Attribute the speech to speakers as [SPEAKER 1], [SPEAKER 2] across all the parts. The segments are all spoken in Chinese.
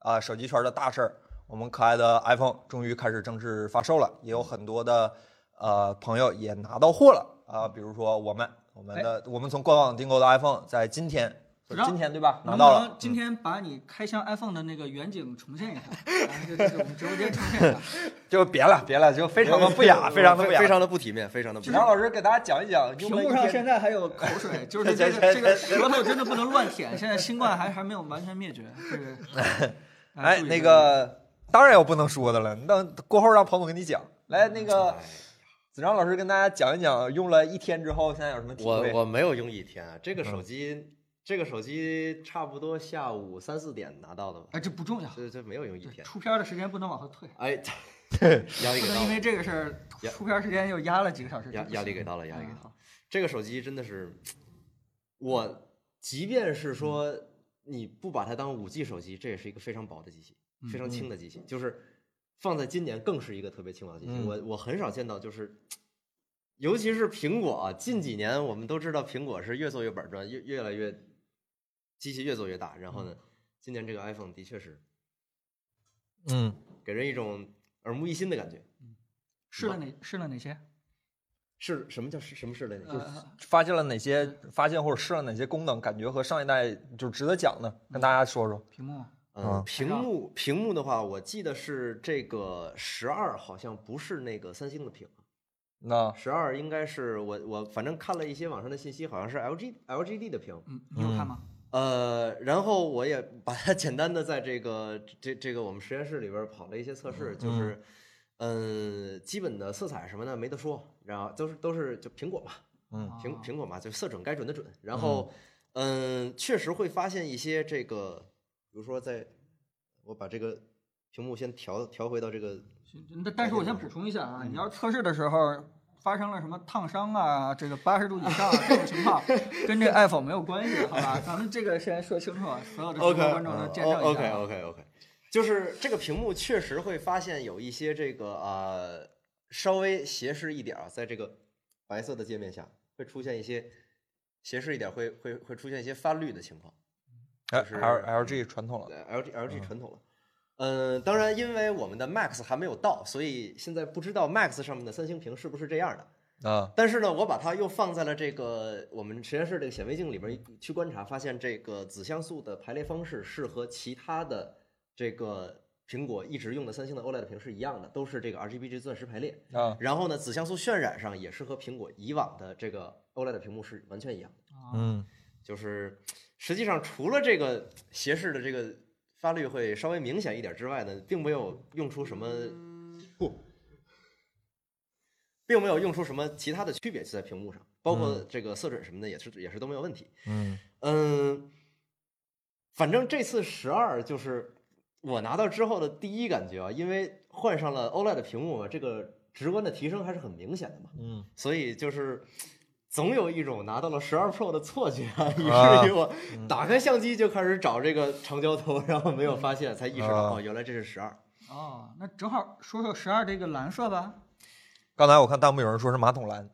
[SPEAKER 1] 啊，手机圈的大事儿，我们可爱的 iPhone 终于开始正式发售了，也有很多的呃朋友也拿到货了啊，比如说我们，我们
[SPEAKER 2] 哎
[SPEAKER 1] 的、我们从官网订购的 iPhone 在今天，
[SPEAKER 2] 是啊
[SPEAKER 1] 今天对吧？拿
[SPEAKER 2] 能
[SPEAKER 1] 到
[SPEAKER 2] 不
[SPEAKER 1] 了
[SPEAKER 2] 能，今天把你开箱 iPhone 的那个远景重现一下？啊，这这是我们直播间重现 一下。
[SPEAKER 1] 嗯就别了，别了，就 非常的不 雅，非常的不雅
[SPEAKER 3] 非。常的不体面，非常的不体
[SPEAKER 1] 杨
[SPEAKER 3] 面。
[SPEAKER 1] 老师给大家讲一讲，
[SPEAKER 2] 屏幕上现在还有口 水，就是这
[SPEAKER 1] 这
[SPEAKER 2] 个这个舌头真的不能乱舔。现在新冠还还没有完全灭绝，这 个。
[SPEAKER 1] 哎，
[SPEAKER 2] 啊注意
[SPEAKER 1] 那个当然有不能说的了，那过后让彭总给你讲。来，那
[SPEAKER 2] 啊
[SPEAKER 1] 个
[SPEAKER 3] 哎
[SPEAKER 1] 子章老师跟大家讲一讲，用了一天之后现在有什么体
[SPEAKER 3] 我
[SPEAKER 1] 会？
[SPEAKER 3] 我没有用一天啊，这个手机，这个手机差不多下午三四点拿到的吧，
[SPEAKER 2] 哎，这不重要。
[SPEAKER 3] 这这没有用一
[SPEAKER 2] 对
[SPEAKER 3] 天。
[SPEAKER 2] 出片儿的时间不能往后退，啊
[SPEAKER 3] 哎， 压力
[SPEAKER 2] 不能
[SPEAKER 3] 给到
[SPEAKER 2] 因为
[SPEAKER 3] 了，
[SPEAKER 2] 这个事儿
[SPEAKER 3] 压
[SPEAKER 2] 出片儿时间又压了几个小时。
[SPEAKER 3] 压
[SPEAKER 2] 这不
[SPEAKER 3] 压力
[SPEAKER 2] 行
[SPEAKER 3] 给到了，压力给到
[SPEAKER 2] 啊
[SPEAKER 3] 了。这个手机真的是，我即便是说你不把它当五 G 手机，这也是一个非常薄的机器，非常轻的机器，就是放在今年更是一个特别轻薄的机器。
[SPEAKER 1] 嗯
[SPEAKER 3] 我我很少见到就是。尤其是苹果啊，近几年我们都知道苹果是越做越板砖，越越来越机器越做越大。然后呢，今年这个 iPhone 的确是
[SPEAKER 1] 嗯，
[SPEAKER 3] 给人一种耳目一新的感觉。
[SPEAKER 2] 试了哪试了哪些？
[SPEAKER 3] 是什么叫是什么是类的？就是
[SPEAKER 2] 呃，
[SPEAKER 1] 发现了哪些发现或者试了哪些功能？感觉和上一代就是值得讲的，跟大家说说。
[SPEAKER 2] 屏幕
[SPEAKER 3] 嗯，屏
[SPEAKER 2] 上
[SPEAKER 3] 幕屏幕的话，我记得是这个十二，好像不是那个三星的屏，
[SPEAKER 1] 那
[SPEAKER 3] 十二应该是我我反正看了一些网上的信息，好像是 LG LGD 的屏。
[SPEAKER 2] 嗯，你有看吗？
[SPEAKER 3] 呃，然后我也把它 简单的在这个这这个我们实验室里边跑了一些测试，就是嗯，基本的色彩什么的没得说，然后都是都是就苹果嘛，
[SPEAKER 1] 嗯
[SPEAKER 2] 哦
[SPEAKER 3] 苹苹果嘛，就色准该准的准。然后，嗯，确实会发现一些这个，比如说在，我把这个屏幕先调调回到这个，
[SPEAKER 2] 行但但是我先补充一下啊，你要测试的时候发生了什么烫伤啊，这个八十度以上啊这种情况，跟这 iPhone 没有关系，好吧？咱们这个先说清楚，啊，所有的直播观众都见证一下啊。
[SPEAKER 3] 哦 OK OK OK，就是这个屏幕确实会发现有一些这个呃稍微斜视一点儿，啊在这个白色的界面下会出现一些斜视一点儿，会会会出现一些翻绿的情况。
[SPEAKER 1] 哎
[SPEAKER 3] 就是
[SPEAKER 1] ，L L G 传统了，
[SPEAKER 3] L G L G 传统了。嗯，当然，因为我们的 Max 还没有到，所以现在不知道 Max 上面的三星屏是不是这样的。
[SPEAKER 1] 啊，
[SPEAKER 3] 但是呢，我把它又放在了这个我们实验室这个显微镜里边去观察，发现这个子像素的排列方式是和其他的这个苹果一直用的三星的 OLED 屏是一样的，都是这个 RGBG 钻石排列。
[SPEAKER 1] 啊，
[SPEAKER 3] 然后呢，子像素渲染上也是和苹果以往的这个 OLED 屏幕是完全一样的。
[SPEAKER 1] 嗯
[SPEAKER 3] 就是实际上除了这个斜视的这个发绿会稍微明显一点之外呢，并没有用出什么不，并没有用出什么其他的区别在屏幕上，包括这个色准什么的也是也是都没有问题。
[SPEAKER 1] 嗯
[SPEAKER 3] 嗯，反正这次十二就是我拿到之后的第一感觉啊，因为换上了 OLED 屏幕啊嘛，这个直观的提升还是很明显的嘛。
[SPEAKER 1] 嗯，
[SPEAKER 3] 所以就是总有一种拿到了十二 Pro 的错觉啊，
[SPEAKER 1] 啊
[SPEAKER 3] 以至于我打开相机就开始找这个长焦头，然后没有发现，才意识
[SPEAKER 1] 啊
[SPEAKER 3] 到哦，原来这是十二。
[SPEAKER 2] 哦，那正好说说十二这个蓝色吧。
[SPEAKER 1] 刚才我看弹幕有人说是马桶蓝，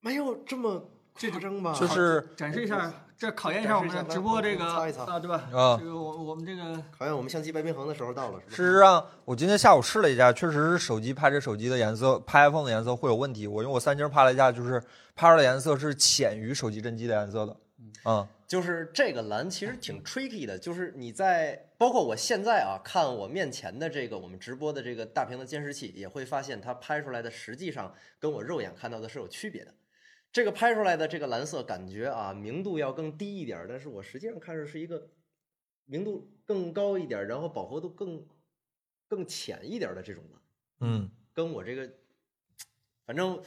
[SPEAKER 3] 没有这么夸张
[SPEAKER 1] 啊
[SPEAKER 3] 吧？
[SPEAKER 1] 就是
[SPEAKER 2] 展示一下，这考验一下我们的直播这个
[SPEAKER 3] 展示一下
[SPEAKER 2] 啊，对吧？
[SPEAKER 1] 啊
[SPEAKER 2] 这个我我们这个
[SPEAKER 3] 好像我们相机白平衡的时候到了，
[SPEAKER 1] 事
[SPEAKER 3] 是吧？
[SPEAKER 1] 实上，我今天下午试了一下，确实是手机拍这手机的颜色，拍 iPhone 的颜色会有问题。我用我三星拍了一下，就是拍出来的颜色是浅于手机真机的颜色的。嗯，
[SPEAKER 3] 就是这个蓝其实挺 tricky 的，就是你在包括我现在啊，看我面前的这个我们直播的这个大屏的监视器，也会发现它拍出来的实际上跟我肉眼看到的是有区别的。这个拍出来的这个蓝色感觉啊，明度要更低一点儿，但是我实际上看着是一个明度更高一点儿，然后饱和度更更浅一点儿的这种蓝，
[SPEAKER 1] 嗯
[SPEAKER 3] 跟我这个反正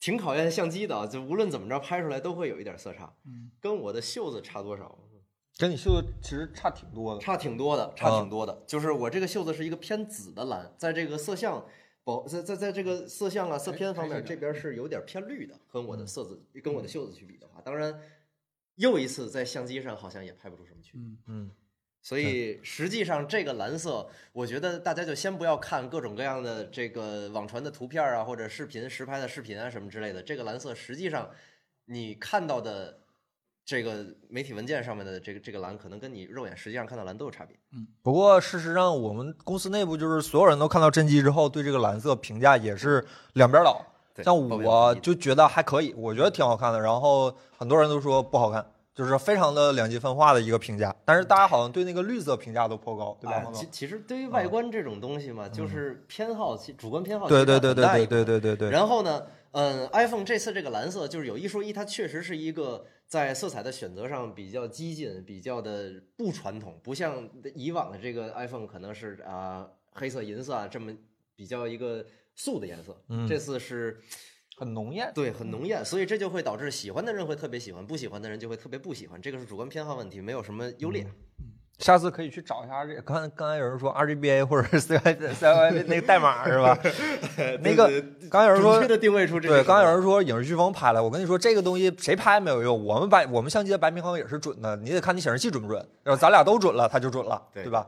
[SPEAKER 3] 挺考验相机的啊，就无论怎么着拍出来都会有一点儿色差。
[SPEAKER 2] 嗯，
[SPEAKER 3] 跟我的袖子差多少？
[SPEAKER 1] 跟你秀的其实差挺多的。
[SPEAKER 3] 差挺多的，差挺多的。就是我这个袖子是一个偏紫的蓝，在这个色相保在在在这个色相啊色偏方面，这边是有点偏绿的，跟我的色子跟我的袖子去比的话，当然又一次在相机上好像也拍不出什么区别。
[SPEAKER 2] 嗯
[SPEAKER 1] 嗯，
[SPEAKER 3] 所以实际上这个蓝色，我觉得大家就先不要看各种各样的这个网传的图片啊，或者视频实拍的视频啊什么之类的。这个蓝色实际上你看到的这个媒体文件上面的这个这个蓝，可能跟你肉眼实际上看到蓝都有差别。
[SPEAKER 1] 不过事实上，我们公司内部就是所有人都看到真机之后，对这个蓝色评价也是两边倒。
[SPEAKER 3] 对
[SPEAKER 1] 像
[SPEAKER 3] 褒贬
[SPEAKER 1] 我
[SPEAKER 3] 不一
[SPEAKER 1] 就觉得还可以，我觉得挺好看的。然后很多人都说不好看，就是非常的两极分化的一个评价。但是大家好像对那个绿色评价都颇高，对吧？
[SPEAKER 3] 啊
[SPEAKER 1] 孟总
[SPEAKER 3] 其其实对于外观这种东西嘛，就是偏好，其主观偏好其
[SPEAKER 1] 对
[SPEAKER 3] 实
[SPEAKER 1] 对
[SPEAKER 3] 占
[SPEAKER 1] 对
[SPEAKER 3] 很
[SPEAKER 1] 对
[SPEAKER 3] 大
[SPEAKER 1] 对
[SPEAKER 3] 一部分。
[SPEAKER 1] 对对对对，
[SPEAKER 3] 然后呢，嗯，iPhone 这次这个蓝色，就是有一说一，它确实是一个在色彩的选择上比较激进、比较的不传统，不像以往的这个 iPhone 可能是啊、黑色、银色啊这么比较一个素的颜色。
[SPEAKER 1] 嗯
[SPEAKER 3] 这次是
[SPEAKER 1] 很浓艳。
[SPEAKER 3] 对很浓艳，所以这就会导致喜欢的人会特别喜欢，不喜欢的人就会特别不喜欢。这个是主观偏好问题，没有什么优
[SPEAKER 1] 嗯
[SPEAKER 3] 劣。
[SPEAKER 1] 下次可以去找一下这，刚刚才有人说 RGBA 或者是 CY CY 那个代码是 吧？那个刚才有人说
[SPEAKER 3] 准确的定位出这
[SPEAKER 1] 对，
[SPEAKER 3] 是
[SPEAKER 1] 刚
[SPEAKER 3] 什
[SPEAKER 1] 才
[SPEAKER 3] 么
[SPEAKER 1] 有人说影视飓风拍了，我跟你说这个东西谁拍没有用，我们白我们相机的白平衡也是准的，你得看你显示器准不准，要是咱俩都准了，它就准了，
[SPEAKER 3] 对
[SPEAKER 1] 吧？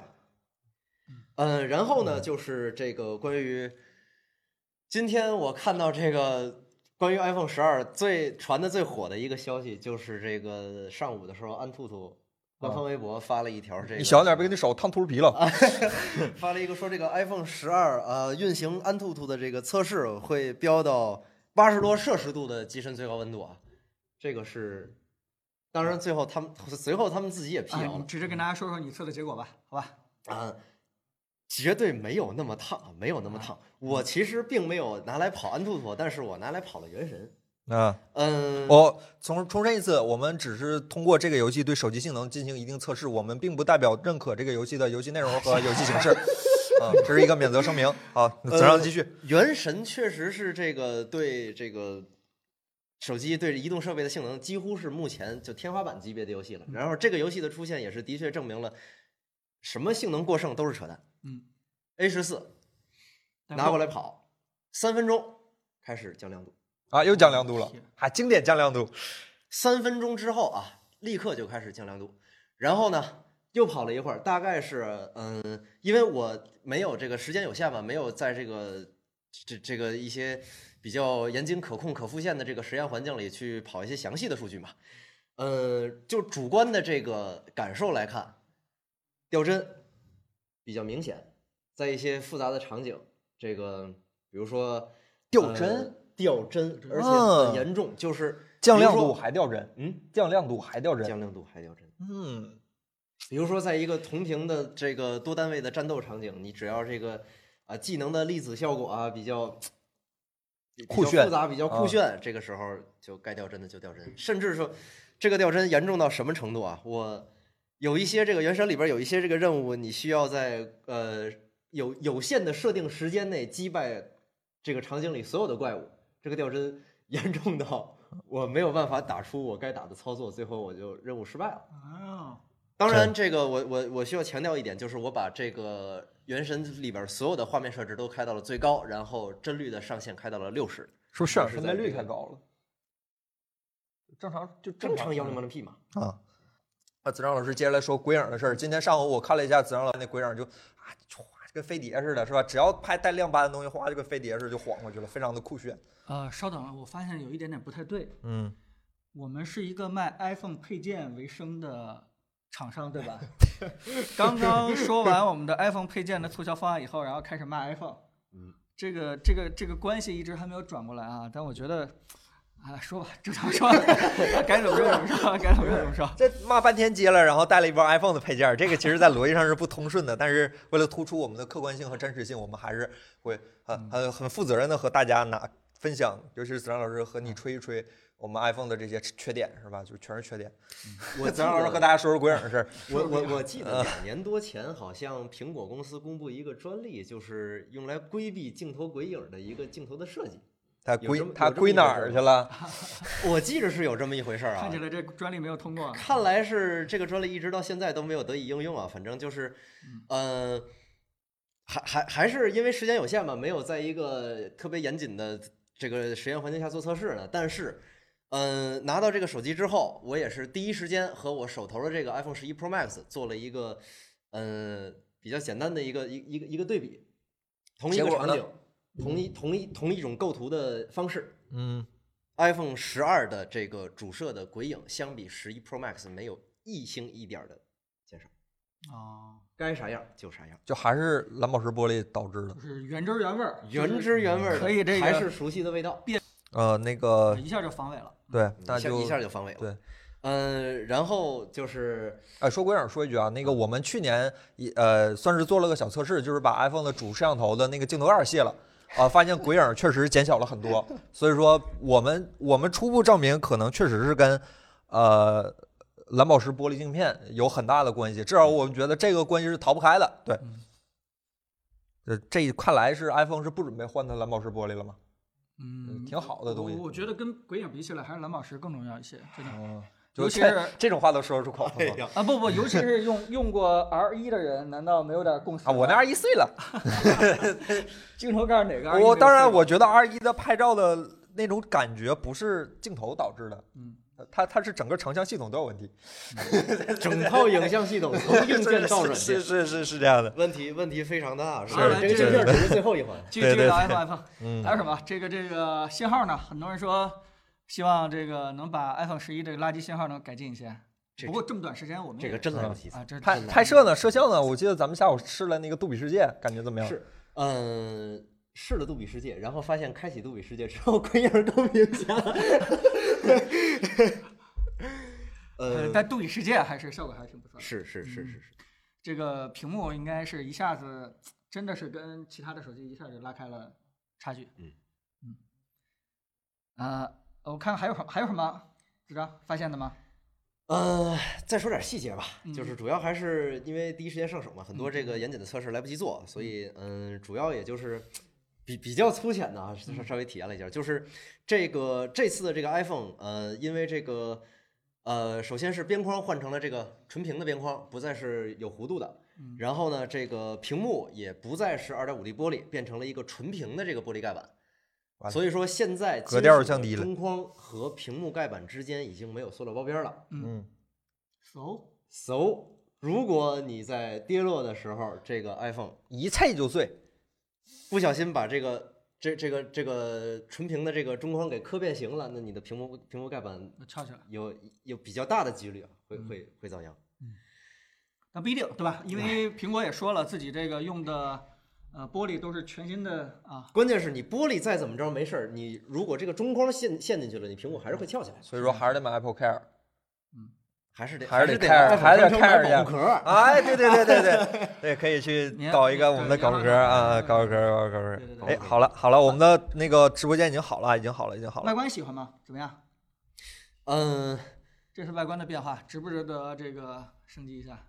[SPEAKER 3] 嗯，然后呢，就是这个关于今天我看到这个关于 iPhone 十二最传的最火的一个消息，就是这个上午的时候，安兔兔官方微博发了一条这个，
[SPEAKER 1] 啊你小点，别给你手烫秃噜皮
[SPEAKER 3] 啊
[SPEAKER 1] 了。
[SPEAKER 3] 发了一个说这个 iPhone 十二呃运行安兔兔的这个测试会飙到八十多摄氏度的机身最高温度啊，这个是，当
[SPEAKER 1] 啊
[SPEAKER 3] 然最后他们随后他们自己也辟
[SPEAKER 2] 啊，
[SPEAKER 3] 谣
[SPEAKER 2] 你
[SPEAKER 3] 了。
[SPEAKER 2] 直接跟大家说说你测的结果吧，好吧？
[SPEAKER 3] 啊，绝对没有那么烫，没有那么烫。我其实并没有拿来跑安兔兔，但是我拿来跑了原神。
[SPEAKER 1] 嗯，
[SPEAKER 3] 嗯，
[SPEAKER 1] 我重重申一次，我们只是通过这个游戏对手机性能进行一定测试，我们并不代表认可这个游戏的游戏内容和游戏形式。 啊，这是一个免责声明。好，咱
[SPEAKER 3] 呃
[SPEAKER 1] 让继续。
[SPEAKER 3] 原神确实是这个对这个手机对移动设备的性能几乎是目前就天花板级别的游戏了。然后这个游戏的出现也是的确证明了什么性能过剩都是扯淡。
[SPEAKER 2] 嗯
[SPEAKER 3] ，A 十四拿过来跑，三分钟开始降亮度。
[SPEAKER 1] 啊，又降亮度了，还经典降亮度。
[SPEAKER 3] 三分钟之后啊，立刻就开始降亮度。然后呢，又跑了一会儿，大概是嗯，因为我没有这个时间有限嘛，没有在这个这这个一些比较严谨、可控、可复现的这个实验环境里去跑一些详细的数据嘛。呃，就主观的这个感受来看，掉帧比较明显，在一些复杂的场景，这个比如说
[SPEAKER 1] 掉帧
[SPEAKER 3] 呃掉帧，而且
[SPEAKER 1] 嗯
[SPEAKER 3] 很严重，就是
[SPEAKER 1] 降亮
[SPEAKER 3] 比如
[SPEAKER 1] 度
[SPEAKER 3] 说
[SPEAKER 1] 还掉帧，
[SPEAKER 3] 嗯，
[SPEAKER 1] 降亮度还掉帧。
[SPEAKER 3] 降亮度还掉帧。
[SPEAKER 1] 嗯，
[SPEAKER 3] 比如说，在一个同屏的这个多单位的战斗场景，你只要这个啊技能的粒子效果啊比较比
[SPEAKER 1] 酷
[SPEAKER 3] 比较
[SPEAKER 1] 炫
[SPEAKER 3] 复杂，比较
[SPEAKER 1] 啊
[SPEAKER 3] 酷炫，这个时候就该掉帧的就掉帧，甚至说这个掉帧严重到什么程度啊？我有一些这个原神里边有一些这个任务，你需要在呃有有限的设定时间内击败这个场景里所有的怪物，这个掉帧严重到我没有办法打出我该打的操作，最后我就任务失败了。
[SPEAKER 2] 啊，
[SPEAKER 3] 当然，这个我我我需要强调一点，就是我把这个《原神》里边所有的画面设置都开到了最高，然后帧率的上限开到了六十，
[SPEAKER 1] 是不是渲染分辨
[SPEAKER 3] 在
[SPEAKER 1] 率
[SPEAKER 3] 这
[SPEAKER 1] 太
[SPEAKER 3] 个
[SPEAKER 1] 高了？正常就
[SPEAKER 3] 正常幺零
[SPEAKER 1] 嘛
[SPEAKER 3] 八零 P 嘛。
[SPEAKER 1] 啊。那子章老师接下来说鬼影的事儿。今天上午我看了一下子章老师那鬼影就，啊，就哗跟飞碟似的，是吧？只要拍带亮斑的东西，哗就跟飞碟似的就晃过去了，非常的酷炫。
[SPEAKER 2] 呃，稍等啊，我发现有一点点不太对。
[SPEAKER 1] 嗯，
[SPEAKER 2] 我们是一个卖 iPhone 配件为生的厂商，对吧？刚刚说完我们的 iPhone 配件的促销方案以后，然后开始卖 iPhone，
[SPEAKER 3] 嗯，
[SPEAKER 2] 这个这个这个关系一直还没有转过来啊。但我觉得，啊，说吧，正常说， 该怎么说怎么说，该怎么说怎么说。
[SPEAKER 1] 这骂半天街了，然后带了一包 iPhone 的配件儿，这个其实在逻辑上是不通顺的，但是为了突出我们的客观性和真实性，我们还是会很很很负责任的和大家拿分享，尤其是子章老师和你吹一吹我们 iPhone 的这些缺点，是吧？就全是缺点。
[SPEAKER 3] 我
[SPEAKER 1] 子章老师和大家说说鬼影的事 儿。
[SPEAKER 3] 我我我记得两年多前，好像苹果公司公布一个专利，就是用来规避镜头鬼影的一个镜头的设计。
[SPEAKER 1] 它
[SPEAKER 3] 有
[SPEAKER 1] 归
[SPEAKER 3] 这么
[SPEAKER 1] 它
[SPEAKER 3] 有这么
[SPEAKER 1] 归
[SPEAKER 3] 一
[SPEAKER 1] 哪
[SPEAKER 3] 回事
[SPEAKER 1] 儿
[SPEAKER 3] 儿
[SPEAKER 1] 去了？
[SPEAKER 3] 我记着是有这么一回事儿啊。
[SPEAKER 2] 看起来这专利没有通过啊，
[SPEAKER 3] 看来是这个专利一直到现在都没有得以应用啊。反正就是，呃，还还还是因为时间有限嘛，没有在一个特别严谨的这个实验环境下做测试呢。但是，嗯、拿到这个手机之后，我也是第一时间和我手头的这个 iPhone 十一 Pro Max 做了一个嗯，比较简单的一个一一个一个对比，同一
[SPEAKER 1] 结
[SPEAKER 3] 个
[SPEAKER 1] 果
[SPEAKER 3] 场
[SPEAKER 1] 呢
[SPEAKER 3] 景，同一同一同一种构图的方式
[SPEAKER 1] 嗯，
[SPEAKER 3] ，iPhone 十二的这个主摄的鬼影相比十一 Pro Max 没有一星一点儿的减少，
[SPEAKER 2] 啊，
[SPEAKER 3] 该啥样就啥样，
[SPEAKER 1] 就还是蓝宝石玻璃导致的
[SPEAKER 2] 就。是原汁儿原味儿，
[SPEAKER 3] 原汁原味儿的，
[SPEAKER 2] 可以这个
[SPEAKER 3] 还是熟悉的味道，
[SPEAKER 1] 呃，那
[SPEAKER 2] 就
[SPEAKER 1] 个
[SPEAKER 2] 是一下就防伪了。
[SPEAKER 1] 对，
[SPEAKER 3] 哎嗯一
[SPEAKER 1] 那
[SPEAKER 3] 下
[SPEAKER 1] 就
[SPEAKER 3] 一下就防伪了。
[SPEAKER 1] 对，
[SPEAKER 3] 嗯，然后就是
[SPEAKER 1] 哎，说归点说一句啊，
[SPEAKER 3] 嗯
[SPEAKER 1] 那个我们去年也呃算是做了个小测试，就是把 iPhone 的主摄像头的那个镜头盖儿卸了。啊，发现鬼影确实减小了很多，所以说我们我们初步证明可能确实是跟，呃，蓝宝石玻璃镜片有很大的关系，至少我们觉得这个关系是逃不开的。对，
[SPEAKER 2] 嗯
[SPEAKER 1] 呃，这看来是 iPhone 是不准备换它蓝宝石玻璃了吗？
[SPEAKER 2] 嗯，
[SPEAKER 1] 挺好的东西
[SPEAKER 2] 我我觉得跟鬼影比起来，还是蓝宝石更重要一些，真的。
[SPEAKER 1] 嗯，
[SPEAKER 2] 尤
[SPEAKER 1] 就
[SPEAKER 2] 其
[SPEAKER 1] 这
[SPEAKER 2] 是
[SPEAKER 1] 这种话都说得出口了吗
[SPEAKER 2] 啊不不，尤其是用用过 R 一的人，难道没有点共识
[SPEAKER 1] 啊，我那
[SPEAKER 2] 吗
[SPEAKER 1] 二一岁了。
[SPEAKER 2] 镜头盖儿哪个 R1 没有
[SPEAKER 1] 我当然，
[SPEAKER 2] 碎
[SPEAKER 1] 我觉得 R 一的拍照的那种感觉不是镜头导致的，呃
[SPEAKER 2] 嗯，
[SPEAKER 1] 它它是整个成像系统都有问题，
[SPEAKER 3] 整套影像系统从 硬件 到软件
[SPEAKER 1] 是，是是是这样的。
[SPEAKER 3] 问题问题非常大，是
[SPEAKER 2] 当
[SPEAKER 3] 吧？
[SPEAKER 2] 然
[SPEAKER 3] 这个
[SPEAKER 2] 这
[SPEAKER 3] 这
[SPEAKER 2] 个
[SPEAKER 3] 这只是最后一环。
[SPEAKER 2] 继
[SPEAKER 1] 对
[SPEAKER 2] 续
[SPEAKER 1] 对
[SPEAKER 2] 聊 iPhone iPhone，
[SPEAKER 1] 嗯
[SPEAKER 2] 还有什么？这个这个信号呢？很多人说希望这个能把 iPhone 十一这个垃圾信号能改进一些。
[SPEAKER 3] 这
[SPEAKER 2] 不过这么短时间我们
[SPEAKER 3] 这
[SPEAKER 2] 也
[SPEAKER 3] 个真来不及。
[SPEAKER 2] 啊，这是
[SPEAKER 1] 拍拍摄呢，摄像呢，我记得咱们下午试了那个杜比世界，感觉怎么样？
[SPEAKER 3] 是，嗯，试了杜比世界，然后发现开启杜比世界之后，鬼影更明 显了。
[SPEAKER 2] 呃
[SPEAKER 3] 呃，
[SPEAKER 2] 但杜比世界还是效果还是挺不错的。
[SPEAKER 3] 是是是是是，
[SPEAKER 2] 这个屏幕应该是一下子真的是跟其他的手机一下就拉开了差距。
[SPEAKER 3] 嗯
[SPEAKER 2] 嗯。啊，我看还有什么还有什么子章发现的吗？
[SPEAKER 3] 呃，再说点细节吧，就
[SPEAKER 2] 嗯
[SPEAKER 3] 是主要还是因为第一时间上手嘛，很
[SPEAKER 1] 嗯
[SPEAKER 3] 多这个严谨的测试来不及做，所以嗯，主要也就是比比较粗浅的啊，
[SPEAKER 1] 嗯
[SPEAKER 3] 稍稍微体验了一下，就是这个这次的这个 iPhone，呃，因为这个呃，首先是边框换成了这个纯平的边框，不再是有弧度的
[SPEAKER 2] 嗯，
[SPEAKER 3] 然后呢，这个屏幕也不再是二点五 D 玻璃，变成了一个纯平的这个玻璃盖板。
[SPEAKER 1] 完了
[SPEAKER 3] 所以说现在
[SPEAKER 1] 格调
[SPEAKER 3] 金属
[SPEAKER 1] 降
[SPEAKER 3] 的
[SPEAKER 1] 低了
[SPEAKER 3] 中框和屏幕盖板之间已经没有塑料包边了。
[SPEAKER 1] 嗯，
[SPEAKER 2] so
[SPEAKER 3] So，如果你在跌落的时候，这个 iPhone
[SPEAKER 1] 一脆就碎，
[SPEAKER 3] 不小心把这个这这个这个纯屏的这个中框给磕变形了，那你的屏幕屏幕盖板
[SPEAKER 2] 呃翘起来，
[SPEAKER 3] 有有比较大的几率啊会
[SPEAKER 1] 嗯
[SPEAKER 3] 会会遭殃。
[SPEAKER 2] 但不一定对吧？因为苹果也说了自己这个用的呃玻璃都是全新的啊。
[SPEAKER 3] 关键是你玻璃再怎么着没事儿，你如果这个中框陷陷进去了，你屏幕还是会翘起来，
[SPEAKER 1] 所以说还是得买 Apple Care。
[SPEAKER 3] 还是得
[SPEAKER 1] 还是
[SPEAKER 3] 是
[SPEAKER 1] 得
[SPEAKER 3] 得
[SPEAKER 1] 开着
[SPEAKER 3] 拿 iPhone
[SPEAKER 1] 还是得
[SPEAKER 3] 专程
[SPEAKER 1] 开着
[SPEAKER 3] 买保
[SPEAKER 1] 去
[SPEAKER 3] 护壳儿。
[SPEAKER 1] 哎，对对对对 对对，可以去
[SPEAKER 2] 你看嗯
[SPEAKER 1] 搞一个
[SPEAKER 2] 对
[SPEAKER 1] 我们的
[SPEAKER 2] 对
[SPEAKER 1] 搞壳
[SPEAKER 2] 然后
[SPEAKER 1] 啊，
[SPEAKER 2] 对
[SPEAKER 1] 搞壳搞壳
[SPEAKER 2] 对对。对
[SPEAKER 1] 哎，
[SPEAKER 3] 对
[SPEAKER 1] 好了好了，我们的那个直播间已经好了，已经好了，已经好
[SPEAKER 2] 外
[SPEAKER 1] 了。
[SPEAKER 2] 观喜欢吗？怎么样？
[SPEAKER 3] 嗯，
[SPEAKER 2] 这是外观的变化，值不值得这个升级一下？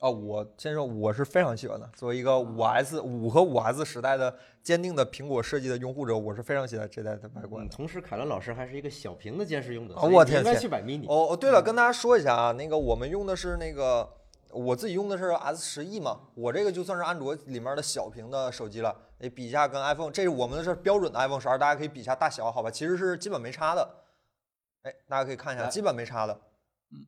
[SPEAKER 1] 啊，我先说，我是非常喜欢的。作为一个五 S 五和五 S 时代的坚定的苹果设计的拥护者，我是非常喜欢这代的外观
[SPEAKER 3] 嗯
[SPEAKER 1] 的。
[SPEAKER 3] 同时凯伦老师还是一个小屏的监视用者，
[SPEAKER 1] 啊
[SPEAKER 3] 所以
[SPEAKER 1] 我
[SPEAKER 3] 你嗯
[SPEAKER 1] 天
[SPEAKER 3] 应该
[SPEAKER 1] 天
[SPEAKER 3] 去买 mini。
[SPEAKER 1] 哦哦，对了，跟大家说一下啊，那个我们用的是那个我自己用的是 S 十 E 嘛，我这个就算是安卓里面的小屏的手机了。你比一下跟 iPhone，这是我们的是标准的 iPhone 十二，大家可以比一下大小，好吧？其实是基本没差的。哎，大家可以看一下，
[SPEAKER 3] 来嗯
[SPEAKER 1] 基本没差的。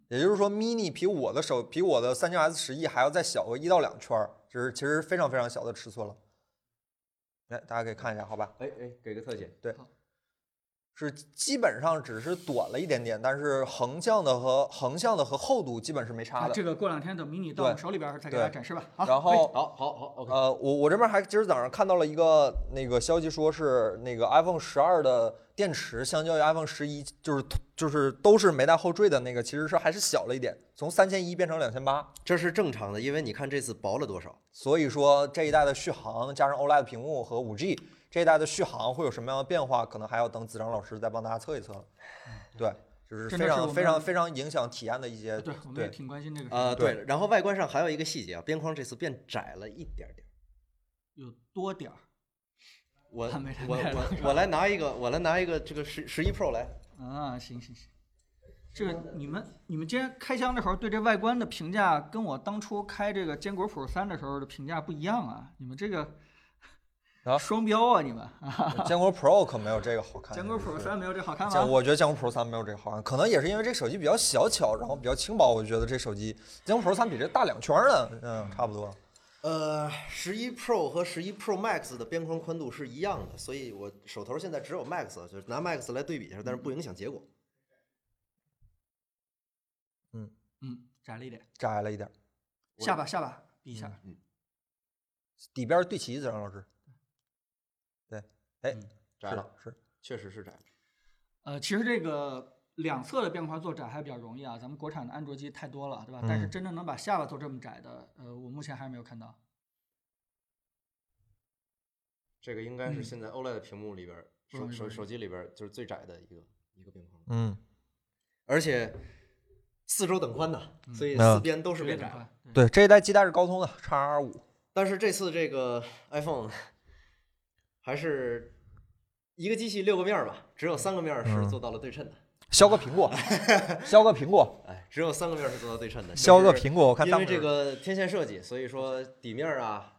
[SPEAKER 1] 也就是说，mini 比我的手比我的三星 S 十 E 还要再小个一到两圈儿，这是其实非常非常小的尺寸了。来，大家可以看一下，好吧？
[SPEAKER 3] 哎哎，给个特写。
[SPEAKER 1] 是基本上只是短了一点点，但是横向的和横向的和厚度基本是没差
[SPEAKER 2] 啊，
[SPEAKER 1] 的
[SPEAKER 2] 这。个过两天等迷你到我们
[SPEAKER 1] 对
[SPEAKER 2] 手里边儿再给大家
[SPEAKER 1] 对
[SPEAKER 2] 展示吧。好，
[SPEAKER 1] 然后
[SPEAKER 3] 好好好，OK。
[SPEAKER 1] 呃，我我这边还今儿早上看到了一个那个消息，说是那个 iPhone 十二的电池相较于 iPhone 十一，就是就是都是没带后缀的那个，其实是还是小了一点，从三千一变成两千八。
[SPEAKER 3] 这是正常的，因为你看这次薄了多少？
[SPEAKER 1] 所以说这一代的续航加上 OLED 屏幕和 5G，这一代的续航会有什么样的变化？可能还要等子章老师再帮大家测一测了。对，就是
[SPEAKER 2] 嗯真
[SPEAKER 1] 非
[SPEAKER 2] 的是我
[SPEAKER 1] 常
[SPEAKER 2] 们啊
[SPEAKER 1] 非常非常影响体验的一些。
[SPEAKER 2] 对，我们也挺关心这个事儿
[SPEAKER 3] 呃，对。然后外观上还有一个细节啊，边框这次变窄了一点点。
[SPEAKER 2] 有多点儿。
[SPEAKER 3] 我
[SPEAKER 2] 看没看
[SPEAKER 3] 我
[SPEAKER 2] 见了
[SPEAKER 3] 我我来拿一个，我来拿一个这个十十一 Pro 来。
[SPEAKER 2] 啊，行行行，这个你们你们今天开箱的时候对这外观的评价，跟我当初开这个坚果 Pro 三的时候的评价不一样啊！你们这个
[SPEAKER 1] 啊
[SPEAKER 2] 双标啊你们！
[SPEAKER 1] 哎坚果 Pro 可没有这个好看。
[SPEAKER 2] 坚果 Pro 三没有啊这好看
[SPEAKER 1] 坚，
[SPEAKER 2] 吗？
[SPEAKER 1] 我觉得坚果 Pro 三没有这个好看，可能也是因为这手机比较小巧，然后比较轻薄。我觉得这手机坚果 Pro 三比这大两圈儿呢，嗯，差不多。
[SPEAKER 3] 呃，十一 Pro 和十一 Pro Max 的边框宽度是一样的，所以我手头现在只有 Max，就是啊拿 Max 来对比一下，但是不影响结果。
[SPEAKER 2] 嗯，窄了一点，
[SPEAKER 1] 窄了一点儿，
[SPEAKER 3] 我
[SPEAKER 2] 下巴下巴比一下，
[SPEAKER 1] 嗯底边儿对齐，子张老师。对，哎，
[SPEAKER 3] 嗯窄
[SPEAKER 1] 是
[SPEAKER 3] 了，
[SPEAKER 1] 是，
[SPEAKER 3] 确实是窄了。
[SPEAKER 2] 呃，其实这个两侧的变化做窄还比较容易啊，咱们国产的安卓机太多了，对吧？但是
[SPEAKER 1] 嗯
[SPEAKER 2] 真正能把下巴做这么窄的，呃，我目前还没有看到。
[SPEAKER 3] 这个应该是
[SPEAKER 2] 嗯
[SPEAKER 3] 现在 OLED 屏幕里边儿，
[SPEAKER 2] 不容
[SPEAKER 3] 手
[SPEAKER 2] 易不
[SPEAKER 3] 手
[SPEAKER 2] 容易
[SPEAKER 3] 手机里边儿就是最窄的一个一个边框，
[SPEAKER 1] 嗯，
[SPEAKER 3] 而且四周等宽的，所以
[SPEAKER 1] 嗯
[SPEAKER 3] 四边都是
[SPEAKER 2] 是
[SPEAKER 3] 变
[SPEAKER 2] 变
[SPEAKER 3] 窄。
[SPEAKER 2] 窄，对
[SPEAKER 1] 对，这一代基带是高通的叉 R 五，
[SPEAKER 3] 但是这次这个 iPhone 还是一个机器六个面儿吧，只有三个面儿
[SPEAKER 1] 嗯
[SPEAKER 3] 是做到了对称的。
[SPEAKER 1] 削个苹果， 削个苹果，
[SPEAKER 3] 哎，只有三个面儿是做到对称的。
[SPEAKER 1] 削个
[SPEAKER 3] 就是
[SPEAKER 1] 苹果。我看
[SPEAKER 3] 因
[SPEAKER 1] 当
[SPEAKER 3] 为这
[SPEAKER 1] 时
[SPEAKER 3] 个天线设计，所以说底面儿啊、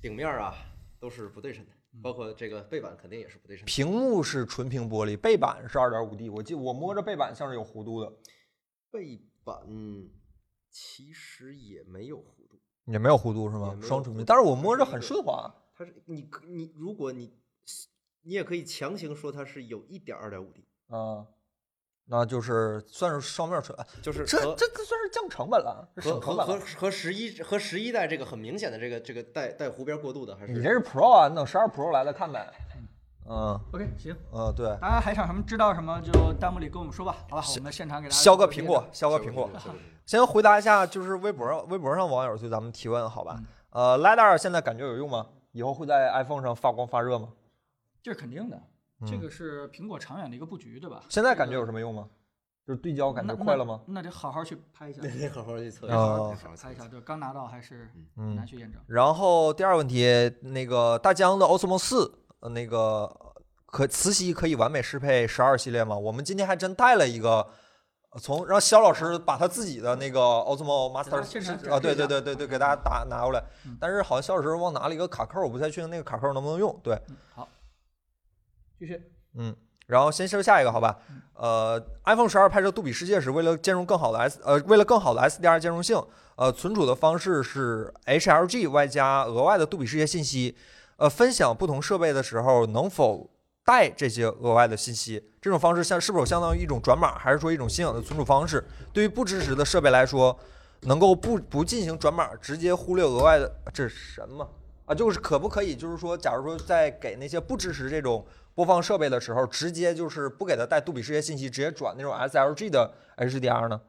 [SPEAKER 3] 顶面儿啊都是不对称的，
[SPEAKER 1] 嗯
[SPEAKER 3] 包括这个背板肯定也是不对称的。
[SPEAKER 1] 屏幕是纯屏玻璃，背板是二点五 D。我记我摸着背板像是有弧度的，
[SPEAKER 3] 背板其实也没有弧度，
[SPEAKER 1] 也没有弧度是
[SPEAKER 3] 也
[SPEAKER 1] 吗
[SPEAKER 3] 没？有
[SPEAKER 1] 双纯屏，
[SPEAKER 3] 弧度
[SPEAKER 1] 但是我摸着很顺滑。
[SPEAKER 3] 它是你可你如果你你也可以强行说它是有一点二点五 D，
[SPEAKER 1] 啊，那就是算是双面纯，哎
[SPEAKER 3] 就是
[SPEAKER 1] 这
[SPEAKER 3] 和
[SPEAKER 1] 这这算是降成本了，这省
[SPEAKER 3] 和和
[SPEAKER 1] 成本
[SPEAKER 3] 和
[SPEAKER 1] 了。
[SPEAKER 3] 和十一和十一代这个很明显的这个这个带带弧边过渡的，还
[SPEAKER 1] 你
[SPEAKER 3] 是
[SPEAKER 1] 这是 Pro 啊？你等十二 Pro 来了看呗。嗯
[SPEAKER 2] OK，行，
[SPEAKER 1] 嗯，对，
[SPEAKER 2] 大家还想什么知道什么，就弹幕里跟我们说吧，好吧？我们现场给大家
[SPEAKER 1] 削个
[SPEAKER 2] 做这
[SPEAKER 1] 苹果，削个苹果。
[SPEAKER 3] 削个苹
[SPEAKER 1] 先回答一下，就是微博上微博上网友对咱们提问，好吧？呃，LiDAR 现在感觉有用吗？以后会在 iPhone 上发光发热吗？
[SPEAKER 2] 这是肯定的，
[SPEAKER 1] 嗯
[SPEAKER 2] 这个是苹果长远的一个布局，对吧？
[SPEAKER 1] 现在感觉有什么用吗？就是对焦感觉快了吗？
[SPEAKER 2] 那？那那得好好去拍 一下，
[SPEAKER 3] 得好好去测一
[SPEAKER 1] 哦嗯
[SPEAKER 3] 下，得好好嗯
[SPEAKER 2] 拍
[SPEAKER 3] 测
[SPEAKER 2] 一
[SPEAKER 3] 一
[SPEAKER 2] 下，
[SPEAKER 3] 下。
[SPEAKER 2] 对，刚拿到还是很难去验证。
[SPEAKER 1] 然后第二个问题，那个大疆的 Osmo 四，呃那个可磁吸可以完美适配十二系列吗？我们今天还真带了一个，呃从让肖老师把他自己的那个 Osmo
[SPEAKER 2] 给大家
[SPEAKER 1] Master
[SPEAKER 2] 现场展示
[SPEAKER 1] 啊，对
[SPEAKER 2] 一下
[SPEAKER 1] 对
[SPEAKER 2] 嗯
[SPEAKER 1] 对对对，给大家打拿过来。但是好像肖老师忘拿了一个卡扣，我不太确定那个卡扣能不能用。对，
[SPEAKER 2] 嗯，好，继续。
[SPEAKER 1] 嗯，然后先说下一个，好吧？呃，iPhone 十二拍摄杜比世界时，为了兼容更好的 S 呃，为了更好的 SDR 兼容性，呃，存储的方式是 HLG 外加额外的杜比世界信息。呃，分享不同设备的时候能否带这些额外的信息？这种方式像是否相当于一种转码，还是说一种新颖的存储方式？对于不支持的设备来说，能够不不进行转码，直接忽略额外的这是什么啊？就是可不可以，就是说，假如说在给那些不支持这种播放设备的时候，直接就是不给它带杜比世界信息，直接转那种 SLG 的 HDR 呢？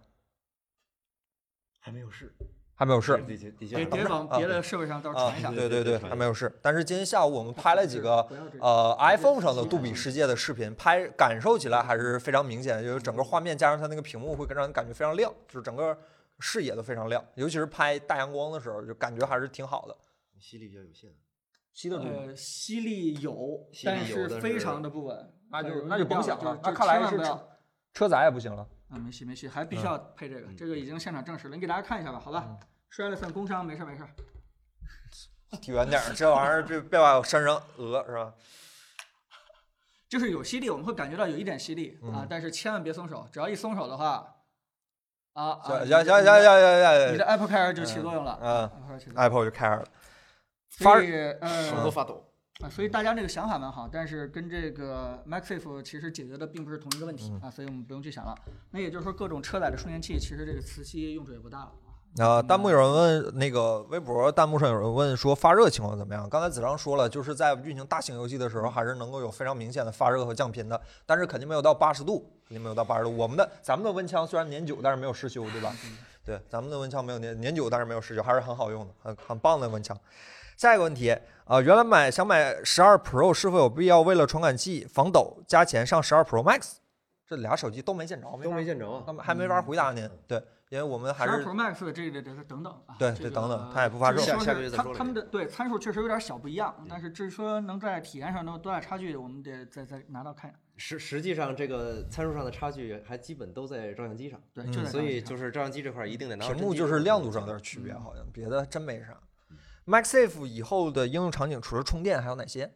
[SPEAKER 3] 还没有试，
[SPEAKER 1] 还没有试。
[SPEAKER 3] 的确的确
[SPEAKER 2] 别别往别的设备上到时候
[SPEAKER 1] 啊
[SPEAKER 2] 传一下。，
[SPEAKER 1] 对对
[SPEAKER 3] 对
[SPEAKER 1] 对，
[SPEAKER 3] 对
[SPEAKER 1] 还没有试。但是今天下午我们拍了几个
[SPEAKER 2] 不要这个
[SPEAKER 1] 呃 iPhone 上的杜比世界的视频，拍感受起来还是非常明显的，就是整个画面加上它那个屏幕会让你感觉非常亮，就是整个视野都非常亮，尤其是拍大阳光的时候，就感觉还是挺好的。
[SPEAKER 3] 吸力比较有限。
[SPEAKER 1] 吸的
[SPEAKER 2] 呃，吸力有，
[SPEAKER 3] 吸力
[SPEAKER 2] 但
[SPEAKER 3] 有
[SPEAKER 2] 是
[SPEAKER 3] 但
[SPEAKER 2] 非
[SPEAKER 3] 是
[SPEAKER 2] 常的不稳，
[SPEAKER 1] 那
[SPEAKER 2] 很
[SPEAKER 1] 就
[SPEAKER 2] 容
[SPEAKER 1] 那
[SPEAKER 2] 易
[SPEAKER 1] 就甭
[SPEAKER 2] 掉
[SPEAKER 1] 想了
[SPEAKER 2] 就，
[SPEAKER 1] 那
[SPEAKER 2] 就
[SPEAKER 1] 看
[SPEAKER 2] 千
[SPEAKER 1] 来
[SPEAKER 2] 万
[SPEAKER 1] 是嗯
[SPEAKER 2] 不要
[SPEAKER 1] 车车载也不行了。
[SPEAKER 2] 啊，没戏没戏，还必须要配这个，这个已经现场证实了，你给大家看一下吧，好
[SPEAKER 1] 嗯
[SPEAKER 2] 吧？摔了算工伤，没事没事。
[SPEAKER 1] 离远点儿，这玩意儿别别把我扇上鹅是吧？
[SPEAKER 2] 就是有吸力，我们会感觉到有一点吸力
[SPEAKER 1] 嗯
[SPEAKER 2] 啊，但是千万别松手，只要一松手的话，啊啊，
[SPEAKER 1] 行
[SPEAKER 2] 你
[SPEAKER 1] 行
[SPEAKER 2] 的
[SPEAKER 1] 行行，行
[SPEAKER 2] 你
[SPEAKER 1] 行
[SPEAKER 2] 的
[SPEAKER 1] 行
[SPEAKER 2] Apple Care 就起作用了，
[SPEAKER 1] 嗯
[SPEAKER 2] ，Apple Care 起作用。
[SPEAKER 1] ，Apple 就开始了。发
[SPEAKER 2] 所以
[SPEAKER 3] 手都
[SPEAKER 2] 呃，
[SPEAKER 3] 发抖。
[SPEAKER 2] 啊所以大家这个想法蛮好，但是跟这个 MaxSafe 其实解决的并不是同一个问
[SPEAKER 1] 嗯
[SPEAKER 2] 题啊，所以我们不用去想了。那也就是说，各种车载的充电器，其实这个磁吸用处也不大了啊。
[SPEAKER 1] 啊，弹幕有人问那个微博弹幕上有人问说发热情况怎么样？刚才子章说了，就是在运行大型游戏的时候，还是能够有非常明显的发热和降频的，但是肯定没有到八十度，肯定没有到八十度。我们的咱们的温枪虽然年久，但是没有失修，对吧？对，咱们的温枪没有年年久，但是没有失修，还是很好用的，很很棒的温枪。下一个问题啊、原来买想买十二 Pro 是否有必要为了传感器、防抖加钱上十二 Pro Max？这俩手机都没见着，没
[SPEAKER 3] 都
[SPEAKER 1] 法
[SPEAKER 3] 没见着啊。
[SPEAKER 1] 那么还没法回答您。对，因为我们还
[SPEAKER 2] 十二
[SPEAKER 1] 是
[SPEAKER 2] Pro Max 的这个得等等啊，
[SPEAKER 1] 对
[SPEAKER 2] 这
[SPEAKER 1] 得
[SPEAKER 2] 个
[SPEAKER 1] 等等它也不发嗯
[SPEAKER 2] 只是
[SPEAKER 3] 售
[SPEAKER 2] 说
[SPEAKER 3] 下下个
[SPEAKER 2] 是
[SPEAKER 3] 月再
[SPEAKER 2] 他
[SPEAKER 3] 说了
[SPEAKER 2] 他们的对参数确实有点小不一样，但是至于说能在体验上能有多大差距，我们得再再拿到看。
[SPEAKER 3] 实实际上，这个参数上的差距还基本都在照相机上，
[SPEAKER 1] 嗯
[SPEAKER 2] 对，就在
[SPEAKER 3] 所以
[SPEAKER 2] 这儿
[SPEAKER 3] 就是照相机这块儿一定得拿到
[SPEAKER 1] 屏
[SPEAKER 3] 真
[SPEAKER 1] 幕
[SPEAKER 3] 机
[SPEAKER 1] 就是
[SPEAKER 3] 上
[SPEAKER 1] 亮
[SPEAKER 3] 去
[SPEAKER 2] 嗯
[SPEAKER 1] 度上有
[SPEAKER 3] 看
[SPEAKER 1] 点区别，好像别的真没啥。 MagSafe 以后的应用场景除了充电还有哪些？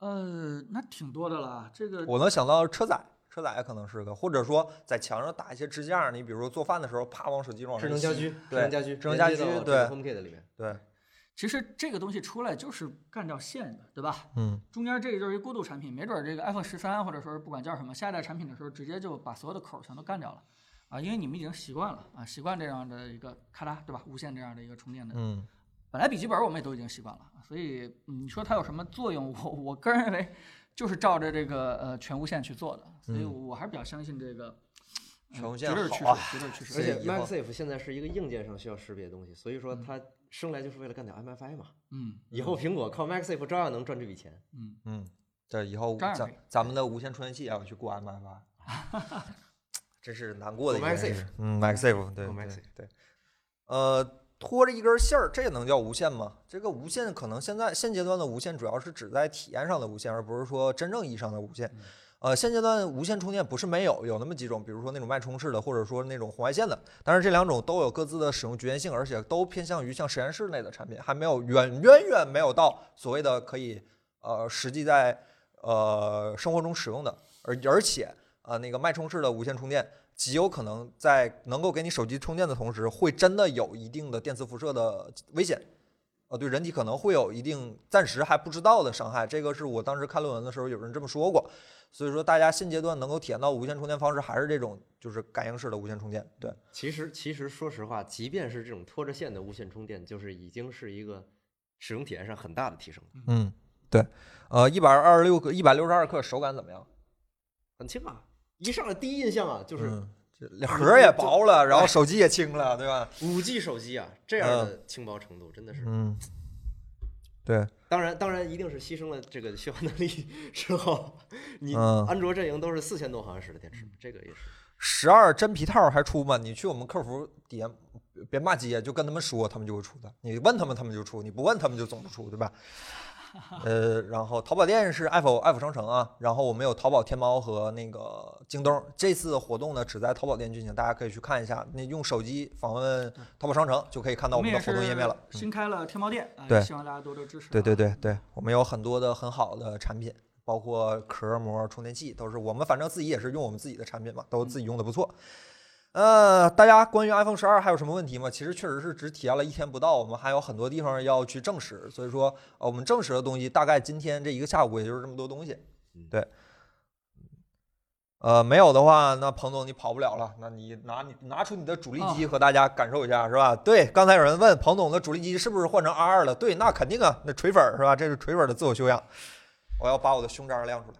[SPEAKER 2] 呃，那挺多的了。这个
[SPEAKER 1] 我能想到车载，车载可能是个，或者说在墙上打一些支架，你比如说做饭的时候，啪往手机往
[SPEAKER 3] 智
[SPEAKER 1] 上一
[SPEAKER 3] 能家
[SPEAKER 1] 吸
[SPEAKER 3] 居，智
[SPEAKER 1] 对
[SPEAKER 3] 能家居，
[SPEAKER 1] 智能家
[SPEAKER 3] 连接
[SPEAKER 1] 居
[SPEAKER 3] 到这
[SPEAKER 1] 对
[SPEAKER 3] 个 HomeKit 里面，
[SPEAKER 1] 对，
[SPEAKER 2] 其实这个东西出来就是干掉线的，对吧？
[SPEAKER 1] 嗯，
[SPEAKER 2] 中间这个就是一过渡产品，没准儿这个 iPhone 十三或者说是不管叫什么下一代产品的时候，直接就把所有的口儿全都干掉了啊，因为你们已经习惯了啊，习惯这样的一个咔嗒，对吧？无线这样的一个充电的
[SPEAKER 1] 嗯，
[SPEAKER 2] 本来笔记本我们也都已经习惯了，所以嗯你说它有什么作用？我我个人认为就是照着这个呃全无线去做的，所以我还是比较相信这个呃
[SPEAKER 1] 全无线
[SPEAKER 2] 绝对是趋
[SPEAKER 1] 好
[SPEAKER 2] 势
[SPEAKER 1] 啊，
[SPEAKER 2] 绝对是趋势。
[SPEAKER 3] 而
[SPEAKER 1] 所以
[SPEAKER 3] 且
[SPEAKER 1] 以后
[SPEAKER 3] MagSafe 现在是一个硬件上需要识别的东西，所以说它生来就是为了干掉 MFI 嘛。
[SPEAKER 2] 嗯
[SPEAKER 3] 以后苹果靠 MagSafe 照样能赚这笔钱。
[SPEAKER 2] 嗯，
[SPEAKER 1] 嗯，对，以后
[SPEAKER 2] 这样
[SPEAKER 1] 咱
[SPEAKER 2] 可以
[SPEAKER 1] 咱们的无线充电器也要去过 MFI，真 是难过的一
[SPEAKER 3] 过
[SPEAKER 1] 件事情。
[SPEAKER 3] MagSafe
[SPEAKER 1] 嗯，MagSafe，对
[SPEAKER 3] 过
[SPEAKER 1] 对
[SPEAKER 3] MagSafe
[SPEAKER 1] 对，呃，拖着一根线儿，这也能叫无线吗？这个无线可能现在现阶段的无线主要是指在体验上的无线，而不是说真正意义上的无线。呃，现阶段无线充电不是没有，有那么几种，比如说那种脉冲式的，或者说那种红外线的，但是这两种都有各自的使用局限性，而且都偏向于像实验室类的产品，还没有远远远没有到所谓的可以呃实际在呃生活中使用的，而而且呃那个脉冲式的无线充电极有可能在能够给你手机充电的同时，会真的有一定的电磁辐射的危险，呃，对人体可能会有一定暂时还不知道的伤害。这个是我当时看论文的时候有人这么说过，所以说大家现阶段能够体验到无线充电方式还是这种就是感应式的无线充电，对，
[SPEAKER 3] 其实，其实说实话，即便是这种拖着线的无线充电，就是已经是一个使用体验上很大的提升了，
[SPEAKER 1] 嗯，对，呃，一百二十六克，一百六十二克，手感怎么样？
[SPEAKER 3] 很轻啊。一上来第一印象啊，就是
[SPEAKER 1] 嗯，这盒儿也薄了，然后手机也轻了，对吧？
[SPEAKER 3] 五 G 手机啊这样的轻薄程度，真的是。
[SPEAKER 1] 嗯，对，
[SPEAKER 3] 当然，当然一定是牺牲了这个续航能力 之后，你
[SPEAKER 1] 嗯
[SPEAKER 3] 安卓阵营都是四千多毫安时的电池，这个也是。
[SPEAKER 1] 十二真皮套还出吗？你去我们客服底下，别骂街，就跟他们说，他们就会出的。你问他们，他们就出；你不问，他们就总不出，对吧？呃，然后淘宝店是爱否爱否商城啊，然后我们有淘宝、天猫和那个京东。这次活动呢，只在淘宝店进行，大家可以去看一下。那用手机访问淘宝商城，就可以看到我们
[SPEAKER 2] 也
[SPEAKER 1] 的活动页面了。嗯
[SPEAKER 2] 是新开了天猫店啊，
[SPEAKER 1] 对
[SPEAKER 2] 希望大家多多支持。啊
[SPEAKER 1] 对对，对对，我们有很多的很好的产品，包括壳膜、充电器，都是我们反正自己也是用我们自己的产品嘛，都自己用的不错。呃，大家关于 iPhone 十二还有什么问题吗？其实确实是只体验了一天不到，我们还有很多地方要去证实，所以说呃我们证实的东西大概今天这一个下午也就是这么多东西
[SPEAKER 3] 嗯。
[SPEAKER 1] 对，呃，没有的话，那彭总你跑不了了，那你拿你拿出你的主力机和大家感受一下，是吧？对，刚才有人问彭总的主力机是不是换成 R 二了？对，那肯定啊，那锤粉儿是吧？这是锤粉儿的自我修养。我要把我的胸章亮出来。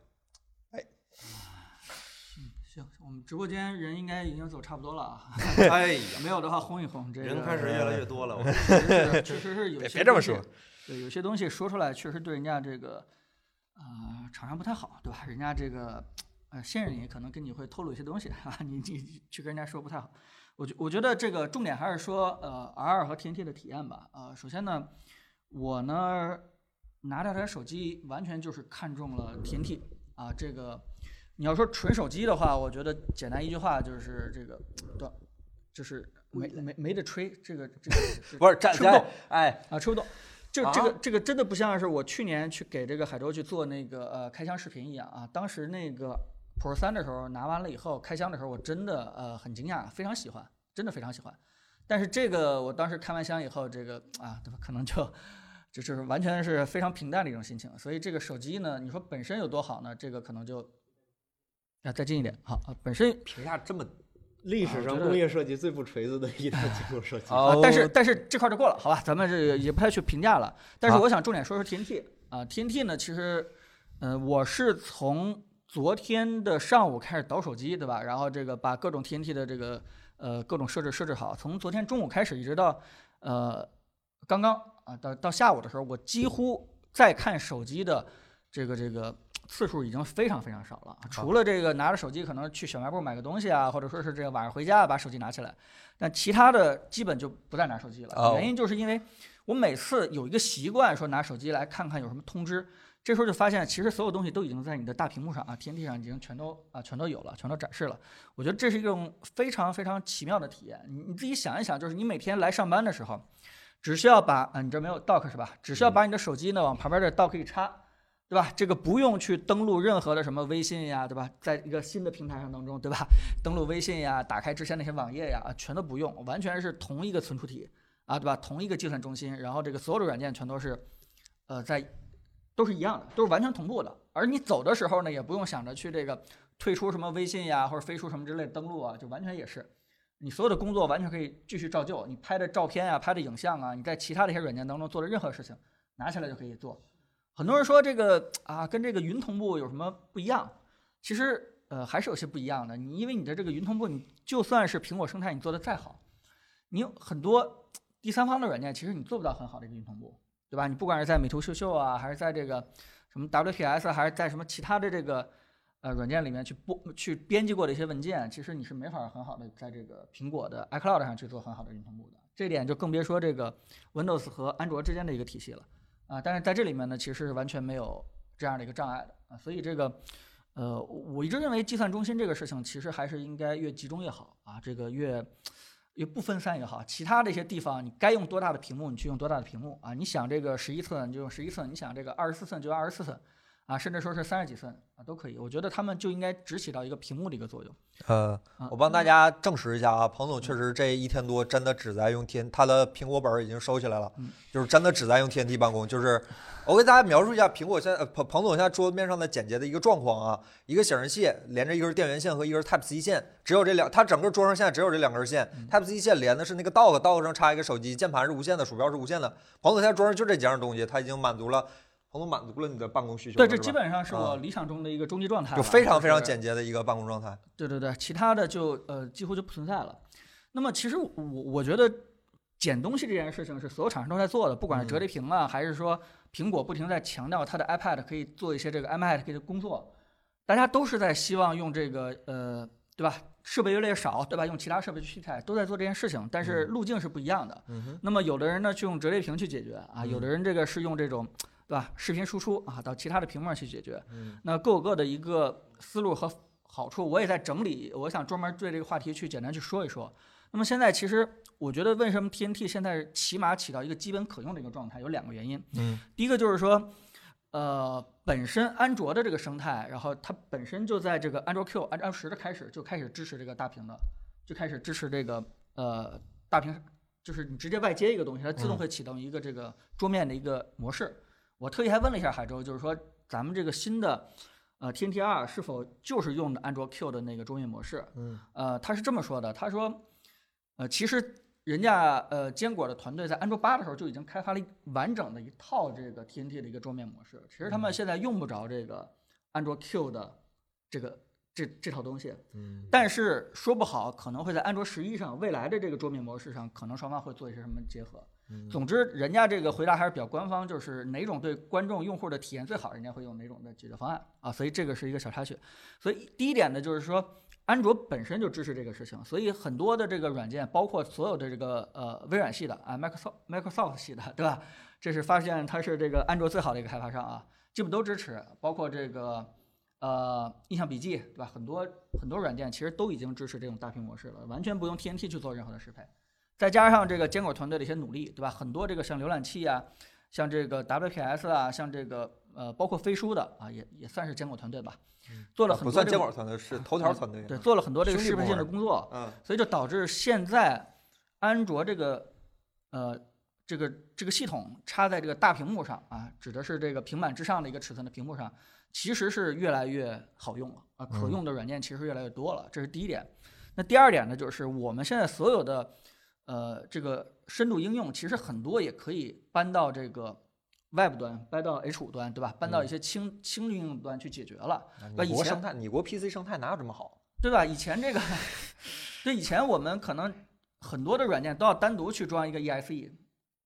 [SPEAKER 2] 行，我们直播间人应该已经走差不多了啊，
[SPEAKER 3] 哎呀，
[SPEAKER 2] 没有的话轰一轰。这个
[SPEAKER 3] 人开始越来越多了，我
[SPEAKER 2] 是确实是有
[SPEAKER 1] 别
[SPEAKER 2] 些
[SPEAKER 1] 别这么
[SPEAKER 2] 东西
[SPEAKER 1] 说，
[SPEAKER 2] 对，有些东西说出来确实对人家这个呃厂商不太好，对吧？人家这个呃信任你，可能跟你会透露一些东西 啊，你你去跟人家说不太好。我觉我觉得这个重点还是说呃 R 2和 TNT 的体验吧。呃，首先呢，我呢拿到这台手机完全就是看中了 TNT 啊，这个你要说纯手机的话，我觉得简单一句话就是这个对，就是没没没得吹，这个这个这个
[SPEAKER 1] 不是，站
[SPEAKER 2] 吃不动
[SPEAKER 1] 站，哎，
[SPEAKER 2] 啊，抽不动。就这个、这个真的不像是我去年去给这个海州去做那个呃开箱视频一样啊，当时那个 Pro 三的时候拿完了以后开箱的时候，我真的呃很惊讶，非常喜欢，真的非常喜欢。但是这个我当时开完箱以后，这个啊对吧，可能就就是完全是非常平淡的一种心情。所以这个手机呢，你说本身有多好呢？这个可能就啊再近一点，好，啊本身
[SPEAKER 1] 评价这么
[SPEAKER 3] 历
[SPEAKER 2] 啊
[SPEAKER 3] 史
[SPEAKER 2] 我
[SPEAKER 3] 上
[SPEAKER 2] 觉得
[SPEAKER 3] 工业设计最不锤子的一代进口设计。
[SPEAKER 2] 啊，但是但是这块儿就过了，好吧，咱们这个也不太去评价了。但是
[SPEAKER 1] 好
[SPEAKER 2] 我想重点说说 TNT 啊，TNT 呢，其实，嗯、我是从昨天的上午开始倒手机，对吧？然后这个把各种 TNT 的这个呃各种设置设置好，从昨天中午开始一直到呃刚刚啊到到下午的时候，我几乎在看手机的这个这个次数已经非常非常少了啊，除了这个拿着手机可能去小卖部买个东西啊，或者说是这个晚上回家把手机拿起来，但其他的基本就不再拿手机
[SPEAKER 1] 哦
[SPEAKER 2] 了。原因就是因为我每次有一个习惯，说拿手机来看看有什么通知。这时候就发现，其实所有东西都已经在你的大屏幕上啊，TNT 上已经全都啊全都有了，全都展示了。我觉得这是一种非常非常奇妙的体验。你你自己想一想，就是你每天来上班的时候，只需要把啊，你这没有 dock 是吧？只需要把你的手机呢往旁边的 dock 一插，对吧？这个不用去登录任何的什么微信呀，对吧？在一个新的平台上当中，对吧？ 登录微信呀，打开之前那些网页呀，啊全都不用，完全是同一个存储体啊，对吧？同一个计算中心，然后这个所有的软件全都是，呃，在都是一样的，都是完全同步的。而你走的时候呢，也不用想着去这个退出什么微信呀，或者飞书什么之类的登录啊，就完全也是。你所有的工作完全可以继续照旧，你拍的照片啊、拍的影像啊，你在其他的一些软件当中做的任何事情，拿起来就可以做。很多人说这个啊，跟这个云同步有什么不一样？其实呃还是有些不一样的。你因为你的这个云同步，你就算是苹果生态你做的再好，你有很多第三方的软件，其实你做不到很好的云同步，对吧？你不管是在美图秀秀啊，还是在这个什么 WPS，还是啊在什么其他的这个呃软件里面去播去编辑过的一些文件，其实你是没法很好的在这个苹果的 iCloud 上去做很好的云同步的。这点就更别说这个 Windows 和安卓之间的一个体系了啊。但是在这里面呢，其实是完全没有这样的一个障碍的啊。所以这个呃，我一直认为计算中心这个事情其实还是应该越集中越好啊，这个越。也不分散也好，其他的一些地方你该用多大的屏幕，你去用多大的屏幕啊！你想这个十一寸你就用十一寸，你想这个二十四寸就用二十四寸，啊，甚至说是三十几寸啊都可以。我觉得他们就应该只起到一个屏幕的一个作用。
[SPEAKER 1] 呃，
[SPEAKER 2] 啊
[SPEAKER 1] 我帮大家证实一下啊，彭
[SPEAKER 2] 嗯
[SPEAKER 1] 总确实这一天多真的只在用天，他的苹果本儿已经收起来了，
[SPEAKER 2] 嗯
[SPEAKER 1] 就是真的只在用天梯办公。就是我给大家描述一下苹果现在，呃彭彭总现在桌面上的简洁的一个状况啊，一个显示器连着一根电源线和一根 Type C 线，只有这两，它整个桌上现在只有这两根线，Type
[SPEAKER 2] 嗯
[SPEAKER 1] C 线连的是那个 dock，dock 上插一个手机，键盘是无线的，鼠标是无线的。彭总现在桌上就这几样东西，他已经满足了，彭总满足了你的办公需求了。
[SPEAKER 2] 对，这
[SPEAKER 1] 是吧啊
[SPEAKER 2] 基本上是我理想中的一个终极状态吧，
[SPEAKER 1] 就非常
[SPEAKER 2] 是
[SPEAKER 1] 非常简洁的一个办公状态。
[SPEAKER 2] 对对对，其他的就呃几乎就不存在了。那么其实我我觉得捡东西这件事情是所有厂商都在做的，不
[SPEAKER 1] 嗯
[SPEAKER 2] 管是折叠屏啊，还是说苹果不停地在强调它的 iPad 可以做一些这个 iMac 的工作，大家都是在希望用这个呃对吧？设备越来越少，对吧？用其他设备去替代，都在做这件事情，但是路径是不一样的。
[SPEAKER 1] 嗯哼，嗯
[SPEAKER 2] 那么有的人呢去用折叠屏去解决啊，有的人这个是用这种对吧视频输出啊到其他的屏幕上去解决。
[SPEAKER 1] 嗯
[SPEAKER 2] 那各有各的一个思路和好处，我也在整理，我想专门对这个话题去简单去说一说。那么现在其实我觉得为什么 TNT 现在起码起到一个基本可用的一个状态，有两个原因。
[SPEAKER 1] 嗯，
[SPEAKER 2] 第一个就是说，呃，本身安卓的这个生态，然后它本身就在这个安卓 Q、安卓十的开始就开始支持这个大屏的，就开始支持这个呃大屏，就是你直接外接一个东西，它自动
[SPEAKER 1] 嗯
[SPEAKER 2] 会启动一个这个桌面的一个模式。我特意还问了一下海州，就是说咱们这个新的呃 TNT 二是否就是用的安卓 Q 的那个桌面模式？
[SPEAKER 1] 嗯，
[SPEAKER 2] 呃，他是这么说的，他说，呃，其实人家呃坚果的团队在安卓八的时候就已经开发了一完整的一套这个 TNT 的一个桌面模式，其实他们现在用不着这个安卓 Q 的这个这这套东西，
[SPEAKER 1] 嗯，
[SPEAKER 2] 但是说不好可能会在安卓十一上未来的这个桌面模式上，可能双方会做一些什么结合。总之，人家这个回答还是比较官方，就是哪种对观众用户的体验最好，人家会用哪种的解决方案啊。所以这个是一个小插曲。所以第一点呢，就是说安卓本身就支持这个事情，所以很多的这个软件，包括所有的这个呃微软系的啊，Microsoft Microsoft 系的，对吧？这是发现它是这个安卓最好的一个开发商啊，基本都支持，包括这个呃印象笔记，对吧？很多很多软件其实都已经支持这种大屏模式了，完全不用 TNT 去做任何的适配。再加上这个坚果团队的一些努力，对吧？很多这个像浏览器啊，像这个 WPS 啊，像这个呃，包括飞书的啊，也也算是坚果团队吧，做了
[SPEAKER 1] 嗯
[SPEAKER 2] 很
[SPEAKER 1] 啊不
[SPEAKER 2] 多、
[SPEAKER 1] 算
[SPEAKER 2] 这
[SPEAKER 1] 监
[SPEAKER 2] 个
[SPEAKER 1] 管团队，是头条团队。
[SPEAKER 2] 对，做了很多这个
[SPEAKER 1] 兄弟
[SPEAKER 2] 适配性
[SPEAKER 1] 部
[SPEAKER 2] 的工作，
[SPEAKER 1] 嗯
[SPEAKER 2] 所以就导致现在安卓这个呃这个这个系统插在这个大屏幕上啊，指的是这个平板之上的一个尺寸的屏幕上，其实是越来越好用了啊，可
[SPEAKER 1] 嗯
[SPEAKER 2] 用的软件其实越来越多了，这是第一点。那第二点呢，就是我们现在所有的呃这个深度应用，其实很多也可以搬到这个 Web 端，搬到 H 5端，对吧？
[SPEAKER 1] 嗯
[SPEAKER 2] 搬到一些轻轻应用端去解决了。
[SPEAKER 1] 啊
[SPEAKER 2] 那
[SPEAKER 1] 你
[SPEAKER 2] 以
[SPEAKER 1] 国
[SPEAKER 2] 前
[SPEAKER 1] 生态，你国 PC 生态哪有这么好？啊
[SPEAKER 2] 对吧？以前这个，就以前我们可能很多的软件都要单独去装一个 ESE，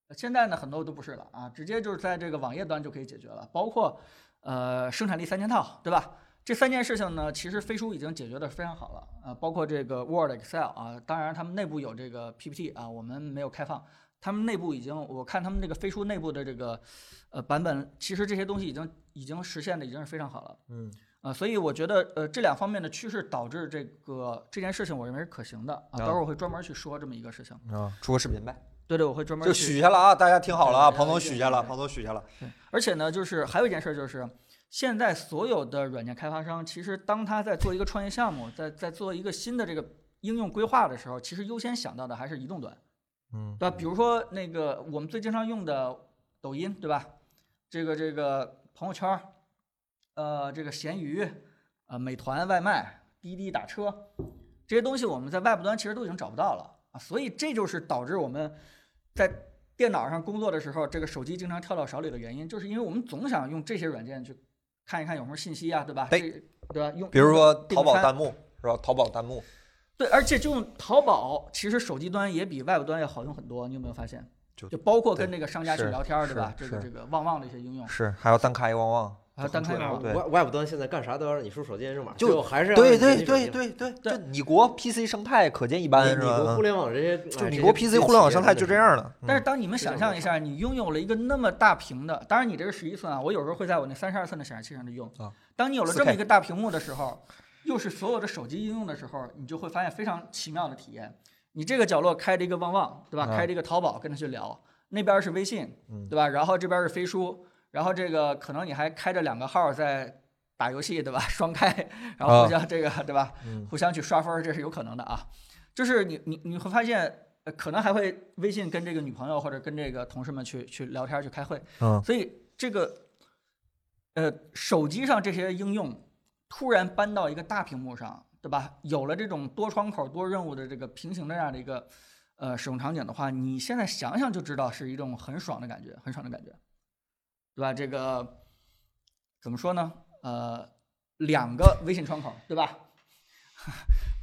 [SPEAKER 2] 呃现在呢很多都不是了啊，直接就是在这个网页端就可以解决了，包括呃生产力三件套，对吧？这三件事情呢，其实飞书已经解决的非常好了，呃，包括这个 Word、Excel 啊，当然他们内部有这个 PPT 啊，我们没有开放，他们内部已经，我看他们这个飞书内部的这个呃版本，其实这些东西已经已经实现的已经是非常好了。
[SPEAKER 1] 嗯，
[SPEAKER 2] 呃，所以我觉得，呃，这两方面的趋势导致这个这件事情，我认为是可行的啊。
[SPEAKER 1] 啊
[SPEAKER 2] 待会儿我会专门去说这么一个事情。
[SPEAKER 1] 啊，出个视频呗。
[SPEAKER 2] 对对，我会专门
[SPEAKER 1] 就
[SPEAKER 2] 去
[SPEAKER 1] 许下了啊！大家听好了啊，
[SPEAKER 3] 对
[SPEAKER 1] 彭总
[SPEAKER 3] 对
[SPEAKER 1] 许
[SPEAKER 3] 对
[SPEAKER 1] 下了，
[SPEAKER 3] 对
[SPEAKER 1] 彭总许下了。
[SPEAKER 2] 而且呢，就是还有一件事儿就是，现在所有的软件开发商，其实当他在做一个创业项目，在在做一个新的这个应用规划的时候，其实优先想到的还是移动端，
[SPEAKER 1] 嗯，
[SPEAKER 2] 对吧？比如说那个我们最经常用的抖音，对吧？这个这个朋友圈儿，呃，这个闲鱼，呃，美团外卖、滴滴打车，这些东西我们在外部端其实都已经找不到了啊，所以这就是导致我们在电脑上工作的时候，这个手机经常跳到手里的原因，就是因为我们总想用这些软件去看一看有什么信息啊，对吧？
[SPEAKER 1] 对
[SPEAKER 2] 这对吧？用
[SPEAKER 1] 哎比如说
[SPEAKER 2] 订
[SPEAKER 1] 淘宝
[SPEAKER 2] 餐
[SPEAKER 1] 弹幕是吧？淘宝弹幕，
[SPEAKER 2] 对，而且就用淘宝，其实手机端也比外部端要好用很多，你有没有发现？
[SPEAKER 1] 就
[SPEAKER 2] 包括跟
[SPEAKER 1] 对
[SPEAKER 2] 这个商家去
[SPEAKER 1] 是
[SPEAKER 2] 聊天儿，对
[SPEAKER 1] 是
[SPEAKER 2] 吧？这个
[SPEAKER 1] 是嗯
[SPEAKER 2] 这个旺旺的一些应用，
[SPEAKER 1] 是还有单开旺旺，
[SPEAKER 2] 还有啊单开
[SPEAKER 1] 很
[SPEAKER 2] 源
[SPEAKER 1] 准对
[SPEAKER 2] 网
[SPEAKER 3] 外外部端现在干啥都要让你输手机验证码，
[SPEAKER 1] 就
[SPEAKER 3] 最后还是要
[SPEAKER 1] 对
[SPEAKER 3] 让
[SPEAKER 1] 对
[SPEAKER 3] 你输手机
[SPEAKER 1] 对
[SPEAKER 3] 验证
[SPEAKER 1] 对
[SPEAKER 3] 码
[SPEAKER 1] 对，就
[SPEAKER 2] 对
[SPEAKER 1] 你国 PC 生态可见一斑
[SPEAKER 3] 你
[SPEAKER 1] 是
[SPEAKER 3] 你国
[SPEAKER 1] 吧嗯
[SPEAKER 3] 互？联网这些，
[SPEAKER 1] 就
[SPEAKER 3] 哎
[SPEAKER 1] 你
[SPEAKER 3] 这
[SPEAKER 1] 国
[SPEAKER 3] 些
[SPEAKER 1] PC 互联网生态
[SPEAKER 3] 企业
[SPEAKER 1] 就
[SPEAKER 3] 真
[SPEAKER 1] 这
[SPEAKER 3] 的
[SPEAKER 1] 样了。
[SPEAKER 2] 但是
[SPEAKER 1] 嗯
[SPEAKER 2] 当你们
[SPEAKER 3] 这种
[SPEAKER 2] 想象
[SPEAKER 3] 就
[SPEAKER 2] 一下，你拥有了一个那么大屏的，当然你这是十一寸啊，我有时候会在我那三十二寸的显示器上去用
[SPEAKER 1] 啊。
[SPEAKER 2] 当你有了这
[SPEAKER 1] 4K
[SPEAKER 2] 么一个大屏幕的时候，又是所有的手机应用的时候，你就会发现非常奇妙的体验。你这个角落开着一个旺旺，对吧？
[SPEAKER 1] 啊
[SPEAKER 2] 开着一个淘宝跟他去聊，那边是微信
[SPEAKER 1] 嗯，
[SPEAKER 2] 对吧？然后这边是飞书，然后这个可能你还开着两个号在打游戏，对吧？ 双开，然后
[SPEAKER 1] 啊
[SPEAKER 2] 互相这个，对吧？
[SPEAKER 1] 嗯
[SPEAKER 2] 互相去刷分儿，这是有可能的啊。就是你你你会发现，呃可能还会微信跟这个女朋友或者跟这个同事们去去聊天儿去开会，
[SPEAKER 1] 嗯，
[SPEAKER 2] 所以这个呃手机上这些应用突然搬到一个大屏幕上，对吧？有了这种多窗口多任务的这个平行的这样的一个呃使用场景的话，你现在想想就知道是一种很爽的感觉，很爽的感觉，对吧？这个怎么说呢？呃，两个微信窗口，对吧？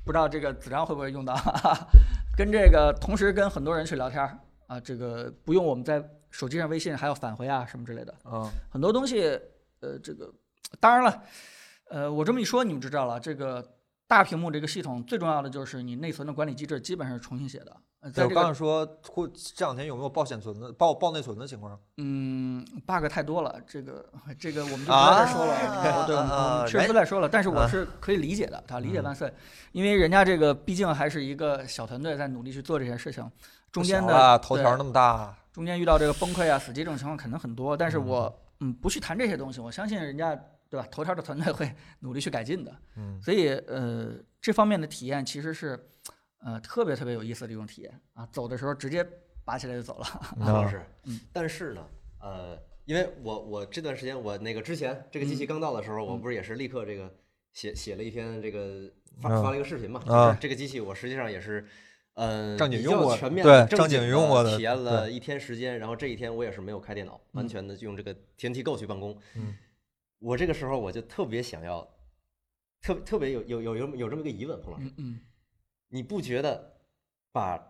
[SPEAKER 2] 不知道这个子章会不会用到， 跟这个同时跟很多人去聊天儿啊，这个不用我们在手机上微信还要返回啊什么之类的，
[SPEAKER 1] 嗯，
[SPEAKER 2] 很多东西，呃，这个当然了，呃，我这么一说你们就知道了，这个大屏幕这个系统最重要的就是你内存的管理机制基本上是重新写的，呃、
[SPEAKER 1] 对
[SPEAKER 2] 在
[SPEAKER 1] 我
[SPEAKER 2] 这
[SPEAKER 1] 刚
[SPEAKER 2] 个
[SPEAKER 1] 才说，或这两天有没有报显存的、报报内存的情况？
[SPEAKER 2] 嗯 bug 太多了，这个这个我们就不在这说 了，
[SPEAKER 1] 啊
[SPEAKER 2] 对，我们
[SPEAKER 1] 啊
[SPEAKER 2] 我
[SPEAKER 1] 啊嗯
[SPEAKER 2] 们确实不再说了，但是我是可以理解的，啊他理解万岁，因为人家这个毕竟还是一个小团队在努力去做这些事情，中间
[SPEAKER 1] 不小啊
[SPEAKER 2] 的
[SPEAKER 1] 头
[SPEAKER 2] 对啊
[SPEAKER 1] 条那么大，
[SPEAKER 2] 中间遇到这个崩溃啊、死机这种情况肯定很多，但是我嗯不去谈这些东西，我相信人家对吧？头条的团队会努力去改进的，
[SPEAKER 1] 嗯，
[SPEAKER 2] 所以呃这方面的体验其实是呃特别特别有意思的一种体验啊，走的时候直接拔起来就走了，
[SPEAKER 3] 可
[SPEAKER 1] 嗯
[SPEAKER 3] 是
[SPEAKER 2] 嗯，
[SPEAKER 3] 啊但是呢，呃，因为我我这段时间我那个之前这个机器刚到的
[SPEAKER 1] 嗯
[SPEAKER 3] 时候，我不是也是立刻这个写写了一篇这个发
[SPEAKER 1] 嗯
[SPEAKER 3] 发了一个视频嘛，
[SPEAKER 1] 啊
[SPEAKER 3] 就是这个机器我实际上也是。嗯，
[SPEAKER 1] 正经
[SPEAKER 3] 比较
[SPEAKER 1] 用过
[SPEAKER 3] 全面
[SPEAKER 1] 对
[SPEAKER 3] 地
[SPEAKER 1] 正
[SPEAKER 3] 正
[SPEAKER 1] 经
[SPEAKER 3] 地
[SPEAKER 1] 用过的
[SPEAKER 3] 体验了一天时间，然后这一天我也是没有开电脑，完全的用这个 TNT Go 去办公。
[SPEAKER 1] 嗯，
[SPEAKER 3] 我这个时候我就特别想要，特特别有有有有有这么一个疑问，彭老师，
[SPEAKER 2] 嗯嗯，
[SPEAKER 3] 你不觉得把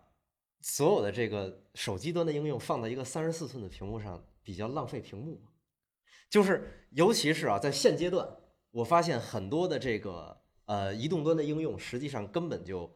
[SPEAKER 3] 所有的这个手机端的应用放在一个三十四寸的屏幕上比较浪费屏幕吗？就是尤其是啊，在现阶段，我发现很多的这个呃移动端的应用，实际上根本就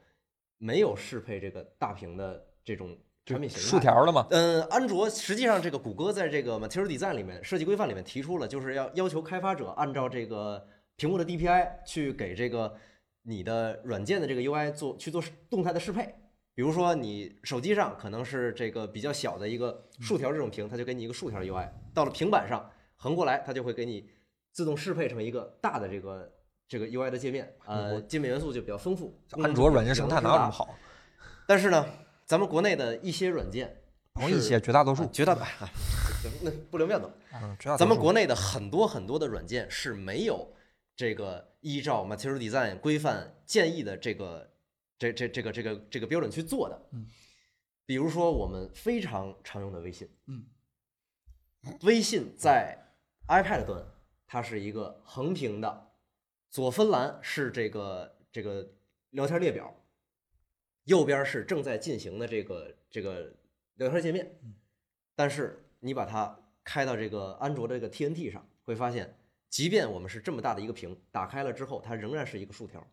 [SPEAKER 3] 没有适配这个大屏的这种产品形态。
[SPEAKER 1] 竖条了嘛，
[SPEAKER 3] 嗯，安卓实际上这个谷歌在这个 Material Design 里面设计规范里面提出了，就是要要求开发者按照这个屏幕的 DPI 去给这个你的软件的这个 UI 做去做动态的适配。比如说你手机上可能是这个比较小的一个
[SPEAKER 1] 嗯
[SPEAKER 3] 竖条这种屏，它就给你一个竖条 UI；到了平板上横过来，它就会给你自动适配成一个大的这个这个 UI 的界面。呃，界面元素就比较丰富。
[SPEAKER 1] 嗯
[SPEAKER 3] 嗯
[SPEAKER 1] 安卓软件生态哪有
[SPEAKER 3] 那
[SPEAKER 1] 那么？好？
[SPEAKER 3] 但是呢，咱们国内的一些软件。
[SPEAKER 1] 容易写绝大多
[SPEAKER 3] 啊
[SPEAKER 1] 数，
[SPEAKER 3] 绝大多数，那不留面子。
[SPEAKER 1] 嗯，绝大多数。
[SPEAKER 3] 咱们国内的很多很多的软件是没有这个依照 Material Design 规范建议的这个这这这个这个这个标准去做的。
[SPEAKER 2] 嗯，
[SPEAKER 3] 比如说我们非常常用的微信，
[SPEAKER 2] 嗯，
[SPEAKER 3] 微信在 iPad 端它是一个横屏的，左分栏是这个这个聊天列表，右边是正在进行的这个这个聊天界面。
[SPEAKER 2] 嗯
[SPEAKER 3] 但是你把它开到这个安卓的这个 TNT 上，会发现，即便我们是这么大的一个屏，打开了之后，它仍然是一个竖条，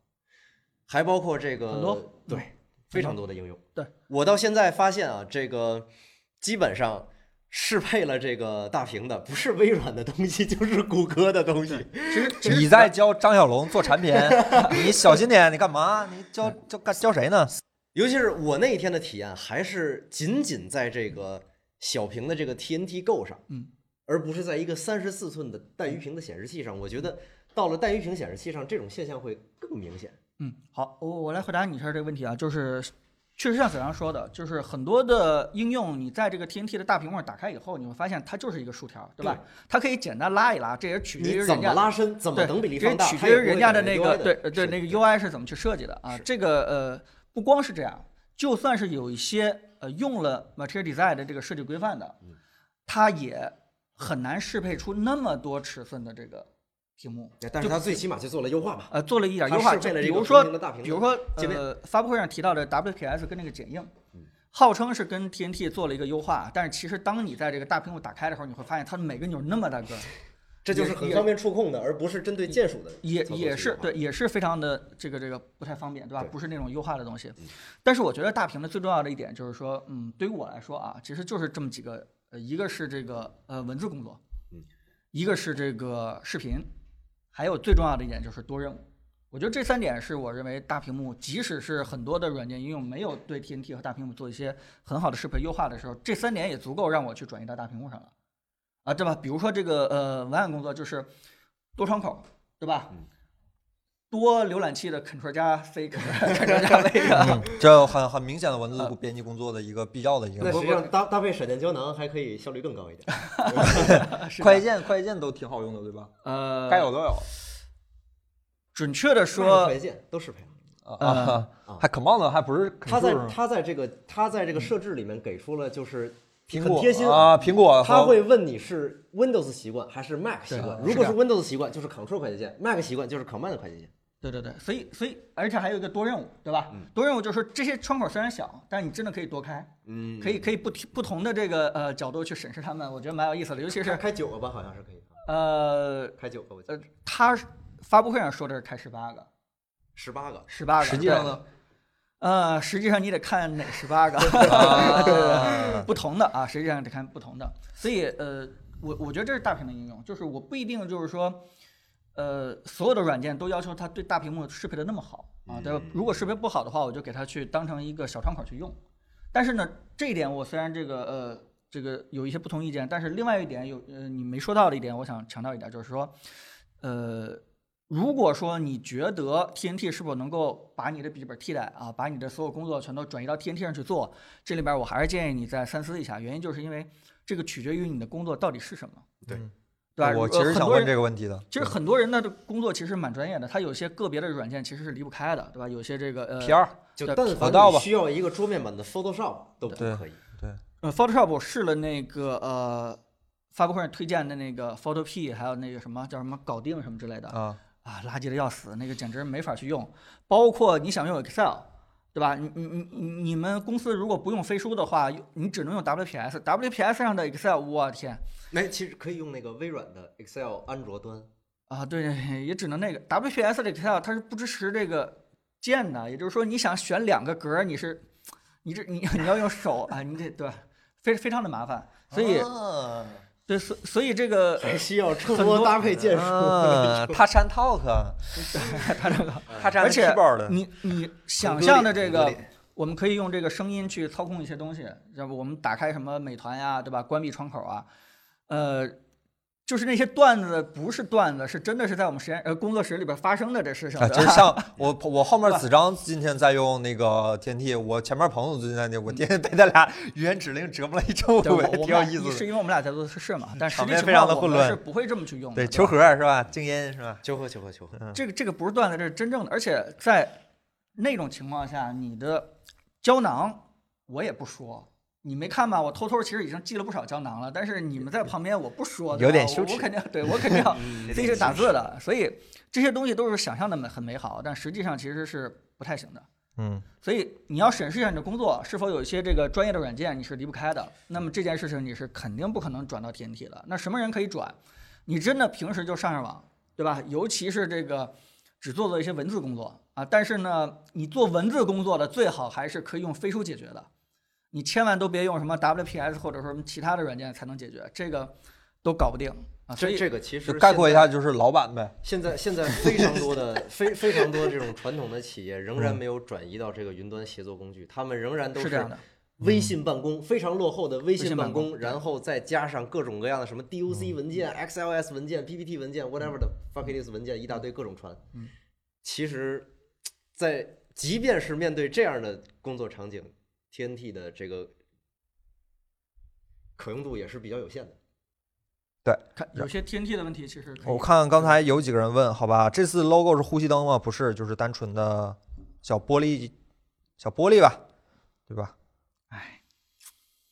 [SPEAKER 3] 还包括这个
[SPEAKER 2] 很多嗯
[SPEAKER 3] 对、非常多的应用。
[SPEAKER 2] 对
[SPEAKER 3] 我到现在发现啊，这个基本上。适配了这个大屏的，不是微软的东西，就是谷歌的东西。
[SPEAKER 2] 其实其实
[SPEAKER 1] 你在教张小龙做产品，你小心点，你干嘛？你教教干教谁呢？
[SPEAKER 3] 尤其是我那一天的体验，还是仅仅在这个小屏的这个 TNT Go 上，
[SPEAKER 2] 嗯，
[SPEAKER 3] 而不是在一个三十四寸的带鱼屏的显示器上。我觉得到了带鱼屏显示器上，这种现象会更明显。
[SPEAKER 2] 嗯，好，我我来回答你一下这个问题啊，就是确实像小杨说的，就是很多的应用，你在这个 TNT 的大屏幕上打开以后，你会发现它就是一个竖条，对吧？它可以简单拉一拉，这也取决于
[SPEAKER 3] 你
[SPEAKER 2] 人
[SPEAKER 3] 怎
[SPEAKER 2] 家
[SPEAKER 3] 么拉伸，怎么
[SPEAKER 2] 对，
[SPEAKER 3] 等比例
[SPEAKER 2] 这
[SPEAKER 3] 放大，
[SPEAKER 2] 取
[SPEAKER 3] 它
[SPEAKER 2] 决于
[SPEAKER 3] 也不会
[SPEAKER 2] 人家
[SPEAKER 3] 改
[SPEAKER 2] 那
[SPEAKER 3] 变
[SPEAKER 2] 个
[SPEAKER 3] UI
[SPEAKER 2] 对呃对
[SPEAKER 3] 是
[SPEAKER 2] 那个
[SPEAKER 3] 对
[SPEAKER 2] UI 是怎么去设计的啊
[SPEAKER 3] 是？
[SPEAKER 2] 这个呃，不光是这样，就算是有一些呃用了 Material Design 的这个设计规范的，
[SPEAKER 3] 嗯
[SPEAKER 2] 它也很难适配出那么多尺寸的这个屏幕。
[SPEAKER 3] 但是它最起码去做了优化嘛。
[SPEAKER 2] 呃，做了一点
[SPEAKER 3] 它
[SPEAKER 2] 优化，
[SPEAKER 3] 是为
[SPEAKER 2] 就
[SPEAKER 3] 了
[SPEAKER 2] 比
[SPEAKER 3] 这个
[SPEAKER 2] 如
[SPEAKER 3] 著
[SPEAKER 2] 说
[SPEAKER 3] 名的大屏，幕
[SPEAKER 2] 比如说
[SPEAKER 3] 界面嗯
[SPEAKER 2] 呃，发布会上提到的 WPS 跟那个剪映，号称是跟 TNT 做了一个优化，但是其实当你在这个大屏幕打开的时候，你会发现它每个钮那么大个儿，
[SPEAKER 3] 这就是很方便触控的，而不是针对键鼠的
[SPEAKER 2] 也
[SPEAKER 3] 操作
[SPEAKER 2] 也
[SPEAKER 3] 去
[SPEAKER 2] 是
[SPEAKER 3] 优化
[SPEAKER 2] 对，也是非常的这个这个不太方便，对吧？
[SPEAKER 3] 对嗯
[SPEAKER 2] 不是那种优化的东西。但是我觉得大屏的最重要的一点就是说，嗯，对于我来说啊，其实就是这么几个，呃，一个是这个呃文字工作，
[SPEAKER 3] 嗯，
[SPEAKER 2] 一个是这个视频，还有最重要的一点就是多任务。我觉得这三点是我认为大屏幕，即使是很多的软件应用没有对 TNT 和大屏幕做一些很好的适配优化的时候，这三点也足够让我去转移到大屏幕上了，啊，对吧？比如说这个呃文案工作就是多窗口，对吧？
[SPEAKER 1] 嗯
[SPEAKER 2] 多浏览器的 Ctrl 加 C Ctrl 加 V 啊，
[SPEAKER 1] 这很很明显的文字编辑工作的一个必要的一
[SPEAKER 3] 那
[SPEAKER 1] 个。
[SPEAKER 3] 实际上搭搭配闪电胶囊还可以效率更高一点。
[SPEAKER 2] 是吧
[SPEAKER 1] 快捷键快捷键都挺好用的，对吧？
[SPEAKER 2] 呃，
[SPEAKER 1] 该有都有
[SPEAKER 2] 准确的
[SPEAKER 3] 快
[SPEAKER 2] 说
[SPEAKER 3] 捷，键都适配了。
[SPEAKER 1] 啊，还 command 还不是
[SPEAKER 3] 它
[SPEAKER 1] control
[SPEAKER 3] 在
[SPEAKER 1] 吗
[SPEAKER 3] 它在这个它在这个设置里面给出了就是
[SPEAKER 1] 苹
[SPEAKER 3] 很
[SPEAKER 1] 果
[SPEAKER 3] 贴心
[SPEAKER 1] 啊，苹果
[SPEAKER 3] 他
[SPEAKER 1] 和
[SPEAKER 3] 会问你是 Windows 习惯还是 Mac 习惯。
[SPEAKER 1] 对啊
[SPEAKER 3] 如
[SPEAKER 1] 是
[SPEAKER 3] 果
[SPEAKER 1] 这样
[SPEAKER 3] 是 Windows 习惯，就是 Ctrl 快捷键；Mac 习惯就是 Command 快捷键。
[SPEAKER 2] 对对对，所以所以而且还有一个多任务，对吧？
[SPEAKER 1] 嗯
[SPEAKER 2] 多任务就是说这些窗口虽然小，但你真的可以多开，
[SPEAKER 3] 嗯，
[SPEAKER 2] 可以可以不提不同的这个呃角度去审视它们，我觉得蛮有意思的，尤其
[SPEAKER 3] 开
[SPEAKER 2] 是
[SPEAKER 3] 开九个吧，好像是可以，啊
[SPEAKER 2] 呃
[SPEAKER 3] 开九个，我记得
[SPEAKER 2] 呃，他发布会上说的是开十八个，
[SPEAKER 3] 十八个。
[SPEAKER 2] 十八个，
[SPEAKER 1] 实际上
[SPEAKER 2] 对
[SPEAKER 1] 呢，
[SPEAKER 2] 呃，实际上你得看哪十八个。
[SPEAKER 1] 啊
[SPEAKER 2] 不同的啊，实际上得看不同的。所以呃，我我觉得这是大屏的应用，就是我不一定就是说，呃，所有的软件都要求它对大屏幕适配的那么好啊，对
[SPEAKER 1] 嗯
[SPEAKER 2] 吧？如果适配不好的话，我就给它去当成一个小窗口去用。但是呢，这一点我虽然这个呃这个有一些不同意见，但是另外一点有呃你没说到的一点，我想强调一点，就是说，呃。如果说你觉得 TNT 是否能够把你的笔记本替代啊，把你的所有工作全都转移到 TNT 上去做，这里边我还是建议你再三思一下，原因就是因为这个取决于你的工作到底是什么，
[SPEAKER 3] 对
[SPEAKER 1] 嗯
[SPEAKER 2] 对吧？
[SPEAKER 1] 我
[SPEAKER 2] 呃
[SPEAKER 1] 其实
[SPEAKER 2] 很
[SPEAKER 1] 想
[SPEAKER 2] 多
[SPEAKER 1] 问
[SPEAKER 2] 人
[SPEAKER 1] 这个问题的，
[SPEAKER 2] 其实很多人的工作其实蛮专业的，他有些个别的软件其实是离不开的，对吧？有些这个呃
[SPEAKER 1] P 二
[SPEAKER 3] 就
[SPEAKER 2] 对
[SPEAKER 3] 但
[SPEAKER 1] 跑
[SPEAKER 3] 凡
[SPEAKER 1] 道
[SPEAKER 3] 你
[SPEAKER 1] 吧
[SPEAKER 3] 需要一个桌面版的 Photoshop 都不
[SPEAKER 1] 对
[SPEAKER 3] 可以。
[SPEAKER 1] 对
[SPEAKER 2] 呃 Photoshop 我试了那个呃发布会上推荐的那个 Photo P，还有那个什么叫什么搞定什么之类的
[SPEAKER 1] 啊，
[SPEAKER 2] 啊，垃圾的要死，那个简直没法去用。包括你想用 Excel，对吧？你你你你你们公司如果不用飞书的话，用你只能用 WPS，WPS 上的 Excel，我天！
[SPEAKER 3] 哎，其实可以用那个微软的 Excel 安卓端，
[SPEAKER 2] 啊，对，也只能那个 WPS 的 Excel 它是不支持这个键的，也就是说你想选两个格儿，你是你这你你要用手啊，你这对吧，非非常的麻烦，所以、
[SPEAKER 1] 啊
[SPEAKER 2] 对所所以这个
[SPEAKER 3] 还需要触
[SPEAKER 2] 很
[SPEAKER 3] 摸
[SPEAKER 2] 多
[SPEAKER 3] 搭配键鼠。
[SPEAKER 1] 啊 touch and talk，啊 嗯
[SPEAKER 2] 它这个，
[SPEAKER 1] touch
[SPEAKER 2] 而
[SPEAKER 1] and
[SPEAKER 2] 且嗯
[SPEAKER 1] keyboard 的
[SPEAKER 2] 你你想
[SPEAKER 3] 割
[SPEAKER 2] 象
[SPEAKER 3] 裂
[SPEAKER 2] 的这
[SPEAKER 3] 很割
[SPEAKER 2] 个
[SPEAKER 3] 裂，
[SPEAKER 2] 我们可以用这个声音去操控一些东西，要不我们打开什么美团呀，对吧？关闭窗口啊，呃，就是那些段子不是段子，是真的是在我们实验呃工作室里边发生的这事情，
[SPEAKER 1] 啊，
[SPEAKER 2] 对
[SPEAKER 1] 真
[SPEAKER 2] 吧
[SPEAKER 1] 像我我后面子章今天在用那个天 t 我前面彭总最近在那，我天天被他俩语言指令折磨了一周，
[SPEAKER 2] 嗯对，我
[SPEAKER 1] 也
[SPEAKER 2] 我
[SPEAKER 1] 挺有
[SPEAKER 2] 们俩
[SPEAKER 1] 意思
[SPEAKER 2] 是
[SPEAKER 1] 的。
[SPEAKER 2] 因为我们俩在做测试嘛，但实
[SPEAKER 1] 场
[SPEAKER 2] 际
[SPEAKER 1] 面
[SPEAKER 2] 情
[SPEAKER 1] 非常
[SPEAKER 2] 况
[SPEAKER 1] 的
[SPEAKER 2] 我
[SPEAKER 1] 混
[SPEAKER 2] 们
[SPEAKER 1] 乱
[SPEAKER 2] 是不会这么去用的。
[SPEAKER 1] 对，
[SPEAKER 2] 吧
[SPEAKER 1] 求和啊是吧？静音是吧？
[SPEAKER 3] 求和求和求和，
[SPEAKER 1] 嗯
[SPEAKER 2] 这个这个不是段子，这是真正的，而且在那种情况下，你的胶囊我也不说。你没看吧？我偷偷其实已经寄了不少胶囊了，但是你们在旁边我不说，对
[SPEAKER 1] 有
[SPEAKER 2] 吧
[SPEAKER 1] 点羞
[SPEAKER 2] 我我肯定 对我肯定要自己去打字的，所以这些东西都是想象的美很美好，但实际上其实是不太行的。
[SPEAKER 1] 嗯，
[SPEAKER 2] 所以你要审视一下你的工作是否有一些这个专业的软件你是离不开的，那么这件事情你是肯定不可能转到 TNT 的。那什么人可以转？你真的平时就上上网，对吧？尤其是这个只做做一些文字工作啊，但是呢，你做文字工作的最好还是可以用飞书解决的，你千万都别用什么 WPS 或者说什么其他的软件才能解决这个。都搞不定啊。所
[SPEAKER 3] 这
[SPEAKER 2] 以
[SPEAKER 3] 这个其实
[SPEAKER 1] 就概括一下
[SPEAKER 3] 现在，
[SPEAKER 1] 就是老板呗。
[SPEAKER 3] 现在现在非常多的 非非常多这种传统的企业仍然没有转移到这个云端协作工具，他们仍然都
[SPEAKER 2] 是这样的，嗯
[SPEAKER 3] 微信办公非常落后的微
[SPEAKER 2] 微
[SPEAKER 3] 信
[SPEAKER 2] 信
[SPEAKER 3] 办
[SPEAKER 2] 办嗯
[SPEAKER 3] 公，然后再加上各种各样的什么 DOC 文件、XLS 文件、PPT 文件，whatever 的 fuck it is 文件一大堆各种传。
[SPEAKER 2] 嗯，
[SPEAKER 3] 其实，在即便是面对这样的工作场景，TNT 的这个可用度也是比较有限的。
[SPEAKER 2] 看有些 TNT 的问题其实可以
[SPEAKER 1] 我看刚才有几个人问，好吧，这次 logo 是呼吸灯吗？不是，就是单纯的小玻璃，小玻璃吧，对吧？
[SPEAKER 2] 哎，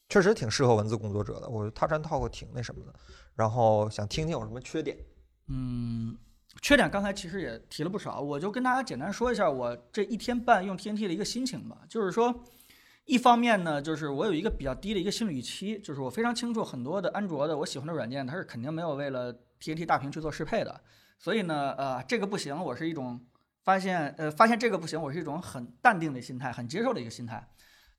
[SPEAKER 1] 确实挺适合文字工作者的，我觉得 Touch and Talk 挺那什么的。然后想听听有什么缺点，
[SPEAKER 2] 嗯，缺点刚才其实也提了不少，我就跟大家简单说一下我这一天半用 TNT 的一个心情吧。就是说，一方面呢，就是我有一个比较低的一个心理预期，就是我非常清楚很多的安卓的我喜欢的软件，它是肯定没有为了 TNT 大屏去做适配的。所以呢，呃，这个不行，我是一种发现，呃，发现这个不行，我是一种很淡定的心态，很接受的一个心态。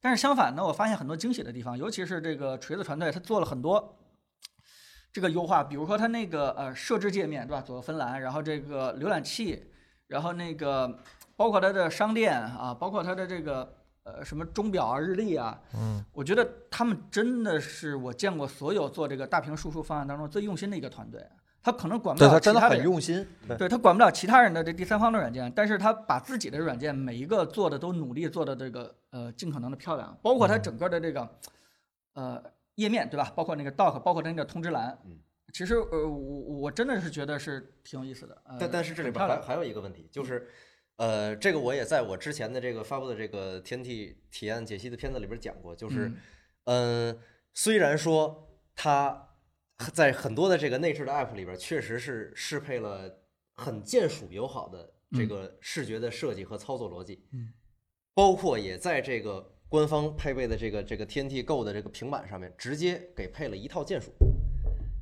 [SPEAKER 2] 但是相反呢，我发现很多惊喜的地方，尤其是这个锤子团队，他做了很多这个优化，比如说它那个呃设置界面对吧，左右芬兰，然后这个浏览器，然后那个包括它的商店啊，包括它的这个呃什么钟表啊、日历啊，
[SPEAKER 1] 嗯，
[SPEAKER 2] 我觉得他们真的是我见过所有做这个大屏输出方案当中最用心的一个团队。啊他可能管不
[SPEAKER 1] 对
[SPEAKER 2] 了
[SPEAKER 1] 他
[SPEAKER 2] 其
[SPEAKER 1] 真的
[SPEAKER 2] 他
[SPEAKER 1] 很
[SPEAKER 2] 人，
[SPEAKER 1] 用心， 对，
[SPEAKER 2] 对他管不了其他人的这第三方的软件，但是他把自己的软件每一个做的都努力做的这个呃尽可能的漂亮，包括他
[SPEAKER 1] 嗯
[SPEAKER 2] 整个的这个呃页面对吧？包括那个 dock，包括它那个通知栏
[SPEAKER 3] 嗯，
[SPEAKER 2] 其实呃我我真的是觉得是挺有意思的。呃、
[SPEAKER 3] 但但是这里
[SPEAKER 2] 很
[SPEAKER 3] 边
[SPEAKER 2] 漂
[SPEAKER 3] 还
[SPEAKER 2] 亮，嗯
[SPEAKER 3] 还有一个问题，就是，呃，这个我也在我之前的这个发布的这个天体体验解析的片子里边讲过，就是，嗯、虽然说它在很多的这个内置的 app 里边确实是适配了很键鼠友好的这
[SPEAKER 2] 嗯
[SPEAKER 3] 个视觉的设计和操作逻辑，
[SPEAKER 2] 嗯，
[SPEAKER 3] 包括也在这个官方配备的这个这个 TNT Go 的这个平板上面直接给配了一套键鼠，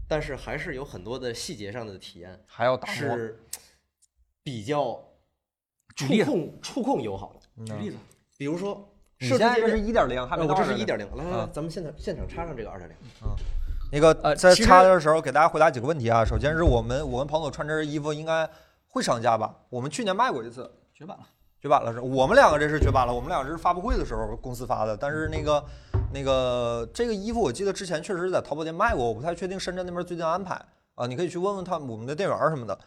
[SPEAKER 3] 但是还是有很多的细节上的体验。
[SPEAKER 1] 还要打磨。
[SPEAKER 3] 是比较
[SPEAKER 2] 举
[SPEAKER 3] 触
[SPEAKER 2] 例子
[SPEAKER 3] 控触控友好的。
[SPEAKER 1] 嗯
[SPEAKER 2] 举例子，
[SPEAKER 3] 比如说，
[SPEAKER 1] 你
[SPEAKER 3] 设
[SPEAKER 1] 现在
[SPEAKER 3] 计界
[SPEAKER 1] 这是
[SPEAKER 3] 面
[SPEAKER 1] 一点零，还
[SPEAKER 3] 呃
[SPEAKER 1] 没到
[SPEAKER 3] 我这是
[SPEAKER 1] 2.0
[SPEAKER 3] 一点零，来来来
[SPEAKER 1] 嗯，
[SPEAKER 3] 咱们现场现场插上这个二点零。
[SPEAKER 1] 那个
[SPEAKER 2] 呃
[SPEAKER 1] 在
[SPEAKER 2] 其实
[SPEAKER 1] 插的时候给大家回答几个问题啊。首先是我们我跟庞总穿这身衣服应该会上架吧？我们去年卖过一次，
[SPEAKER 2] 绝版了。
[SPEAKER 1] 绝版了是？我们两个这是绝版了，我们俩这是发布会的时候公司发的。但是那个那个这个衣服我记得之前确实在淘宝店卖过，我不太确定深圳那边最近安排啊，你可以去问问他们我们的店员儿什么的。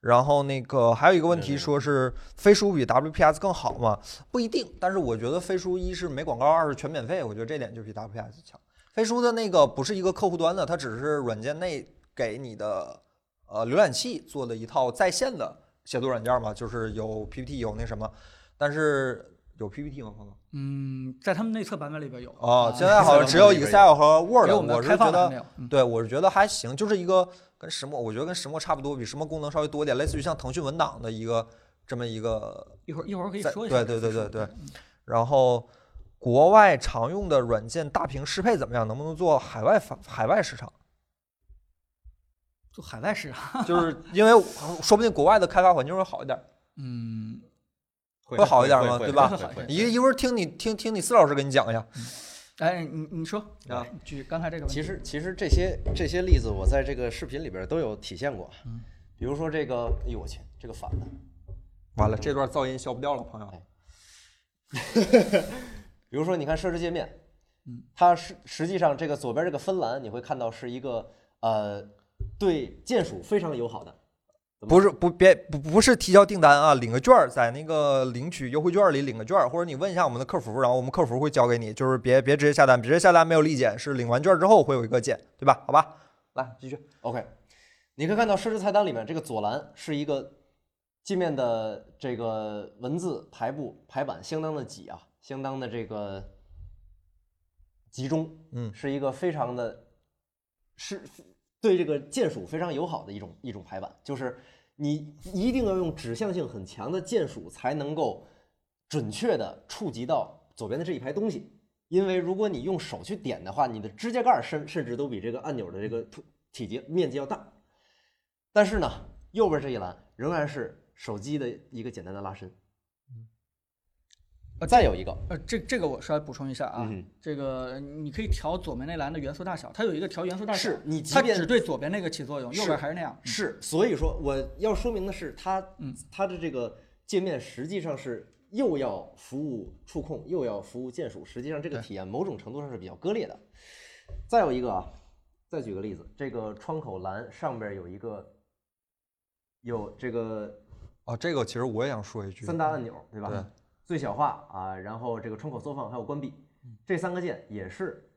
[SPEAKER 1] 然后那个还有一个问题，
[SPEAKER 3] 嗯
[SPEAKER 1] 说是飞书比 WPS 更好吗？不一定，但是我觉得飞书一是没广告，二是全免费，我觉得这点就比 WPS 强。飞书的那个不是一个客户端的，它只是软件内给你的呃浏览器做的一套在线的写作软件嘛，就是有 PPT 有那什么，但是有 PPT 吗？朋友？
[SPEAKER 2] 嗯，在他们内测版本里边有
[SPEAKER 1] 哦
[SPEAKER 2] 啊，
[SPEAKER 1] 现在好像只有 Excel 和 Word，
[SPEAKER 2] 给
[SPEAKER 1] 了
[SPEAKER 2] 我们
[SPEAKER 1] 我
[SPEAKER 2] 的
[SPEAKER 1] 是
[SPEAKER 2] 开
[SPEAKER 1] 觉
[SPEAKER 2] 放的
[SPEAKER 1] 得
[SPEAKER 2] 还没。有。嗯
[SPEAKER 1] 对，我是觉得还行，就是一个跟石墨，我觉得跟石墨差不多，比石墨功能稍微多一点，类似于像腾讯文档的一个这么一个。
[SPEAKER 2] 一会儿一会儿可以
[SPEAKER 1] 在
[SPEAKER 2] 说一下这
[SPEAKER 1] 对
[SPEAKER 2] 个
[SPEAKER 1] 对
[SPEAKER 2] 技
[SPEAKER 1] 对
[SPEAKER 2] 术。
[SPEAKER 1] 对对
[SPEAKER 2] 嗯
[SPEAKER 1] 然后，国外常用的软件大屏适配怎么样？能不能做海外发海外市场？
[SPEAKER 2] 做海外啊市场，
[SPEAKER 1] 就是因为说不定国外的开发环境会好一点。
[SPEAKER 2] 嗯，
[SPEAKER 3] 会
[SPEAKER 1] 会好一点吗对吧
[SPEAKER 3] 会会会
[SPEAKER 1] 一一会儿听你听听你四老师给你讲一下。
[SPEAKER 2] 哎，你你说
[SPEAKER 1] 啊，
[SPEAKER 2] 举刚才这个问题，
[SPEAKER 3] 其实其实这些这些例子，我在这个视频里边都有体现过。啊
[SPEAKER 2] 嗯
[SPEAKER 3] 比如说这个，哎呦我去，这个反的。
[SPEAKER 1] 完了，这段噪音消不掉了，朋友。
[SPEAKER 3] 比如说，你看设置界面，
[SPEAKER 2] 嗯，
[SPEAKER 3] 它实实际上这个左边这个芬兰，你会看到是一个呃对键鼠非常友好的，
[SPEAKER 1] 不是不别不不是提交订单啊，领个券儿，在那个领取优惠券儿里领个券儿，或者你问一下我们的客服，然后我们客服会交给你，就是别别直接下单，直接下单没有立减，是领完券儿之后会有一个减，对吧？好吧，来继续。
[SPEAKER 3] OK，你可以看到设置菜单里面这个左栏是一个界面的这个文字排布排版相当的挤啊，相当的这个集中，
[SPEAKER 1] 嗯
[SPEAKER 3] 是一个非常的，是对这个键鼠非常友好的一种一种排版，就是你一定要用指向性很强的键鼠才能够准确的触及到左边的这一排东西。因为如果你用手去点的话，你的指甲盖儿甚甚至都比这个按钮的这个图体积面积要大。但是呢，右边这一栏仍然是手机的一个简单的拉伸，再有一个，
[SPEAKER 2] 呃，这这个我稍微补充一下啊，
[SPEAKER 3] 嗯
[SPEAKER 2] 这个你可以调左边那栏的元素大小，它有一个调元素大小，
[SPEAKER 3] 是你即
[SPEAKER 2] 它
[SPEAKER 3] 便
[SPEAKER 2] 只对左边那个起作用，右
[SPEAKER 3] 是
[SPEAKER 2] 边还是那样。
[SPEAKER 3] 是，所以说我要说明的是，它
[SPEAKER 2] 嗯
[SPEAKER 3] 它的这个界面实际上是又要服务触控，又要服务键鼠，实际上这个
[SPEAKER 2] 对
[SPEAKER 3] 体验某种程度上是比较割裂的。再有一个啊，再举个例子，这个窗口栏上边有一个有这个
[SPEAKER 1] 啊，这个其实我也想说一句，
[SPEAKER 3] 三大按钮，对吧？
[SPEAKER 1] 对
[SPEAKER 3] 最小化啊，然后这个窗口缩放还有关闭，这三个键也是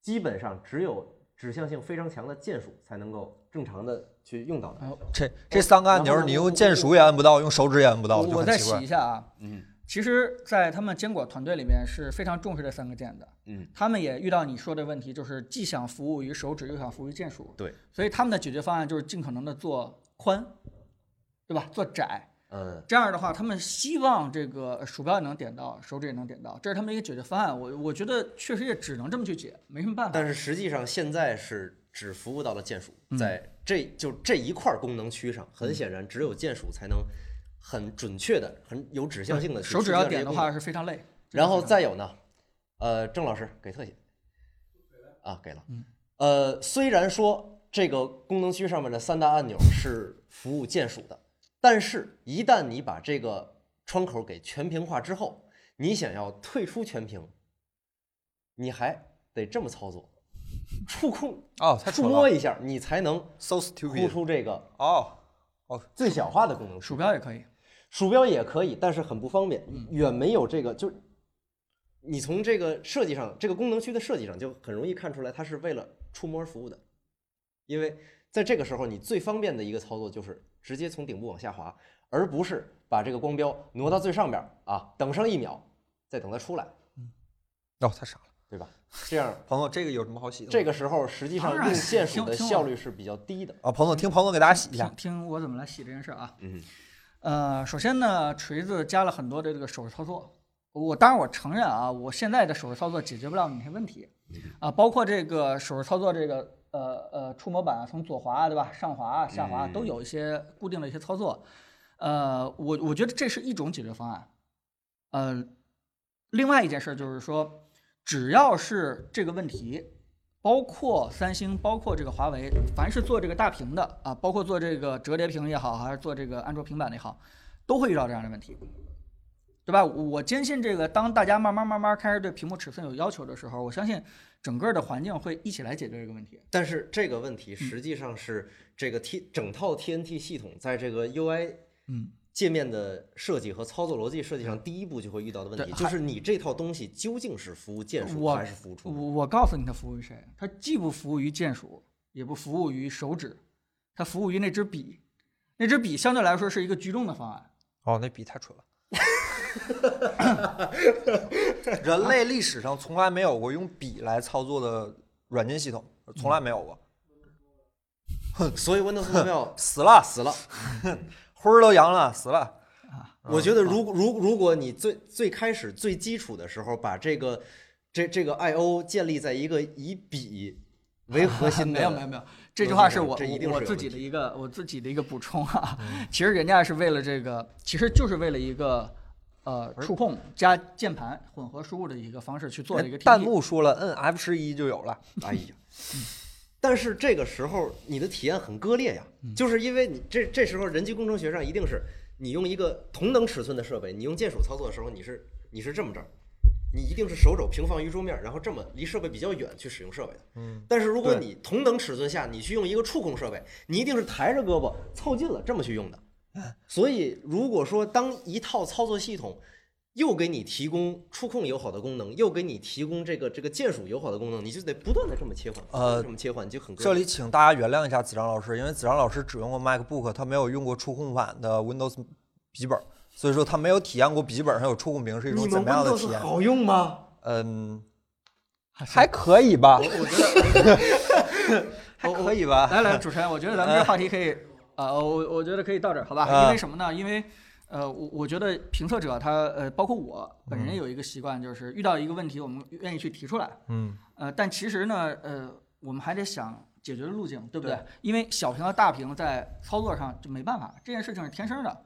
[SPEAKER 3] 基本上只有指向性非常强的键鼠才能够正常的去用到的。
[SPEAKER 1] 这这三个按钮，你用键鼠也按不到，用手指也按不到，
[SPEAKER 2] 我
[SPEAKER 1] 就
[SPEAKER 2] 我
[SPEAKER 1] 很
[SPEAKER 2] 再
[SPEAKER 1] 奇
[SPEAKER 2] 洗
[SPEAKER 1] 怪
[SPEAKER 2] 一。下啊，
[SPEAKER 3] 嗯
[SPEAKER 2] 其实，在他们监管团队里面是非常重视这三个键的，
[SPEAKER 3] 嗯，
[SPEAKER 2] 他们也遇到你说的问题，就是既想服务于手指，又想服务于键鼠，
[SPEAKER 3] 对，
[SPEAKER 2] 所以他们的解决方案就是尽可能的做宽，对吧？做窄，
[SPEAKER 3] 嗯，
[SPEAKER 2] 这样的话，他们希望这个呃鼠标也能点到，手指也能点到，这是他们的一个解决方案。我我觉得确实也只能这么去解，没什么办法。
[SPEAKER 3] 但是实际上现在是只服务到了键鼠，在这就这一块功能区上，很显然只有键鼠才能很准确的、很有指向性的
[SPEAKER 2] 手指要点的，话是非常累。
[SPEAKER 3] 然后再有呢，呃，郑老师给特写，啊，给了，呃，虽然说这个功能区上面的三大按钮是服务键鼠的，但是一旦你把这个窗口给全屏化之后，你想要退出全屏，你还得这么操作，触控
[SPEAKER 1] 哦，太
[SPEAKER 3] 触
[SPEAKER 1] 蠢
[SPEAKER 3] 摸
[SPEAKER 1] 了
[SPEAKER 3] 一下，你才能
[SPEAKER 1] ，so
[SPEAKER 3] 呼
[SPEAKER 1] stupid。
[SPEAKER 3] 出这个
[SPEAKER 1] 哦，
[SPEAKER 3] 最小化的功能区
[SPEAKER 2] 鼠。标也可以，
[SPEAKER 3] 鼠标也可以，但是很不方便，
[SPEAKER 2] 嗯
[SPEAKER 3] 远没有这个就。你从这个设计上，这个功能区的设计上，就很容易看出来，它是为了触摸而服务的。因为在这个时候，你最方便的一个操作就是直接从顶部往下滑，而不是把这个光标挪到最上边儿啊，等上一秒，再等它出来，
[SPEAKER 1] 哦，太傻了。
[SPEAKER 3] 对吧？这样，
[SPEAKER 1] 彭总，这个有什么好洗的吗？
[SPEAKER 3] 这个时候实际上
[SPEAKER 2] 当然
[SPEAKER 3] 用键鼠
[SPEAKER 2] 听
[SPEAKER 3] 的
[SPEAKER 2] 听我
[SPEAKER 3] 效率是比较低的。
[SPEAKER 1] 啊，彭总，听彭总给大家洗一下
[SPEAKER 2] 听。听我怎么来洗这件事儿啊。
[SPEAKER 3] 嗯
[SPEAKER 2] 呃，首先呢，锤子加了很多的这个手势操作。我当然我承认啊，我现在的手势操作解决不了你那些问题
[SPEAKER 3] 嗯
[SPEAKER 2] 啊，包括这个手势操作这个呃呃触摸板啊，从左滑啊对吧，上滑啊、下滑
[SPEAKER 3] 嗯
[SPEAKER 2] 啊都有一些固定的一些操作。呃，我我觉得这是一种解决方案。呃，另外一件事儿就是说，只要是这个问题，包括三星，包括这个华为，凡是做这个大屏的啊，包括做这个折叠屏也好，还是做这个安卓平板的也好，都会遇到这样的问题，对吧？我坚信这个，当大家慢慢慢慢开始对屏幕尺寸有要求的时候，我相信整个的环境会一起来解决这个问题。
[SPEAKER 3] 但是这个问
[SPEAKER 2] 嗯
[SPEAKER 3] 题实际上是这个 T 整套 TNT 系统在这个 UI
[SPEAKER 2] 嗯
[SPEAKER 3] 界面的设计和操作逻辑设计上，第一步就会遇到的问题，
[SPEAKER 2] 对
[SPEAKER 3] 就是你这套东西究竟是服务键鼠
[SPEAKER 2] 我
[SPEAKER 3] 还是服务触
[SPEAKER 2] 我
[SPEAKER 3] 控？
[SPEAKER 2] 我告诉你，它服务于谁？它既不服务于键鼠，也不服务于手指，它服务于那支笔。那支笔相对来说是一个居中的方案。
[SPEAKER 1] 哦，那笔太蠢 了。人类历史上从来没有过用笔来操作的软件系统，从来没有过，
[SPEAKER 3] 所 以 Windows 目标
[SPEAKER 1] 死了，
[SPEAKER 3] 死了。
[SPEAKER 1] 灰儿都扬了，死了。
[SPEAKER 2] 啊
[SPEAKER 3] 我觉得如果如如果你最最开始最基础的时候把这个这这个 IO 建立在一个以笔为核心 的，
[SPEAKER 2] 没有没有没有，这句话是我
[SPEAKER 3] 这一定
[SPEAKER 2] 我
[SPEAKER 3] 是有
[SPEAKER 2] 自己的一个我自己的一个补充啊。
[SPEAKER 3] 嗯
[SPEAKER 2] 其实人家是为了这个，其实就是为了一个呃触控加键盘混合输入的一个方式去做的一个
[SPEAKER 1] 哎
[SPEAKER 2] TT
[SPEAKER 1] 弹幕说了，摁 F 十一就有了。
[SPEAKER 3] 哎呀，但是这个时候你的体验很割裂呀，就是因为你这这时候人机工程学上一定是你用一个同等尺寸的设备，你用键鼠操作的时候，你是你是这么着，你一定是手肘平放于桌面，然后这么离设备比较远去使用设备的。
[SPEAKER 1] 嗯，
[SPEAKER 3] 但是如果
[SPEAKER 1] 对
[SPEAKER 3] 你同等尺寸下，你去用一个触控设备，你一定是抬着胳膊凑近了这么去用的。所以，如果说当一套操作系统又给你提供触控友好的功能，又给你提供这个这个键鼠友好的功能，你就得不断的这么切换，不断地这么切换就很割裂
[SPEAKER 1] 这里请大家原谅一下子章老师，因为子章老师只用过 MacBook，他没有用过触控版的 Windows 笔记本，所以说他没有体验过笔记本上有触控屏是一种怎么样的体验。
[SPEAKER 3] 好用吗？
[SPEAKER 1] 嗯，还可以吧，
[SPEAKER 2] 我觉得
[SPEAKER 1] 还可以吧。
[SPEAKER 2] 来来，主持人，我觉得咱们这话题 可以啊，呃我我觉得可以到这儿，好吧？
[SPEAKER 1] 啊
[SPEAKER 2] 因为什么呢？因为呃，我我觉得评测者他呃，包括我本人有一个习惯，就是遇到一个问题，我们愿意去提出来。
[SPEAKER 1] 嗯，
[SPEAKER 2] 呃，但其实呢，呃，我们还得想解决的路径，对不对？
[SPEAKER 1] 对
[SPEAKER 2] 因为小屏和大屏在操作上就没办法，这件事情是天生的。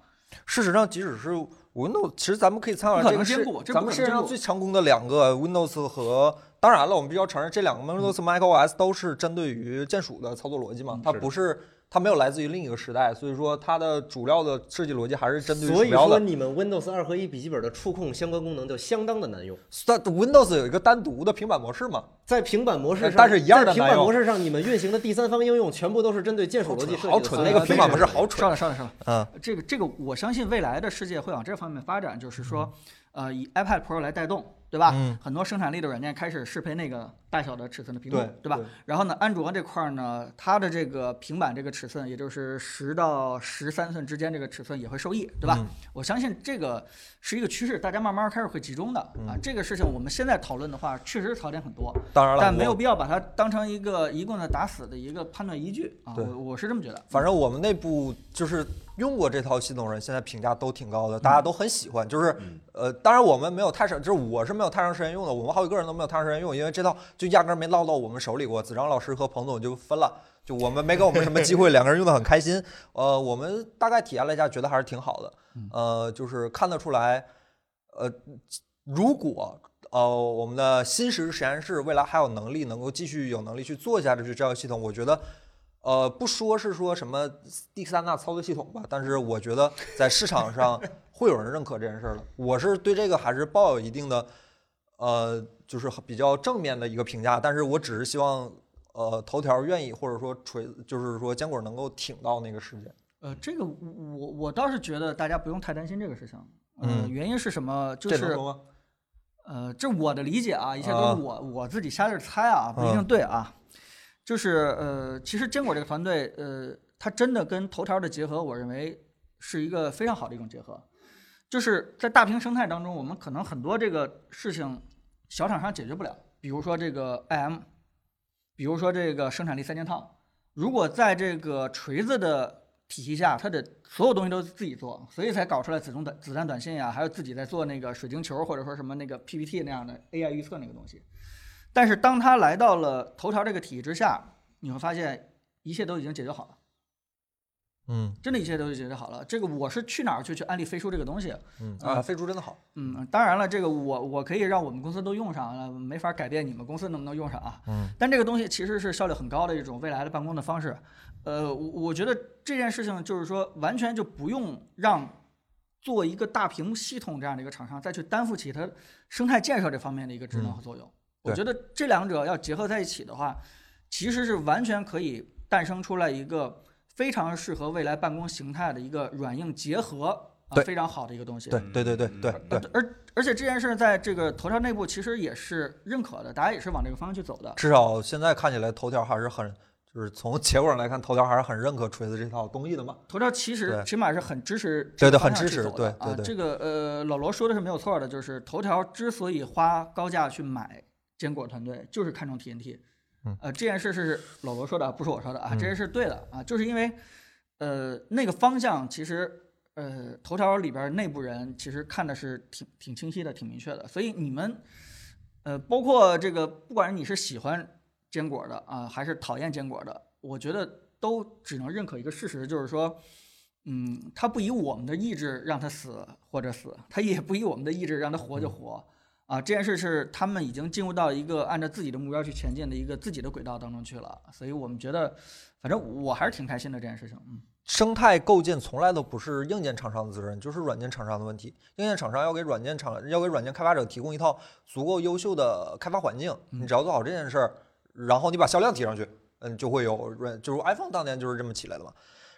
[SPEAKER 1] 事实上，即使是 Windows，其实咱们可以参考
[SPEAKER 2] 不可
[SPEAKER 1] 这个
[SPEAKER 2] 能兼
[SPEAKER 1] 是
[SPEAKER 2] 顾这
[SPEAKER 1] 咱
[SPEAKER 2] 不
[SPEAKER 1] 们
[SPEAKER 2] 可
[SPEAKER 1] 世界
[SPEAKER 2] 能兼
[SPEAKER 1] 上
[SPEAKER 2] 顾
[SPEAKER 1] 最强攻的两个 Windows 和，当然了，我们必须要承认这两个
[SPEAKER 2] 嗯
[SPEAKER 1] Windows、macOS 都是针对于键鼠的操作逻辑
[SPEAKER 2] 嗯
[SPEAKER 1] 嘛，它
[SPEAKER 3] 是的
[SPEAKER 1] 不是它没有来自于另一个时代，所以说它的主要的设计逻辑还是针对于
[SPEAKER 3] 所
[SPEAKER 1] 鼠
[SPEAKER 3] 以
[SPEAKER 1] 标
[SPEAKER 3] 说
[SPEAKER 1] 的。
[SPEAKER 3] 你们 Windows 二合一笔记本的触控相关功能就相当的难 用，
[SPEAKER 1] 但 Windows 有一个单独的平板模式嘛，
[SPEAKER 3] 在平板模式上，
[SPEAKER 1] 但是一样的
[SPEAKER 3] 在平板
[SPEAKER 1] 难用
[SPEAKER 3] 模式上，你们运行的第三方应用全部都是针对键鼠逻辑设计的，
[SPEAKER 1] 好蠢，
[SPEAKER 3] 所以
[SPEAKER 1] 那个
[SPEAKER 3] 非
[SPEAKER 1] 平板
[SPEAKER 3] 常
[SPEAKER 1] 模式好蠢
[SPEAKER 2] 呃上。来上来上来，
[SPEAKER 1] 嗯，
[SPEAKER 2] 这个这个，我相信未来的世界会往这方面发展，就是说，呃，以 iPad Pro 来带动，对吧？
[SPEAKER 1] 嗯
[SPEAKER 2] 很多生产力的软件开始适配那个大小的尺寸的屏幕，
[SPEAKER 1] 对
[SPEAKER 2] 吧
[SPEAKER 1] 对
[SPEAKER 2] 然后呢，安卓这块儿呢，它的这个平板这个尺寸，也就是十到十三寸之间这个尺寸也会受益，对吧？
[SPEAKER 1] 嗯
[SPEAKER 2] 我相信这个是一个趋势，大家慢慢开始会集中的、
[SPEAKER 1] 嗯
[SPEAKER 2] 啊。这个事情我们现在讨论的话，确实槽点很多，
[SPEAKER 1] 当然了，
[SPEAKER 2] 但没
[SPEAKER 1] 我
[SPEAKER 2] 有必要把它当成一个一棍子打死的一个判断依据啊。
[SPEAKER 1] 对
[SPEAKER 2] 我我是这么觉得。
[SPEAKER 1] 反正我们内部就是用过这套系统人，现在评价都挺高的，大家都很喜欢。就是呃，当然我们没有太长，就是我是没有太长时间用的，我们好几个人都没有太长时间用，因为这套就压根儿没落到我们手里过。子章老师和彭总就分了，就我们没给我们什么机会，两个人用的很开心。呃，我们大概体验了一下，觉得还是挺好的。呃，就是看得出来，呃，如果呃我们的新时实验室未来还有能力能够继续有能力去做下去这套系统，我觉得。呃，不说是说什么第三大操作系统吧，但是我觉得在市场 上会有人认可这件事儿的。我是对这个还是抱有一定的，呃，就是比较正面的一个评价。但是我只是希望，呃，头条愿意或者说锤，就是说坚果能够挺到那个时间。
[SPEAKER 2] 呃，这个我我我倒是觉得大家不用太担心这个事情。呃
[SPEAKER 1] 嗯
[SPEAKER 2] 原因是什么？就
[SPEAKER 1] 这能
[SPEAKER 2] 是
[SPEAKER 1] 说吗？
[SPEAKER 2] 呃，这我的理解啊，一切都
[SPEAKER 1] 啊
[SPEAKER 2] 是我、我自己瞎劲猜啊，不一定对啊。就是呃，其实坚果这个团队，呃，它真的跟头条的结合，我认为是一个非常好的一种结合。就是在大屏生态当中，我们可能很多这个事情小厂商解决不了，比如说这个 IM，比如说这个生产力三件套，如果在这个锤子的体系下，它的所有东西都是自己做，所以才搞出来子中短子弹短信呀、还有自己在做那个水晶球或者说什么那个 PPT 那样的 AI 预测那个东西。但是当它来到了头条这个体系之下，你会发现一切都已经解决好了。
[SPEAKER 1] 嗯
[SPEAKER 2] 真的一切都解决好了。这个我是去哪儿去去安利飞书这个东西，
[SPEAKER 1] 嗯啊，飞猪真的好。
[SPEAKER 2] 嗯，当然了，这个我我可以让我们公司都用上，呃没法改变你们公司能不能用上啊。
[SPEAKER 1] 嗯，
[SPEAKER 2] 但这个东西其实是效率很高的一种未来的办公的方式。呃，我我觉得这件事情就是说，完全就不用让做一个大屏幕系统这样的一个厂商再去担负起它生态建设这方面的一个职能和
[SPEAKER 1] 嗯
[SPEAKER 2] 作用。我觉得这两者要结合在一起的话，其实是完全可以诞生出来一个非常适合未来办公形态的一个软硬结合啊，
[SPEAKER 1] 对
[SPEAKER 2] 非常好的一个东西。
[SPEAKER 1] 对对对对对对，
[SPEAKER 2] 呃而而且这件事在这个头条内部其实也是认可的，大家也是往这个方向去走的。
[SPEAKER 1] 至少现在看起来头条还是很，就是从结果上来看，头条还是很认可锤子这套东西的嘛。
[SPEAKER 2] 头条其实
[SPEAKER 1] 对
[SPEAKER 2] 起码是很支持
[SPEAKER 1] 对
[SPEAKER 2] 这个
[SPEAKER 1] 对很
[SPEAKER 2] 方向
[SPEAKER 1] 支
[SPEAKER 2] 去
[SPEAKER 1] 持
[SPEAKER 2] 走的
[SPEAKER 1] 对对对
[SPEAKER 2] 啊，这个呃，老罗说的是没有错的，就是头条之所以花高价去买坚果团队，就是看中 TNT。
[SPEAKER 1] 嗯，
[SPEAKER 2] 呃，这件事是老罗说的，不是我说的啊，
[SPEAKER 1] 嗯
[SPEAKER 2] 这件事对的啊，就是因为呃那个方向其实。呃，头条里边内部人其实看的是挺挺清晰的，挺明确的，所以你们呃，包括这个，不管你是喜欢坚果的啊、还是讨厌坚果的，我觉得都只能认可一个事实，就是说，嗯，它不以我们的意志让它死或者死，它也不以我们的意志让它活就活。啊，这件事是他们已经进入到一个按照自己的目标去前进的一个自己的轨道当中去了，所以我们觉得，反正我还是挺开心的这件事情。嗯，
[SPEAKER 1] 生态构建从来都不是硬件厂商的责任，就是软件厂商的问题。硬件厂商要给软件厂要给软件开发者提供一套足够优秀的开发环境，你只要做好这件事儿，然后你把销量提上去，嗯，就会有软，就是 iPhone 当年就是这么起来的嘛。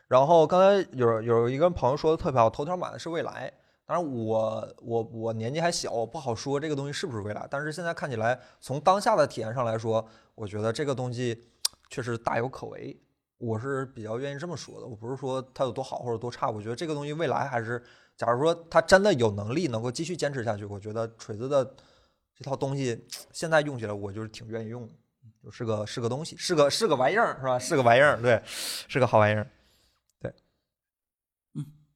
[SPEAKER 1] 然后刚才有有一个朋友说的特别好，头条买的是未来。当然我我我年纪还小，我不好说这个东西是不是未来。但是现在看起来，从当下的体验上来说，我觉得这个东西确实大有可为。我是比较愿意这么说的，我不是说它有多好或者多差，我觉得这个东西未来还是，假如说它真的有能力能够继续坚持下去，我觉得锤子的这套东西现在用起来，我就是挺愿意用的，就是个是个东西，是个是个玩意儿，是吧？是个玩意儿，对，是个好玩意儿，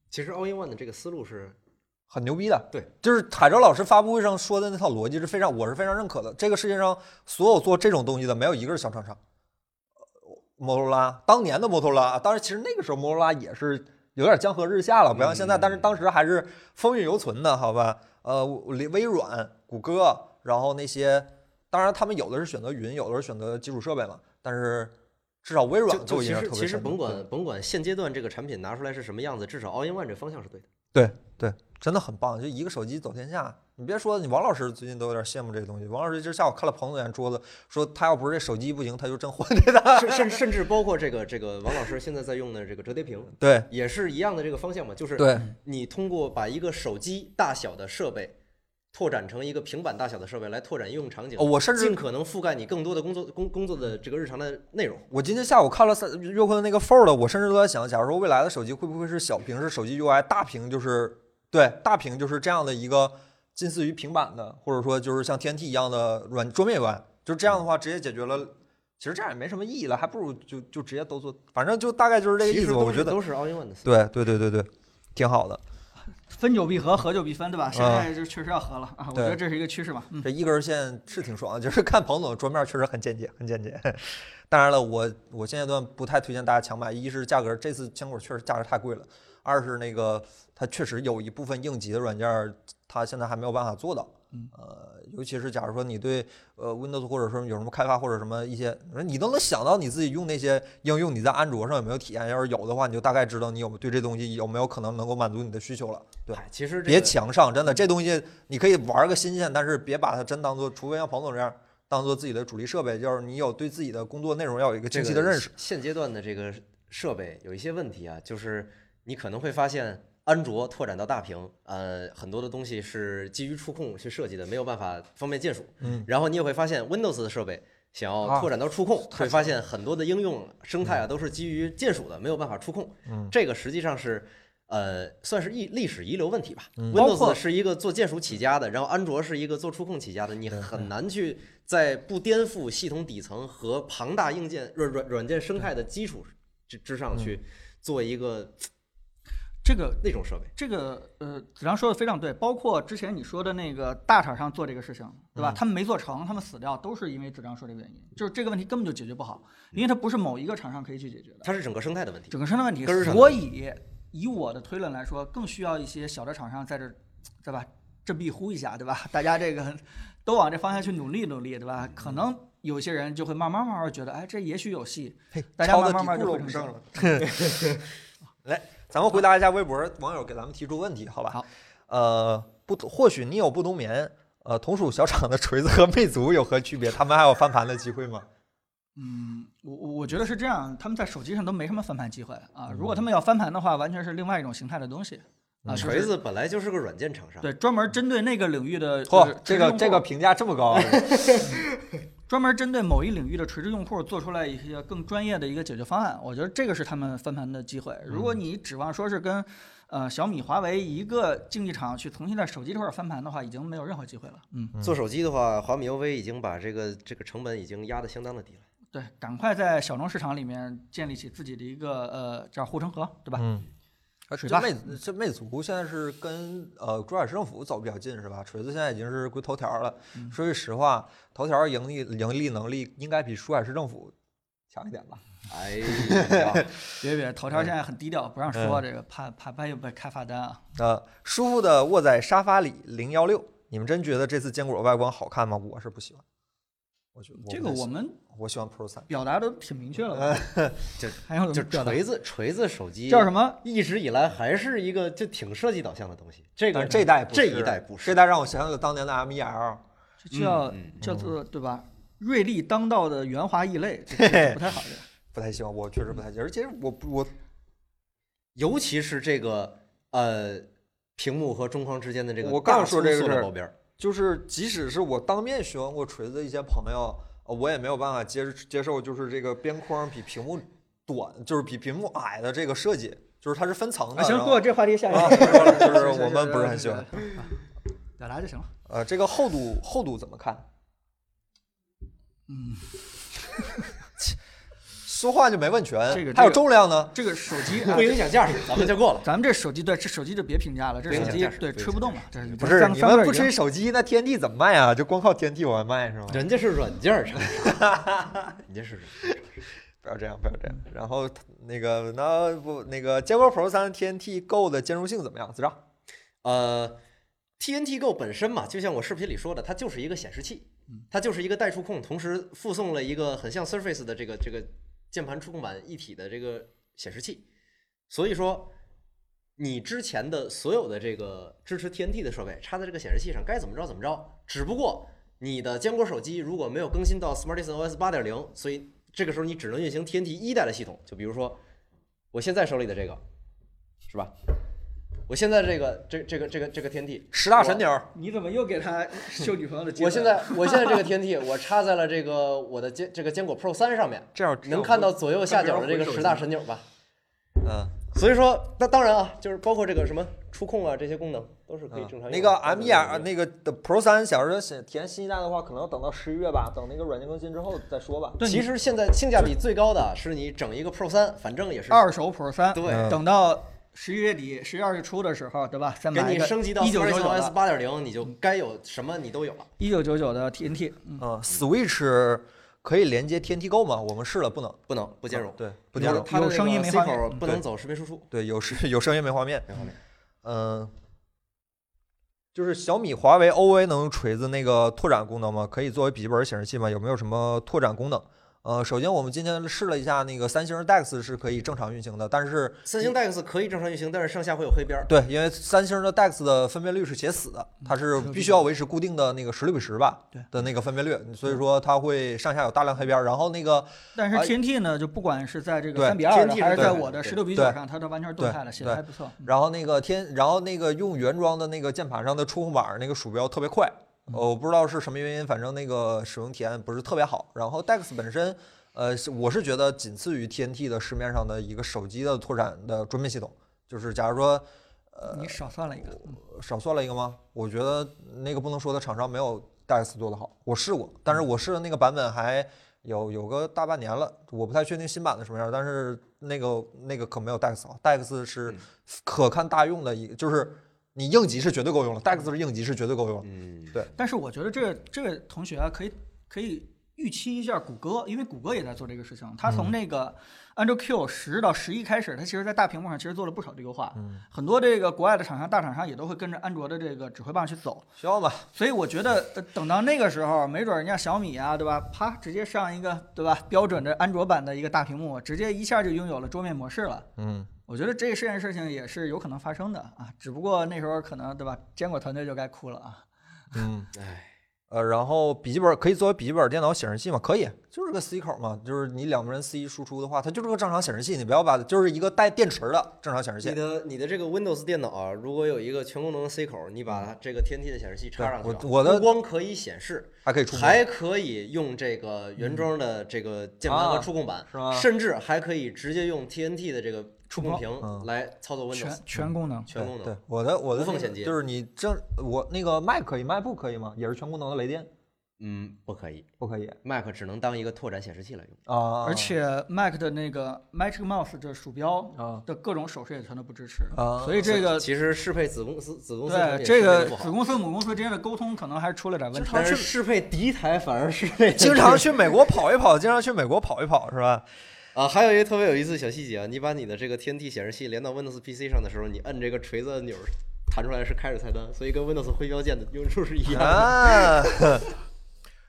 [SPEAKER 3] 其实 All in One 的这个思路是
[SPEAKER 1] 很牛逼的。
[SPEAKER 3] 对，
[SPEAKER 1] 就是海州老师发布会上说的那套逻辑是非常，我是非常认可的。这个世界上所有做这种东西的，没有一个是小厂商。呃摩托罗拉当年的摩托罗拉，当然其实那个时候摩托罗拉也是有点江河日下了，不像现
[SPEAKER 3] 嗯
[SPEAKER 1] 在，但是当时还是风韵犹存的，好吧？呃，微微软、谷歌，然后那些，当然他们有的是选择云，有的是选择基础设备嘛，但是。至少微软
[SPEAKER 3] 就
[SPEAKER 1] 给我
[SPEAKER 3] 就
[SPEAKER 1] 印
[SPEAKER 3] 其
[SPEAKER 1] 象
[SPEAKER 3] 实
[SPEAKER 1] 特别深。
[SPEAKER 3] 其实甭管甭管现阶段这个产品拿出来是什么样子，至少 All in One 这方向是对的。
[SPEAKER 1] 对对，真的很棒，就一个手机走天下。你别说，你王老师最近都有点羡慕这个东西。王老师今儿下午看了彭总演桌子，说他要不是这手机不行，他就真换这 台。
[SPEAKER 3] 甚甚甚至包括这个这个王老师现在在用的这个折叠屏，
[SPEAKER 1] 对
[SPEAKER 3] 也是一样的这个方向嘛，就是
[SPEAKER 1] 对
[SPEAKER 3] 你通过把一个手机大小的设备拓展成一个平板大小的设备来拓展应用场景
[SPEAKER 1] 哦，，我甚至
[SPEAKER 3] 尽可能覆盖你更多的工作工工作的这个日常的内容。
[SPEAKER 1] 我今天下午看了三岳坤的那个 Fold，我甚至都在想，假如说未来的手机会不会是小屏是手机 UI，大屏就是对大屏就是这样的一个近似于平板的，或者说就是像天梯一样的软桌面 UI，就这样的话直接解决了。其实这样也没什么意义了，还不如就就直接都做，反正就大概就是这个
[SPEAKER 3] 其
[SPEAKER 1] 意
[SPEAKER 3] 实
[SPEAKER 1] 思吧。
[SPEAKER 3] 都
[SPEAKER 1] 我
[SPEAKER 3] 是
[SPEAKER 1] 觉得
[SPEAKER 3] 都是 All in One 的思路。
[SPEAKER 1] 对对对对对，挺好的。
[SPEAKER 2] 分久必合，合久必分，对吧？现在就确实要合了啊，我觉得
[SPEAKER 1] 对
[SPEAKER 2] 这是一个趋势嘛。嗯，
[SPEAKER 1] 这一根线是挺爽的， 就是看彭总的桌面确实很简洁，很简洁。当然了，我我现阶段不太推荐大家强买，一是价格，这次坚果确实价格太贵了；二是那个它确实有一部分应急的软件儿，它现在还没有办法做到。呃，尤其是假如说你对呃 Windows 或者说有什么开发或者什么一些，你都能想到你自己用那些应用，你在安卓上有没有体验？要是有的话，你就大概知道你有没有对这东西有没有可能能够满足你的需求了。对，
[SPEAKER 3] 哎，其实这
[SPEAKER 1] 别
[SPEAKER 3] 个
[SPEAKER 1] 强上，真的，这东西你可以玩个新鲜，但是别把它真当做，除非像彭总这样当做自己的主力设备，就是你有对自己的工作内容要有一个清
[SPEAKER 3] 这个
[SPEAKER 1] 晰的认识。
[SPEAKER 3] 现阶段的这个设备有一些问题啊，就是你可能会发现，安卓拓展到大屏，呃，很多的东西是基于触控去设计的，没有办法方便键鼠。
[SPEAKER 1] 嗯，
[SPEAKER 3] 然后你也会发现，Windows 的设备想要
[SPEAKER 1] 啊
[SPEAKER 3] 拓展到触控，会发现很多的应用生态啊都是基于键鼠的，没有办法触控。
[SPEAKER 1] 嗯，
[SPEAKER 3] 这个实际上是。呃，算是历历史遗留问题吧。
[SPEAKER 1] 嗯
[SPEAKER 2] 包
[SPEAKER 3] Windows
[SPEAKER 2] 括
[SPEAKER 3] 是一个做键鼠起家的，然后安卓是一个做触控起家的，你很难去在不颠覆系统底层和庞大硬件软软软件生态的基础之之上去做一个
[SPEAKER 2] 这个
[SPEAKER 3] 那种设备。
[SPEAKER 2] 这个呃，子良说的非常对，包括之前你说的那个大厂商做这个事情，对吧？他们没做成，他们死掉，都是因为子良说这个原因，就是这个问题根本就解决不好，因为它不是某一个厂商可以去解决的，
[SPEAKER 3] 它是整个生态的问题。
[SPEAKER 2] 整个生态问题
[SPEAKER 3] 根儿。上的
[SPEAKER 2] 所以以我的推论来说，更需要一些小的厂商在这儿，对吧？振臂呼一下，对吧？ 大家这个都往这方向去努力努力，对吧？可能有些人就会慢慢慢慢觉得，哎，这也许有戏。大家
[SPEAKER 1] 抄的
[SPEAKER 2] 慢慢慢
[SPEAKER 1] 底
[SPEAKER 2] 就
[SPEAKER 1] 裤
[SPEAKER 2] 会
[SPEAKER 1] 都不
[SPEAKER 2] 这么
[SPEAKER 1] 剩了。 来，咱们回答一下微博网友给咱们提出问题，好吧？
[SPEAKER 2] 好。
[SPEAKER 1] 呃，不，或许你有不冬眠，呃，同属小厂的锤子和魅族有何区别？他们还有翻盘的机会吗？
[SPEAKER 2] 嗯，我我我觉得是这样，他们在手机上都没什么翻盘机会啊。如果他们要翻盘的话，完全是另外一种形态的东西啊。就是
[SPEAKER 3] 锤子本来就是个软件厂商，
[SPEAKER 2] 对专门针对那个领域的
[SPEAKER 1] 嚯、
[SPEAKER 2] 就是
[SPEAKER 1] 这
[SPEAKER 2] 垂直
[SPEAKER 1] 个
[SPEAKER 2] 用户
[SPEAKER 1] 这个评价这么 高，啊
[SPEAKER 2] 专门针对某一领域的垂直用户做出来一些更专业的一个解决方案，我觉得这个是他们翻盘的机会。如
[SPEAKER 3] 嗯
[SPEAKER 2] 果你指望说是跟呃小米、华为一个竞技场去重新在手机这块儿翻盘的话，已经没有任何机会了。嗯，
[SPEAKER 3] 做手机的话，华米 UV 已经把这个这个成本已经压得相当的低了。
[SPEAKER 2] 对，赶快在小众市场里面建立起自己的一个呃叫护城河，对吧？
[SPEAKER 1] 嗯。
[SPEAKER 2] 水
[SPEAKER 1] 这
[SPEAKER 2] 坝
[SPEAKER 1] 魅这魅族现在是跟呃珠海市政府走比较近是吧？锤子现在已经是归头条了。
[SPEAKER 3] 嗯
[SPEAKER 1] 说句实话，头条盈利盈利能力应该比珠海市政府强一点吧？
[SPEAKER 3] 哎呀，
[SPEAKER 2] 别别，头条现在很低调，不让
[SPEAKER 3] 嗯
[SPEAKER 2] 说这个，怕怕半夜被开罚单啊。
[SPEAKER 1] 呃，舒服的卧在沙发里，零幺六，你们真觉得这次坚果外观好看吗？我是不喜欢，我觉得
[SPEAKER 2] 这个我
[SPEAKER 1] 我不太喜
[SPEAKER 2] 们
[SPEAKER 1] 欢我喜欢 Pro 三。
[SPEAKER 2] 表达都挺明确了吧？
[SPEAKER 3] 呃 就
[SPEAKER 2] 还有什
[SPEAKER 3] 就
[SPEAKER 2] 么表达？
[SPEAKER 3] 锤子锤子手机
[SPEAKER 2] 叫什么？
[SPEAKER 3] 一直以来还是一个就挺设计导向的东西。这
[SPEAKER 1] 但
[SPEAKER 3] 个
[SPEAKER 1] 是这代不
[SPEAKER 3] 这
[SPEAKER 1] 是
[SPEAKER 3] 一代不是
[SPEAKER 1] 这代让我想起了当年的 M 1 L。
[SPEAKER 2] 这叫
[SPEAKER 3] 嗯嗯
[SPEAKER 2] 叫做对吧？锐利当道的圆滑异类，这个不太好的。
[SPEAKER 1] 不太喜欢，我确实不太喜欢。而且我不我
[SPEAKER 3] 尤其是这个呃屏幕和中框之间的这个
[SPEAKER 1] 我刚说这个
[SPEAKER 3] 大粗塑
[SPEAKER 1] 事
[SPEAKER 3] 料
[SPEAKER 1] 儿
[SPEAKER 3] 包边儿，
[SPEAKER 1] 就是即使是我当面询问过锤子的一些朋友，呃我也没有办法接接受，就是这个边框比屏幕短，就是比屏幕矮的这个设计，就是它是分层的。
[SPEAKER 2] 啊，行，
[SPEAKER 1] 然后
[SPEAKER 2] 过这话题下一
[SPEAKER 1] 啊，
[SPEAKER 2] 个。啊
[SPEAKER 1] 就是我们不是很喜 欢。
[SPEAKER 2] 表达就行了。
[SPEAKER 1] 呃，这个厚度厚度怎么看？
[SPEAKER 2] 嗯，
[SPEAKER 1] 说话就没问全。
[SPEAKER 2] 这个
[SPEAKER 1] 还有
[SPEAKER 2] 这个
[SPEAKER 1] 重量呢？
[SPEAKER 2] 这个手机啊
[SPEAKER 3] 不，影响驾驶，咱们就过了。
[SPEAKER 2] 咱们这手机对这手机就别评价了，这
[SPEAKER 3] 不影
[SPEAKER 2] 手
[SPEAKER 3] 响
[SPEAKER 2] 机
[SPEAKER 3] 驾驶
[SPEAKER 2] 对
[SPEAKER 3] 不影
[SPEAKER 2] 吹不
[SPEAKER 3] 响
[SPEAKER 2] 动
[SPEAKER 3] 驾
[SPEAKER 2] 了。这
[SPEAKER 1] 不是
[SPEAKER 2] 咱
[SPEAKER 1] 你
[SPEAKER 2] 咱
[SPEAKER 1] 们
[SPEAKER 2] 这
[SPEAKER 1] 不
[SPEAKER 2] 已经
[SPEAKER 1] 吹手机，那天地怎么卖啊？就光靠天地往外卖是吗？
[SPEAKER 3] 人家是软件儿厂商，人家是软件儿厂商
[SPEAKER 1] 不要这样，不要这样。然后那个那不那个坚果 Pro 三 TNT Go 的兼容性怎么样？子章，
[SPEAKER 3] 呃，TNT Go 本身嘛，就像我视频里说的，它就是一个显示器，它就是一个带触控，同时附送了一个很像 Surface 的这个这个键盘触控板一体的这个显示器。所以说，你之前的所有的这个支持 TNT 的设备插在这个显示器上，该怎么着怎么着。只不过你的坚果手机如果没有更新到 Smartisan OS 八点零，所以这个时候你只能运行 TNT 一代的系统。就比如说我现在手里的这个，是吧？我现在这个这这个这个这个 TNT
[SPEAKER 1] 十大神鸟
[SPEAKER 2] 你怎么又给他秀女朋友的机会？
[SPEAKER 3] 我现在 我现在这个 TNT 我插在了这个我的坚这个坚果 Pro 三上面，
[SPEAKER 1] 这样
[SPEAKER 3] 能看到左右下角的这个十大神钮吧？
[SPEAKER 1] 嗯。
[SPEAKER 3] 所以说，那当然啊，就是包括这个什么触控啊，这些功能都是可以
[SPEAKER 1] 嗯
[SPEAKER 3] 正常用的。
[SPEAKER 1] 那个 M 一
[SPEAKER 3] 对
[SPEAKER 1] R 那个的 Pro 三，想说想体验新一代的话，可能要等到十一月吧，等那个软件更新之后再说吧。
[SPEAKER 2] 对
[SPEAKER 3] 其实现在性价比最高的是你整一个 Pro 三，反正也是
[SPEAKER 2] 二手 Pro 三，
[SPEAKER 3] 对
[SPEAKER 1] 嗯
[SPEAKER 2] 等到十一月底、十二月初的时候，对吧？再
[SPEAKER 3] 给
[SPEAKER 2] 买一
[SPEAKER 3] 你
[SPEAKER 2] 个
[SPEAKER 3] 升级到
[SPEAKER 2] 一九九
[SPEAKER 3] Smartisan
[SPEAKER 2] 九
[SPEAKER 3] OS
[SPEAKER 2] 的
[SPEAKER 3] 八点零，你就该有什么你都有了。
[SPEAKER 2] 一九九九的 TNT，嗯，
[SPEAKER 1] 嗯，Switch 可以连接 TNT Go 吗？我们试了，不能，嗯
[SPEAKER 3] 不能不兼容，
[SPEAKER 1] 对，不
[SPEAKER 3] 不
[SPEAKER 1] 兼容。
[SPEAKER 3] 它的
[SPEAKER 2] 有声音没画面
[SPEAKER 3] C 口不
[SPEAKER 1] 对
[SPEAKER 3] 能走视频输出。
[SPEAKER 1] 对，有声有声音没画面。
[SPEAKER 3] 没画面
[SPEAKER 1] 嗯，就是小米、华为、OVA 能用锤子那个拓展功能吗？可以作为笔记本显示器吗？有没有什么拓展功能？呃，首先我们今天试了一下那个三星 DeX 是可以正常运行的，但是
[SPEAKER 3] 三星 DeX 可以正常运行，但是上下会有黑边儿。
[SPEAKER 1] 对，因为三星的 DeX 的分辨率是写死的，它是必须要维持固定的那个十六比十吧
[SPEAKER 2] 对
[SPEAKER 1] 的那个分辨率，所以说它会上下有大量黑边儿。然后那个
[SPEAKER 2] 但是
[SPEAKER 1] 啊
[SPEAKER 2] TNT 呢，就不管是在这
[SPEAKER 1] 对
[SPEAKER 2] 个三比二
[SPEAKER 3] TNT
[SPEAKER 2] 的，
[SPEAKER 3] 是
[SPEAKER 2] 还是在
[SPEAKER 3] 对
[SPEAKER 2] 我的
[SPEAKER 3] 对
[SPEAKER 2] 十六比九上，它都完全是动态的，写的还不错。
[SPEAKER 1] 然后那个天，然后那个用原装的那个键盘上的触控板儿那个鼠标特别快，呃，我不知道是什么原因，反正那个使用体验不是特别好。然后 DeX 本身，呃，是我是觉得仅次于 TNT 的市面上的一个手机的拓展的桌面系统，就是假如说
[SPEAKER 2] 你少算了一个，嗯
[SPEAKER 1] 少算了一个吗？我觉得那个不能说的厂商没有 DeX 做的好，我试过，但是
[SPEAKER 3] 嗯
[SPEAKER 1] 我试的那个版本还有有个大半年了，我不太确定新版的什么样，但是那个那个可没有 DeX 好，DeX
[SPEAKER 3] 嗯
[SPEAKER 1] 是可看大用的一个，就是你应急是绝对够用了，DeX 是应急是绝对够用了。
[SPEAKER 3] 嗯，
[SPEAKER 2] 但是我觉得这个这个同学啊，可以可以预期一下谷歌，因为谷歌也在做这个事情。它从那个 Android Q 十到十一开始，它其实在大屏幕上其实做了不少的优化。很多这个国外的厂商、大厂商也都会跟着安卓的这个指挥棒去走。
[SPEAKER 1] 需要吗？
[SPEAKER 2] 所以我觉得呃等到那个时候，没准人家小米啊，对吧？啪，直接上一个，对吧？标准的安卓版的一个大屏幕，直接一下就拥有了桌面模式了。
[SPEAKER 1] 嗯，
[SPEAKER 2] 我觉得这件事情也是有可能发生的啊，只不过那时候可能对吧，坚果团队就该哭了啊。
[SPEAKER 1] 嗯，
[SPEAKER 3] 哎，
[SPEAKER 1] 呃，然后笔记本可以作为笔记本电脑显示器吗？可以，就是个 C 口嘛，就是你两个人 C 输出的话，它就是个正常显示器，你不要把就是一个带电池的正常显示器
[SPEAKER 3] 你。的你的这个 Windows 电脑啊如果有一个全功能 C 口，你把这个 TNT 的显示器插上去啊，
[SPEAKER 1] 对我我的
[SPEAKER 3] 不光可以显示，
[SPEAKER 1] 还可以触摸，
[SPEAKER 3] 还可以用这个原装的这个键盘和触控板，
[SPEAKER 1] 是吗
[SPEAKER 3] 甚至还可以直接用 TNT 的这个触控
[SPEAKER 1] 嗯
[SPEAKER 3] 屏来操作
[SPEAKER 2] 全
[SPEAKER 3] Windows
[SPEAKER 2] 全功能，
[SPEAKER 3] 全功能。
[SPEAKER 1] 对，对我的我的
[SPEAKER 3] 无缝
[SPEAKER 1] 那个
[SPEAKER 3] 衔接
[SPEAKER 1] 就是你正我那个 Mac 可以，Mac 不可以吗？也是全功能的雷电，
[SPEAKER 3] 嗯，不可以
[SPEAKER 1] 不可以
[SPEAKER 3] ，Mac 只能当一个拓展显示器来用。
[SPEAKER 1] 啊。
[SPEAKER 2] 而且 Mac 的那个 Magic Mouse 这鼠标
[SPEAKER 1] 啊
[SPEAKER 2] 的各种手势也全都不支持
[SPEAKER 1] 啊
[SPEAKER 2] 所以这个
[SPEAKER 3] 其实适配子公司子公司产
[SPEAKER 2] 对
[SPEAKER 3] 品
[SPEAKER 2] 这
[SPEAKER 3] 适配
[SPEAKER 2] 个
[SPEAKER 3] 得不
[SPEAKER 2] 子
[SPEAKER 3] 好，
[SPEAKER 2] 公司母公司之间的沟通可能还是出了点问题。
[SPEAKER 3] 但是适配敌台反而是那个
[SPEAKER 1] 经常去美国跑一跑，经常去美国跑一跑，是吧？
[SPEAKER 3] 啊，还有一个特别有意思的小细节啊，你把你的这个 TNT 显示器连到 Windows PC 上的时候，你摁这个锤子按钮，弹出来是开始菜单，所以跟 Windows 徽标键的用处是一样的。
[SPEAKER 1] 啊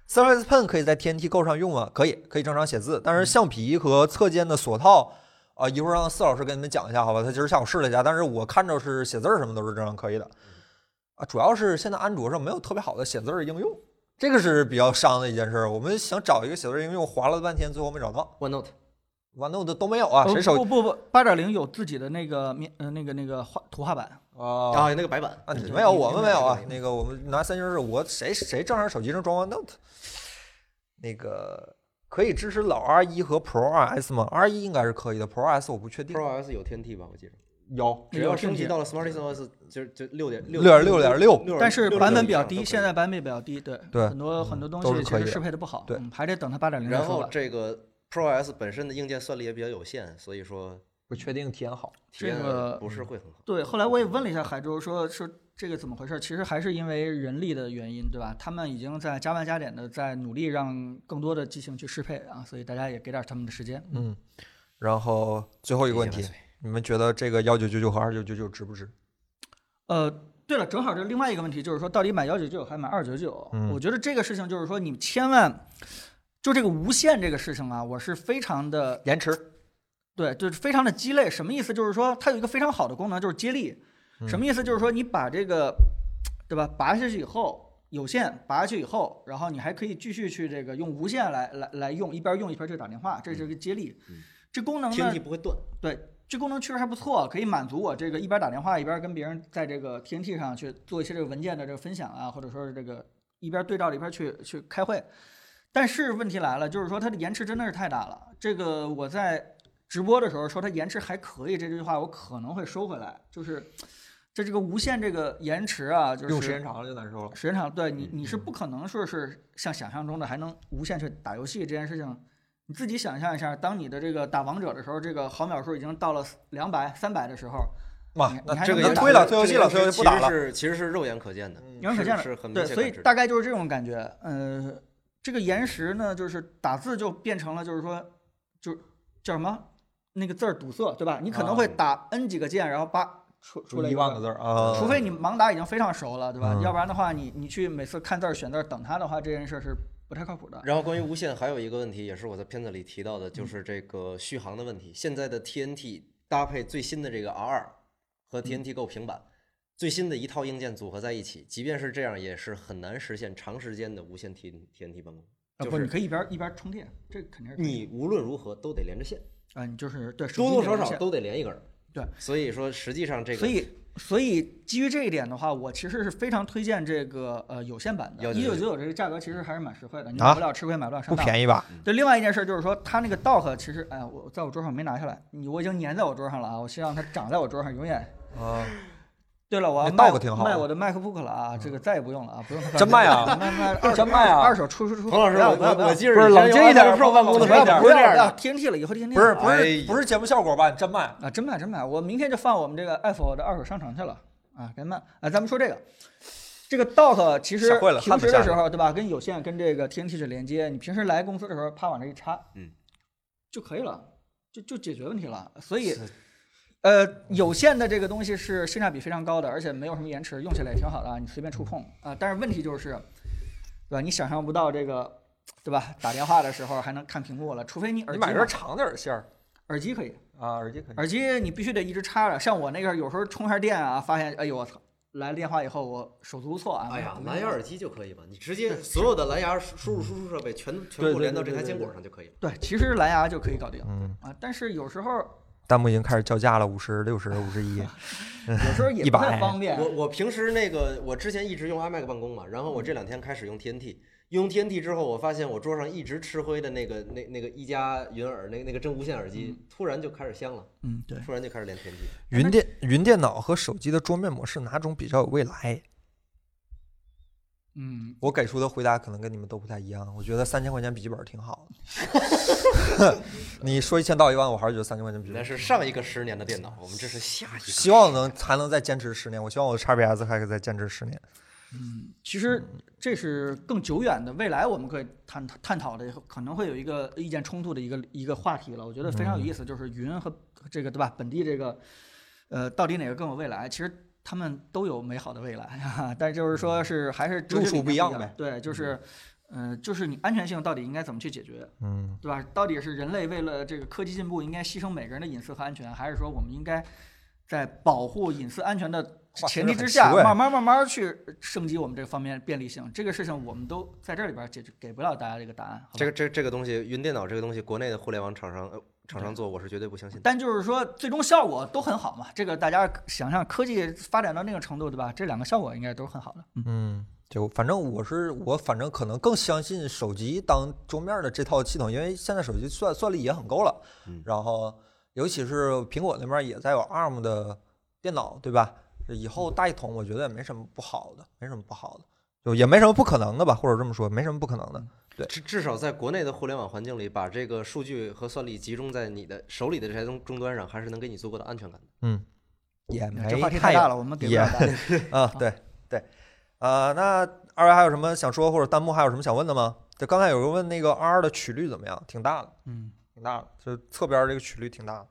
[SPEAKER 1] ，Surface Pen 可以在 TNT Go 上用吗？可以，可以正常写字，但是橡皮和侧键的锁套。啊，一会儿让四老师给你们讲一下，好吧？他今儿下午试了一下，但是我看着是写字儿什么都是正常可以的，啊，主要是现在安卓上没有特别好的写字儿应用，这个是比较伤的一件事儿。我们想找一个写字儿应用，划了半天，最后没找到。
[SPEAKER 3] OneNote，
[SPEAKER 1] OneNote 都没有啊，
[SPEAKER 2] 呃
[SPEAKER 1] 谁手
[SPEAKER 2] 不不不，八点零有自己的那个面呃那个那个画图画板，
[SPEAKER 1] 啊？
[SPEAKER 3] 啊，那个白板
[SPEAKER 1] 啊，你没有，我们没有啊
[SPEAKER 3] 对。
[SPEAKER 1] 那个我们拿三星是我谁谁正常手机上装 OneNote，那个可以支持老 R 一和 Pro R S 吗？R 一应该是可以的，Pro S 我不确定。
[SPEAKER 3] Pro OS 有 TNT 吧？我记得，
[SPEAKER 1] 有
[SPEAKER 3] 只要升
[SPEAKER 2] 升
[SPEAKER 3] 级
[SPEAKER 2] 级
[SPEAKER 3] 到了 Smartisan OS，就是就六点六
[SPEAKER 1] 6.6.6
[SPEAKER 2] 但是版本比较低，现
[SPEAKER 3] 在。
[SPEAKER 2] 在版本比较低，对
[SPEAKER 1] 对
[SPEAKER 2] 很多很多东
[SPEAKER 1] 都是
[SPEAKER 2] 西
[SPEAKER 1] 可
[SPEAKER 2] 其
[SPEAKER 1] 以
[SPEAKER 2] 实
[SPEAKER 1] 的
[SPEAKER 2] 适配的不好，
[SPEAKER 1] 对
[SPEAKER 2] 嗯还得等它八点零再
[SPEAKER 3] 然
[SPEAKER 2] 说
[SPEAKER 3] 后
[SPEAKER 2] 吧。
[SPEAKER 3] 这个 Pro OS 本身的硬件算力也比较有限，所以说
[SPEAKER 1] 不不确定体验好。
[SPEAKER 3] 体
[SPEAKER 2] 这
[SPEAKER 3] 验
[SPEAKER 2] 个
[SPEAKER 3] 不是会很好。
[SPEAKER 2] 对，后来我也问了一下海州，说说这个怎么回事儿？其实还是因为人力的原因，对吧？他们已经在加班加点的在努力让更多的机型去适配啊，所以大家也给点儿他们的时间。
[SPEAKER 1] 嗯，然后最后一个问
[SPEAKER 3] 理
[SPEAKER 1] 题
[SPEAKER 3] 解万岁，
[SPEAKER 1] 你们觉得这个幺九九九和二九九九值不值？
[SPEAKER 2] 呃，对了，正好这另外一个问题就是说，到底买幺九九还是买二九九？
[SPEAKER 1] 嗯
[SPEAKER 2] 我觉得这个事情就是说，你千万就这个无线这个事情啊，我是非常的
[SPEAKER 1] 延迟，
[SPEAKER 2] 对，就是非常的鸡肋。什么意思？就是说它有一个非常好的功能，就是接力。什么意思？就是说你把这个，对吧？拔下去以后，有线拔下去以后，然后你还可以继续去这个用无线来来来用，一边用一边去打电话，这是一个接力。这功能
[SPEAKER 3] 天
[SPEAKER 2] 呢
[SPEAKER 3] 气，不会断，
[SPEAKER 2] 对，这功能确实还不错，可以满足我这个一边打电话一边跟别人在这个 TNT 上去做一些这个文件的这个分享啊，或者说是这个一边对照着一边去去开会。但是问题来了，就是说它的延迟真的是太大了。这个我在直播的时候说它延迟还可以这句话，我可能会收回来，就是这这个无线这个延迟啊，就是
[SPEAKER 1] 用时间长了就难受了。
[SPEAKER 2] 时间长，对
[SPEAKER 3] 嗯
[SPEAKER 2] 你你是不可能说是像想象中的还能无限去打游戏这件事情。你自己想象一下，当你的这个打王者的时候，这个毫秒数已经到了两百、三百的时候，
[SPEAKER 1] 哇
[SPEAKER 2] 你，
[SPEAKER 1] 那
[SPEAKER 2] 你还
[SPEAKER 1] 这
[SPEAKER 2] 能
[SPEAKER 1] 个
[SPEAKER 2] 打
[SPEAKER 1] 也推
[SPEAKER 2] 得
[SPEAKER 1] 了，
[SPEAKER 3] 这
[SPEAKER 1] 退游
[SPEAKER 3] 个
[SPEAKER 1] 戏了，
[SPEAKER 3] 这
[SPEAKER 1] 退游
[SPEAKER 3] 个
[SPEAKER 1] 戏不打
[SPEAKER 3] 其
[SPEAKER 1] 了。
[SPEAKER 3] 实是其实是肉眼可见的，
[SPEAKER 2] 遥嗯远可见的
[SPEAKER 3] 是是很明
[SPEAKER 2] 对，
[SPEAKER 3] 显
[SPEAKER 2] 所以
[SPEAKER 3] 感知
[SPEAKER 2] 大概就是这种感觉。呃，这个延时呢，就是打字就变成了，就是说，就叫什么那个字儿堵塞，对吧？你可能会
[SPEAKER 3] 啊
[SPEAKER 2] 打 n 几个键，然后叭出出来
[SPEAKER 1] 一
[SPEAKER 2] 个
[SPEAKER 1] 万个字儿啊，
[SPEAKER 3] 嗯
[SPEAKER 2] 除非你盲打已经非常熟了，对吧？
[SPEAKER 1] 嗯
[SPEAKER 2] 要不然的话，你你去每次看字儿、选字儿、等它的话，这件事儿是不太靠谱的。
[SPEAKER 3] 然后关于无线还有一个问题，也是我在片子里提到的，就是这个续航的问题。现在的 TNT 搭配最新的这个 R 二和 TNT Go 平板，最新的一套硬件组合在一起，即便是这样，也是很难实现长时间的无线 T TNT 办公。
[SPEAKER 2] 啊
[SPEAKER 3] 就
[SPEAKER 2] 不，
[SPEAKER 3] 是
[SPEAKER 2] 你可以一边一边充电，这肯定是可以
[SPEAKER 3] 你无论如何都得连着线，
[SPEAKER 2] 啊，你就是对手
[SPEAKER 3] 多
[SPEAKER 2] 机
[SPEAKER 3] 多
[SPEAKER 2] 连
[SPEAKER 3] 少
[SPEAKER 2] 着
[SPEAKER 3] 少
[SPEAKER 2] 线
[SPEAKER 3] 都得连一根儿。
[SPEAKER 2] 对，
[SPEAKER 3] 所以说实际上这个，
[SPEAKER 2] 所以所以基于这一点的话，我其实是非常推荐这个呃有线版的，一九
[SPEAKER 3] 1999
[SPEAKER 2] 九九这个价格其实还是蛮实惠的，你
[SPEAKER 1] 啊
[SPEAKER 2] 买不了吃亏，买不了上
[SPEAKER 1] 不
[SPEAKER 2] 当。
[SPEAKER 1] 便宜吧？
[SPEAKER 2] 对，另外一件事就是说，它那个 dock 其实，哎呀，我在我桌上没拿下来，你我已经粘在我桌上了啊，我希望它长在我桌上，永远。
[SPEAKER 1] 啊，
[SPEAKER 2] 对了，我要
[SPEAKER 1] 那
[SPEAKER 2] 卖
[SPEAKER 1] dock 挺好的
[SPEAKER 2] 卖我的 MacBook 了啊，这个再也不用了啊，不用它
[SPEAKER 1] 真卖啊
[SPEAKER 2] 卖卖二手
[SPEAKER 1] 真卖啊
[SPEAKER 2] 二手出出出。
[SPEAKER 3] 彭老师，
[SPEAKER 2] 不要
[SPEAKER 3] 我
[SPEAKER 2] 不要不
[SPEAKER 3] 我
[SPEAKER 2] 要
[SPEAKER 3] 我记着
[SPEAKER 1] 不是
[SPEAKER 3] 以前
[SPEAKER 1] 冷静一点
[SPEAKER 3] 有 iPad Pro 办公的时
[SPEAKER 2] 不要
[SPEAKER 1] 冷静
[SPEAKER 3] 候
[SPEAKER 1] 一点
[SPEAKER 2] 不
[SPEAKER 3] 不
[SPEAKER 2] 要不
[SPEAKER 3] 是这样
[SPEAKER 2] 要
[SPEAKER 3] 的，
[SPEAKER 2] 天梯了，以后天梯
[SPEAKER 1] 不是不
[SPEAKER 3] 哎
[SPEAKER 1] 是
[SPEAKER 3] 呀
[SPEAKER 1] 不是节目效果吧？你真卖
[SPEAKER 2] 啊，真买真买，我明天就放我们这个 Apple 的二手商场去了啊，该卖啊。咱们说这个，这个 Dock 其实
[SPEAKER 1] 吓坏了
[SPEAKER 2] 平
[SPEAKER 1] 看不
[SPEAKER 2] 时
[SPEAKER 1] 下
[SPEAKER 2] 的
[SPEAKER 1] 去
[SPEAKER 2] 时候，对吧？跟有线跟这个 TNT 去连接，你平时来公司的时候，啪往这一插，
[SPEAKER 3] 嗯，
[SPEAKER 2] 就可以了，就就解决问题了。所以，呃，有线的这个东西是性价比非常高的，而且没有什么延迟，用起来也挺好的啊，你随便触控啊。但是问题就是，对吧？你想象不到这个，对吧？打电话的时候还能看屏幕了，除非你耳
[SPEAKER 1] 你
[SPEAKER 2] 机
[SPEAKER 1] 买根
[SPEAKER 2] 嘛
[SPEAKER 1] 长点儿线儿
[SPEAKER 2] 耳机可以。
[SPEAKER 1] 啊，耳机可以。
[SPEAKER 2] 耳机你必须得一直插着，像我那个有时候充下电啊，发现哎呦我操，来了电话以后我手足无措啊。
[SPEAKER 3] 哎呀，
[SPEAKER 2] 没
[SPEAKER 3] 蓝牙耳机就可以嘛，你直接所有的蓝牙输入输出设备全全部连到这台坚果上就可以了。
[SPEAKER 2] 对，其实蓝牙就可以搞定
[SPEAKER 1] 嗯，
[SPEAKER 2] 啊，但是有时候
[SPEAKER 1] 弹幕已经开始叫价了，五十六十五十一。
[SPEAKER 2] 有时候也不太方便。
[SPEAKER 3] 我我平时那个我之前一直用 iMac 办公嘛，然后我这两天开始用 TNT，用 TNT 之后，我发现我桌上一直吃灰的那个那那个一加云耳那那个真无线耳机，突然就开始香了，
[SPEAKER 2] 嗯，对，
[SPEAKER 3] 突然就开始连 TNT。
[SPEAKER 1] 云电云电脑和手机的桌面模式哪种比较有未来？
[SPEAKER 2] 嗯，
[SPEAKER 1] 我给出的回答可能跟你们都不太一样。我觉得三千块钱笔记本挺好的。 你说一千道一万，我还是觉得三千块钱笔记
[SPEAKER 3] 那
[SPEAKER 1] 本。
[SPEAKER 3] 是上一个十年的电脑，我们这是下一个。
[SPEAKER 1] 希望能还能再坚持十年。我希望我的 XPS 还可以再坚持十年。
[SPEAKER 2] 其实这是更久远的未来，我们可以探讨探讨的，可能会有一个意见冲突的一个一个话题了。我觉得非常有意思，就是云和这个对吧，本地这个，呃，到底哪个更有未来？其实他们都有美好的未来，哈 哈但是就是说是还是哲学
[SPEAKER 1] 路数
[SPEAKER 2] 理念
[SPEAKER 1] 不一
[SPEAKER 2] 一
[SPEAKER 1] 样
[SPEAKER 2] 样
[SPEAKER 1] 呗。
[SPEAKER 2] 对，就是，呃，就是你安全性到底应该怎么去解决，
[SPEAKER 1] 嗯，
[SPEAKER 2] 对吧？到底是人类为了这个科技进步，应该牺牲每个人的隐私和安全，还是说我们应该在保护隐私安全的
[SPEAKER 1] 哇
[SPEAKER 2] 前
[SPEAKER 1] 真
[SPEAKER 2] 提
[SPEAKER 1] 是
[SPEAKER 2] 之
[SPEAKER 1] 很
[SPEAKER 2] 下，
[SPEAKER 1] 奇怪
[SPEAKER 2] 慢慢慢慢去升级我们这方面便利性？这个事情我们都在这里边解决，给不了大家这个答案。好吧
[SPEAKER 3] 这个这个这个东西，云电脑这个东西，国内的互联网厂商呃厂商做，我是绝对不相信的。
[SPEAKER 2] 但就是说，最终效果都很好嘛。这个大家想象，科技发展到那个程度，对吧？这两个效果应该都是很好的。嗯，
[SPEAKER 1] 嗯，就反正我是我，反正可能更相信手机当桌面的这套系统，因为现在手机算算力也很够了。
[SPEAKER 3] 嗯
[SPEAKER 1] 然后尤其是苹果那边也在有 ARM 的电脑，对吧？以后大一统
[SPEAKER 2] 嗯
[SPEAKER 1] 我觉得也没什么不好的，没什么不好的，就也没什么不可能的吧，或者这么说，没什么不可能的。对
[SPEAKER 3] 至至少在国内的互联网环境里，把这个数据和算力集中在你的手里的这台终终端上，还是能给你足够的安全感的。
[SPEAKER 1] 嗯，也没
[SPEAKER 2] 这话题
[SPEAKER 1] 太
[SPEAKER 2] 太
[SPEAKER 1] 有
[SPEAKER 2] 大了，我们给不
[SPEAKER 1] 也
[SPEAKER 2] 了答 案。
[SPEAKER 1] 啊，对 对，呃，那二位还有什么想说，或者弹幕还有什么想问的吗？就刚才有人问那个 R 的曲率怎么样，挺大的，
[SPEAKER 2] 嗯，
[SPEAKER 1] 挺大的，就侧边这个曲率挺大的，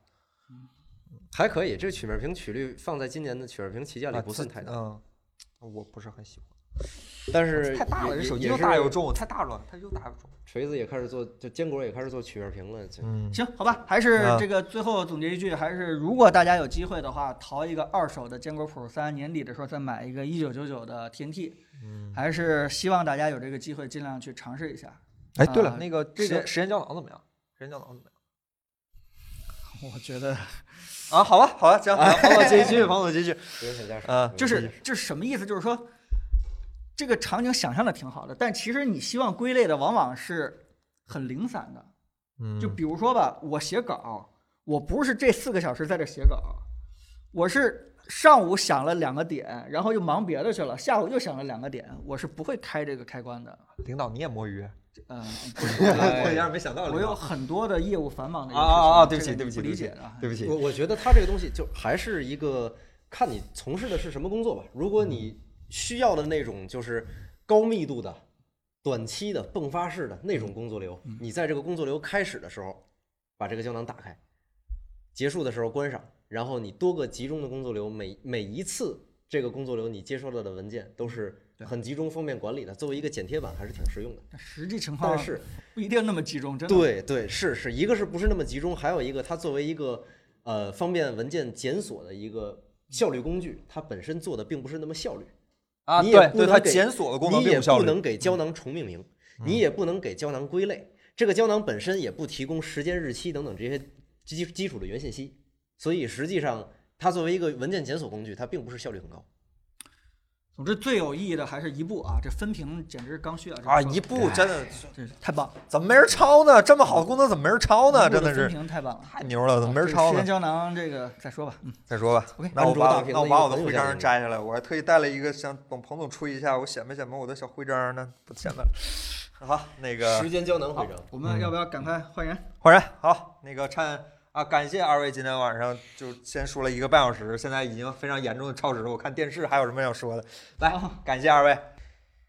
[SPEAKER 3] 还可以，这个曲面屏曲率放在今年的曲面屏旗舰里
[SPEAKER 1] 啊
[SPEAKER 3] 不算太大，
[SPEAKER 1] 嗯，我不是很喜欢，
[SPEAKER 3] 但是
[SPEAKER 1] 太大了，这
[SPEAKER 3] 也也
[SPEAKER 1] 手机
[SPEAKER 3] 也
[SPEAKER 1] 又大
[SPEAKER 3] 是
[SPEAKER 1] 又重，太大了，它又大又重，
[SPEAKER 3] 锤子也开始做，就坚果也开始做曲面屏了。就
[SPEAKER 1] 嗯，
[SPEAKER 2] 行，好吧，还是
[SPEAKER 1] 啊
[SPEAKER 2] 这个最后总结一句，还是如果大家有机会的话，淘一个二手的坚果 Pro 三，年底的时候再买一个一九九九的 TNT，还是希望大家有这个机会尽量去尝试一下。
[SPEAKER 1] 哎，对了，
[SPEAKER 2] 啊
[SPEAKER 1] 那个
[SPEAKER 2] 这
[SPEAKER 1] 时间
[SPEAKER 2] 个
[SPEAKER 1] 时间胶囊怎么样？时间胶囊怎么样？
[SPEAKER 2] 我觉得
[SPEAKER 1] 啊，好吧，好吧，行，好彭总继 续，彭总继续，
[SPEAKER 3] 不用想加
[SPEAKER 1] 啊
[SPEAKER 3] 什
[SPEAKER 2] 就
[SPEAKER 3] 不
[SPEAKER 2] 是
[SPEAKER 3] 用想
[SPEAKER 2] 就是什么意思？就是说，这个场景想象的挺好的，但其实你希望归类的往往是很零散的。
[SPEAKER 1] 嗯
[SPEAKER 2] 就比如说吧，我写稿，我不是这四个小时在这写稿，我是上午想了两个点，然后又忙别的去了，下午又想了两个点，我是不会开这个开关的。
[SPEAKER 1] 领导你也摸鱼，
[SPEAKER 2] 嗯、
[SPEAKER 1] 哎 我有点没想到，
[SPEAKER 2] 我有很多的业务繁忙的一
[SPEAKER 1] 啊
[SPEAKER 2] 个
[SPEAKER 1] 啊啊，
[SPEAKER 2] 事
[SPEAKER 1] 对不起，
[SPEAKER 2] 情
[SPEAKER 1] 对不起，对不
[SPEAKER 2] 这个你理
[SPEAKER 1] 起
[SPEAKER 2] 解啊，。
[SPEAKER 1] 对不起，
[SPEAKER 3] 我我觉得它这个东西就还是一个看你从事的是什么工作吧。如果你需要的那种就是高密度的、短期的、迸发式的那种工作流，你在这个工作流开始的时候把这个胶囊打开，结束的时候关上，然后你多个集中的工作流，每每一次这个工作流你接收到的文件都是很集中、方便管理的，作为一个剪贴板还是挺实用的。
[SPEAKER 2] 但实际情况
[SPEAKER 3] 但是
[SPEAKER 2] 不一定那么集中，真的。
[SPEAKER 3] 对对，是是，一个是不是那么集中，还有一个它作为一个呃方便文件检索的一个效率工具，它本身做的并不是那么效率。
[SPEAKER 1] 啊，
[SPEAKER 3] 你也
[SPEAKER 1] 对
[SPEAKER 3] 不
[SPEAKER 1] 对，
[SPEAKER 3] 能
[SPEAKER 1] 它
[SPEAKER 3] 给
[SPEAKER 1] 检索的功能呃
[SPEAKER 3] 你
[SPEAKER 1] 并
[SPEAKER 3] 也
[SPEAKER 1] 不效
[SPEAKER 3] 不
[SPEAKER 1] 率，嗯
[SPEAKER 3] 能给胶囊重命名，你也不能给胶囊归类。这个胶囊本身也不提供时间、日期等等这些基基础的元信息，所以实际上它作为一个文件检索工具，它并不是效率很高。
[SPEAKER 2] 总之最有意义的还是一步啊，这分屏简直刚需啊！这
[SPEAKER 1] 啊，
[SPEAKER 2] 说
[SPEAKER 1] 一步真的
[SPEAKER 2] 真是太棒了，
[SPEAKER 1] 怎么没人抄呢？这么好的功能怎么没人抄呢？
[SPEAKER 2] 一步
[SPEAKER 1] 真
[SPEAKER 2] 的
[SPEAKER 1] 的
[SPEAKER 2] 分
[SPEAKER 1] 是
[SPEAKER 2] 屏太棒了。
[SPEAKER 1] 太牛了，怎么没人
[SPEAKER 2] 这个
[SPEAKER 1] 抄
[SPEAKER 2] 时
[SPEAKER 1] 呢
[SPEAKER 2] 间？胶囊这个再说吧，嗯，
[SPEAKER 1] 再说吧
[SPEAKER 2] OK，
[SPEAKER 1] 那我
[SPEAKER 3] 安卓
[SPEAKER 1] 把
[SPEAKER 3] 大
[SPEAKER 1] 我
[SPEAKER 3] 屏
[SPEAKER 1] 那
[SPEAKER 3] 的
[SPEAKER 1] 我
[SPEAKER 3] 一
[SPEAKER 1] 把
[SPEAKER 3] 个
[SPEAKER 1] 我的
[SPEAKER 3] 很有
[SPEAKER 1] 徽
[SPEAKER 3] 价值
[SPEAKER 1] 章
[SPEAKER 3] 的
[SPEAKER 1] 摘下来，我还特意带了一个想帮彭总吹一下，我显摆显摆我的小徽章呢，不显摆了。好，那个
[SPEAKER 3] 时间胶囊徽章，
[SPEAKER 2] 我
[SPEAKER 1] 嗯
[SPEAKER 2] 们要不要赶快换人？
[SPEAKER 1] 换人，好，那个趁啊，感谢二位今天晚上就先说了一个半小时，现在已经非常严重的超时了，我看电视还有什么要说的，来
[SPEAKER 2] 好，
[SPEAKER 1] 感谢二位。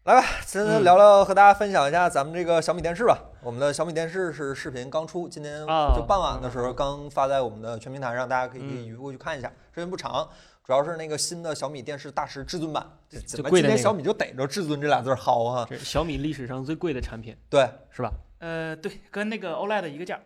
[SPEAKER 1] 来吧，今天聊聊和大家分享一下咱们这个小米电视吧。我们的小米电视是视频刚出，今天
[SPEAKER 2] 啊
[SPEAKER 1] 就傍晚的时候刚发在我们的全平台上，大家可以移过去看一下。时间不长，主要是那个新的小米电视大师至尊版，这怎么
[SPEAKER 4] 贵
[SPEAKER 1] 今天
[SPEAKER 4] 的那个
[SPEAKER 1] 小米就逮着至尊这俩字儿薅啊？
[SPEAKER 4] 这是小米历史上最贵的产品
[SPEAKER 1] 对
[SPEAKER 4] 是吧？
[SPEAKER 5] 呃，对，跟那个 OLED 一个价儿，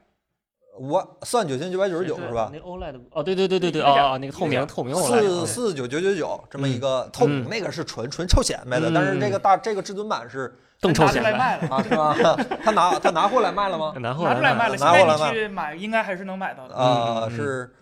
[SPEAKER 1] 我算九千九百九十九
[SPEAKER 5] 对
[SPEAKER 1] 是吧？
[SPEAKER 4] 那 OLED 哦，对对对对对
[SPEAKER 5] 一个价
[SPEAKER 4] 哦哦，那个透
[SPEAKER 5] 一个
[SPEAKER 4] 明
[SPEAKER 5] 价
[SPEAKER 4] 透明 OLED
[SPEAKER 1] 四
[SPEAKER 4] 啊
[SPEAKER 1] 四九九九九这么一个透明，那个是纯纯臭显摆的，
[SPEAKER 4] 嗯
[SPEAKER 1] 但是这个大这个至尊版是
[SPEAKER 4] 更臭
[SPEAKER 5] 拿出
[SPEAKER 4] 显
[SPEAKER 5] 来
[SPEAKER 4] 摆，
[SPEAKER 5] 卖了，
[SPEAKER 1] 啊是吧？ 他拿他拿货来卖了吗？
[SPEAKER 4] 拿后
[SPEAKER 5] 拿出来卖
[SPEAKER 4] 了，
[SPEAKER 5] 了，现
[SPEAKER 1] 拿过来
[SPEAKER 5] 在
[SPEAKER 1] 卖
[SPEAKER 5] 你去买应该还是能买到的。嗯
[SPEAKER 1] 啊、
[SPEAKER 4] 嗯嗯嗯
[SPEAKER 1] 是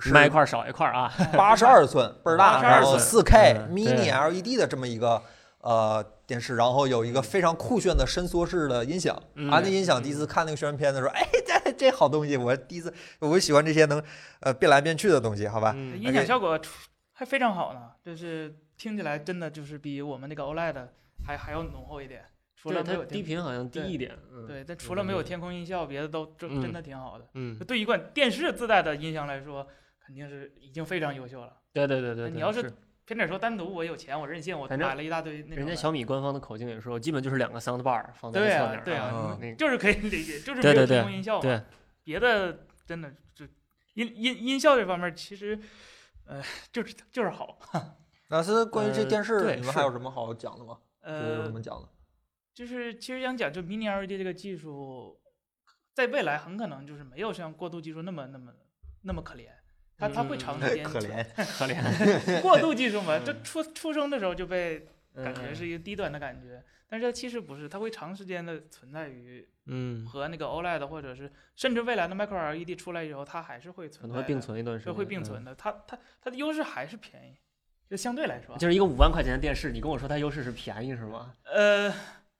[SPEAKER 1] 是
[SPEAKER 4] 卖一块儿少一块儿啊，
[SPEAKER 1] 八十二寸倍儿大，
[SPEAKER 5] 82
[SPEAKER 1] 然后
[SPEAKER 4] 寸
[SPEAKER 1] 四 K
[SPEAKER 4] 嗯
[SPEAKER 1] Mini LED E 的这么一个呃电视，然后有一个非常酷炫的伸缩式的音响
[SPEAKER 4] 嗯
[SPEAKER 1] 啊，那音响第一次看那个宣传片的时候，哎，这这好东西，我第一次我喜欢这些能呃变来变去的东西，好吧？
[SPEAKER 4] 嗯
[SPEAKER 5] 音响效果出还非常好呢，就是听起来真的就是比我们那个 OLED 还还要浓厚一点，除
[SPEAKER 4] 对
[SPEAKER 5] 了没
[SPEAKER 4] 它
[SPEAKER 5] 有
[SPEAKER 4] 低
[SPEAKER 5] 天
[SPEAKER 4] 频好像低
[SPEAKER 5] 对
[SPEAKER 4] 一点，嗯
[SPEAKER 5] 对，但除了没有天空音效，别的都真真
[SPEAKER 4] 嗯
[SPEAKER 5] 的挺好的。
[SPEAKER 4] 嗯，
[SPEAKER 5] 对一款电视自带的音响来说，肯定是已经非常优秀了。
[SPEAKER 4] 对对对对，对
[SPEAKER 5] 呃你要
[SPEAKER 4] 是
[SPEAKER 5] 是偏点说单独，我有钱，我任性，我
[SPEAKER 4] 反正
[SPEAKER 5] 买了一大堆那种的。
[SPEAKER 4] 人家小米官方的口径也说，基本就是两个 sound bar 放在
[SPEAKER 5] 对
[SPEAKER 4] 那
[SPEAKER 5] 啊
[SPEAKER 4] 侧面儿，
[SPEAKER 5] 对啊
[SPEAKER 1] 啊
[SPEAKER 4] 那个
[SPEAKER 5] 就是可以理解，就是
[SPEAKER 4] 对
[SPEAKER 5] 没
[SPEAKER 4] 对
[SPEAKER 5] 有
[SPEAKER 4] 对
[SPEAKER 5] 天空音效嘛。
[SPEAKER 4] 对
[SPEAKER 5] 别的真的就音音音效这方面，其实呃就是就是好。
[SPEAKER 1] 那是关于这
[SPEAKER 4] 呃
[SPEAKER 1] 电视，
[SPEAKER 4] 对
[SPEAKER 1] 你们还有什么好讲的吗？就是有什
[SPEAKER 4] 嗯
[SPEAKER 5] 呃
[SPEAKER 1] 么，讲的？
[SPEAKER 5] 就是其实想讲，就 Mini LED 这个技术，在未来很可能就是没有像过渡技术那么那么那么可怜。它它会长时 间，
[SPEAKER 1] 怜，
[SPEAKER 4] 嗯可怜，
[SPEAKER 5] 过渡技 术嘛，就
[SPEAKER 4] 嗯
[SPEAKER 5] 出出生的时候就被感觉
[SPEAKER 4] 嗯
[SPEAKER 5] 是一个低端的感觉，但是它其实不是，它会长时间的存在于
[SPEAKER 4] 嗯，
[SPEAKER 5] 和那个 OLED 或者是甚至未来的 Micro LED 出来以后，它还是会
[SPEAKER 4] 可
[SPEAKER 5] 存
[SPEAKER 4] 能
[SPEAKER 5] 在
[SPEAKER 4] 会并
[SPEAKER 5] 的
[SPEAKER 4] 存一段时
[SPEAKER 5] 这
[SPEAKER 4] 间，
[SPEAKER 5] 会并存
[SPEAKER 4] 嗯。
[SPEAKER 5] 的。它它它的优势还是便宜，就相对来说啊，
[SPEAKER 4] 就是一个五万块钱的电视，你跟我说它优势是便宜是吗？
[SPEAKER 5] 呃，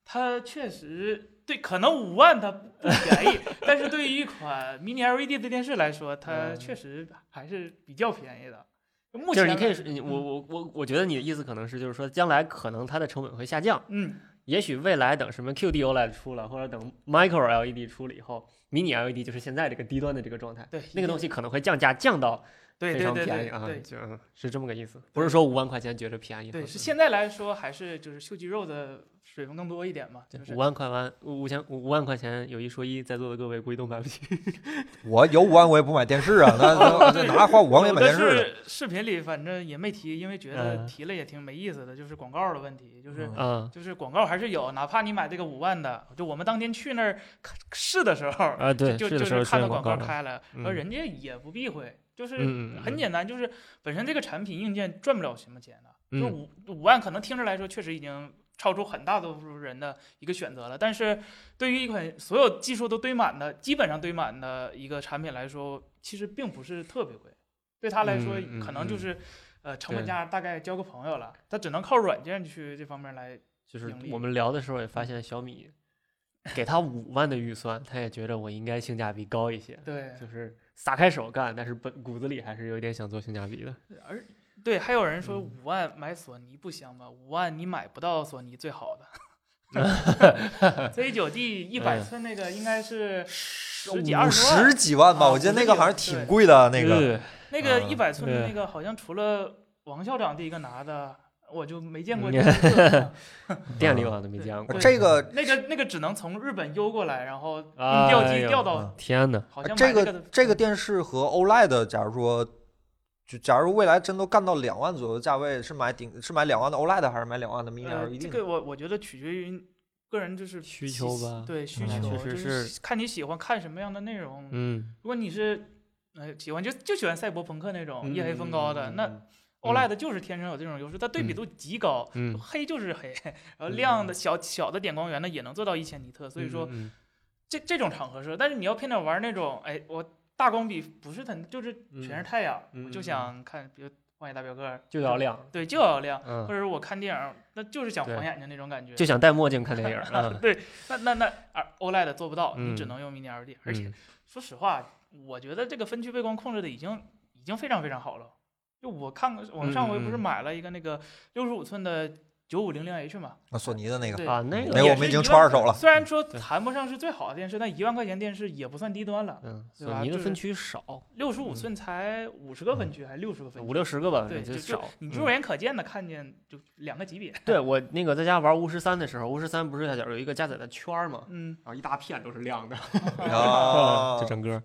[SPEAKER 5] 它确实对，可能五万它不便宜，但是对于一款 Mini
[SPEAKER 2] E
[SPEAKER 5] LED 的电视来说，它
[SPEAKER 4] 嗯
[SPEAKER 5] 确实还是比较便宜的。目
[SPEAKER 4] 就是
[SPEAKER 5] 前
[SPEAKER 4] 你可
[SPEAKER 2] 嗯
[SPEAKER 4] 以
[SPEAKER 5] 为
[SPEAKER 4] 说，
[SPEAKER 5] 止，
[SPEAKER 4] 你我我我我觉得你的意思可能是，就是说将来可能它的成本会下降，
[SPEAKER 5] 嗯，
[SPEAKER 4] 也许未来等什么 QD OLED 出了，或者等 Micro LED 出了以后，迷你 LED 就是现在这个低端的这个状态，
[SPEAKER 2] 对
[SPEAKER 4] 那个东西可能会降价降到
[SPEAKER 2] 对
[SPEAKER 4] 非
[SPEAKER 2] 对
[SPEAKER 4] 常
[SPEAKER 2] 对
[SPEAKER 4] 便宜
[SPEAKER 2] 对
[SPEAKER 4] 啊，
[SPEAKER 2] 对
[SPEAKER 4] 就嗯是这么个意思，不是说五万块钱觉得便宜，
[SPEAKER 2] 对，
[SPEAKER 4] 嗯
[SPEAKER 2] 是现在来说还是就是秀肌肉的水分更多一点嘛，
[SPEAKER 4] 对
[SPEAKER 2] 就是
[SPEAKER 4] 五万块完五五千五五万块钱有一说一，在座的各位估计都买不起。
[SPEAKER 1] 我有五万我也不买电视啊，那那那哪花五万块
[SPEAKER 2] 哦
[SPEAKER 1] 钱
[SPEAKER 2] 有
[SPEAKER 1] 买
[SPEAKER 2] 的
[SPEAKER 1] 电视去？
[SPEAKER 2] 是视频里反正也没提，因为觉得
[SPEAKER 4] 嗯
[SPEAKER 2] 提了也挺没意思的，就是广告的问题，就是
[SPEAKER 1] 嗯
[SPEAKER 4] 嗯
[SPEAKER 2] 就是广告还是有，哪怕你买这个五万的，就我们当天去那儿看试的时候，
[SPEAKER 4] 啊， 对，
[SPEAKER 2] 就是
[SPEAKER 4] 的
[SPEAKER 2] 就
[SPEAKER 4] 时候
[SPEAKER 2] 是
[SPEAKER 4] 出
[SPEAKER 2] 看到
[SPEAKER 4] 现
[SPEAKER 2] 广
[SPEAKER 4] 广
[SPEAKER 2] 告
[SPEAKER 4] 告，
[SPEAKER 2] 开了，然后
[SPEAKER 4] 嗯
[SPEAKER 2] 人家也不避讳，就是
[SPEAKER 4] 嗯嗯嗯
[SPEAKER 2] 很简单，就是本身这个产品硬件赚不了什么钱的，
[SPEAKER 4] 嗯
[SPEAKER 2] 就五五万可能听着来说确实已经超出很大多数人的一个选择了，但是对于一款所有技术都堆满的、基本上堆满的一个产品来说，其实并不是特别贵，对他来说
[SPEAKER 4] 嗯嗯
[SPEAKER 2] 可能
[SPEAKER 4] 嗯
[SPEAKER 2] 就是。呃，成本
[SPEAKER 4] 对
[SPEAKER 2] 价大概交个朋友了，他只能靠软件去这方面来。
[SPEAKER 4] 就是
[SPEAKER 2] 盈利
[SPEAKER 4] 我们聊的时候也发现小米给他五万的预算，他也觉得我应该性价比高一些，
[SPEAKER 2] 对，
[SPEAKER 4] 就是撒开手干，但是本骨子里还是有点想做性价比的。
[SPEAKER 2] 而对，还有人说五万买索尼不香吗？五万你买不到索尼最好的。Z 九 D 一百
[SPEAKER 4] 嗯
[SPEAKER 2] 寸那个应该是十几二
[SPEAKER 1] 五
[SPEAKER 2] 十万
[SPEAKER 1] 十，几万吧，
[SPEAKER 2] 啊
[SPEAKER 1] 我记得那个好像
[SPEAKER 2] 50
[SPEAKER 1] 挺贵的那个。
[SPEAKER 4] 对
[SPEAKER 2] 那个
[SPEAKER 1] 啊
[SPEAKER 2] 一百寸的
[SPEAKER 4] 对
[SPEAKER 2] 那个好像除了王校长这一个拿的，我就没见过
[SPEAKER 4] 嗯
[SPEAKER 2] 这个 色。
[SPEAKER 4] 店里好像都没
[SPEAKER 2] 对
[SPEAKER 4] 见过
[SPEAKER 2] 对
[SPEAKER 1] 这个
[SPEAKER 2] 那个那个只能从日本邮过来，然后用
[SPEAKER 4] 哎
[SPEAKER 2] 吊机
[SPEAKER 4] 呦
[SPEAKER 2] 吊
[SPEAKER 1] 嗯
[SPEAKER 2] 到，
[SPEAKER 4] 天哪，
[SPEAKER 2] 好像买
[SPEAKER 1] 这
[SPEAKER 2] 那嗯
[SPEAKER 1] 个
[SPEAKER 2] 的
[SPEAKER 1] 这个电视和 E OLED，假如说，就假如未来真都干到两万左右的价位，是买顶是买两万的 OLED 还是买两万的 Mini E
[SPEAKER 2] 呃，
[SPEAKER 1] LED？
[SPEAKER 2] 这
[SPEAKER 1] 呢
[SPEAKER 2] 个我我觉得取决于个人就是
[SPEAKER 4] 需
[SPEAKER 2] 喜
[SPEAKER 4] 求吧
[SPEAKER 2] 对需
[SPEAKER 1] 嗯
[SPEAKER 2] 求
[SPEAKER 4] 确实
[SPEAKER 2] 就是看你喜欢看什么样的内容，
[SPEAKER 4] 嗯，
[SPEAKER 2] 如果你是呃喜欢就就喜欢赛博朋克那种夜黑风高的，那
[SPEAKER 4] 嗯
[SPEAKER 2] OLED 就是天生有这种优势，它对比度极高，
[SPEAKER 4] 嗯，
[SPEAKER 2] 黑就是黑， 然后亮的小小的点光源呢也能做到一千尼特，所以说
[SPEAKER 4] 嗯
[SPEAKER 2] 这这种场合是，但是你要偏点玩那种，哎，我大光比不是很，就是全是太阳，
[SPEAKER 4] 嗯
[SPEAKER 2] 我就
[SPEAKER 4] 嗯
[SPEAKER 2] 想看，比如《荒野大镖客》
[SPEAKER 4] 就要，亮，
[SPEAKER 2] 对，就要亮，
[SPEAKER 4] 嗯
[SPEAKER 2] 或者是我看电影，那就是想
[SPEAKER 4] 对
[SPEAKER 2] 晃眼睛那种感觉，。
[SPEAKER 4] 就想戴墨镜看电影啊
[SPEAKER 2] 对，那那那啊 OLED 做不到，你只
[SPEAKER 4] 嗯
[SPEAKER 2] 能用 Mini LED，、而且
[SPEAKER 4] 嗯
[SPEAKER 2] 说实话，我觉得这个分区背光控制的已经已经非常非常好了。就我看过，我们上回不是
[SPEAKER 4] 嗯嗯嗯
[SPEAKER 2] 买了一个那个六十五寸的九五零零 H 嘛？
[SPEAKER 1] 啊，索尼的那个，
[SPEAKER 2] 对
[SPEAKER 4] 啊，那
[SPEAKER 1] 那个
[SPEAKER 2] 也
[SPEAKER 1] 我
[SPEAKER 4] 个，
[SPEAKER 1] 们已
[SPEAKER 2] 是
[SPEAKER 1] 经
[SPEAKER 2] 一
[SPEAKER 1] 穿
[SPEAKER 2] 万
[SPEAKER 1] 二手了。
[SPEAKER 2] 虽然说
[SPEAKER 4] 对
[SPEAKER 2] 谈不上是最好的电视，但一万块钱电视也不算低端了。
[SPEAKER 4] 嗯，
[SPEAKER 2] 对
[SPEAKER 4] 索
[SPEAKER 2] 吧
[SPEAKER 4] 尼的
[SPEAKER 2] 就是
[SPEAKER 4] 分区少，
[SPEAKER 2] 六十五寸才五十个分区，还是六十个分
[SPEAKER 4] 嗯五
[SPEAKER 2] 区？
[SPEAKER 4] 六十个吧，
[SPEAKER 2] 对，
[SPEAKER 4] 就
[SPEAKER 2] 就就
[SPEAKER 4] 少。
[SPEAKER 2] 你
[SPEAKER 4] 嗯
[SPEAKER 2] 肉眼可见的看见就两个级别。
[SPEAKER 4] 对我那个在家玩巫师三的时候，巫师三不是它有一个加载的圈儿嘛，
[SPEAKER 2] 嗯，
[SPEAKER 4] 然后一大片都是亮的，
[SPEAKER 1] 啊
[SPEAKER 4] 就整个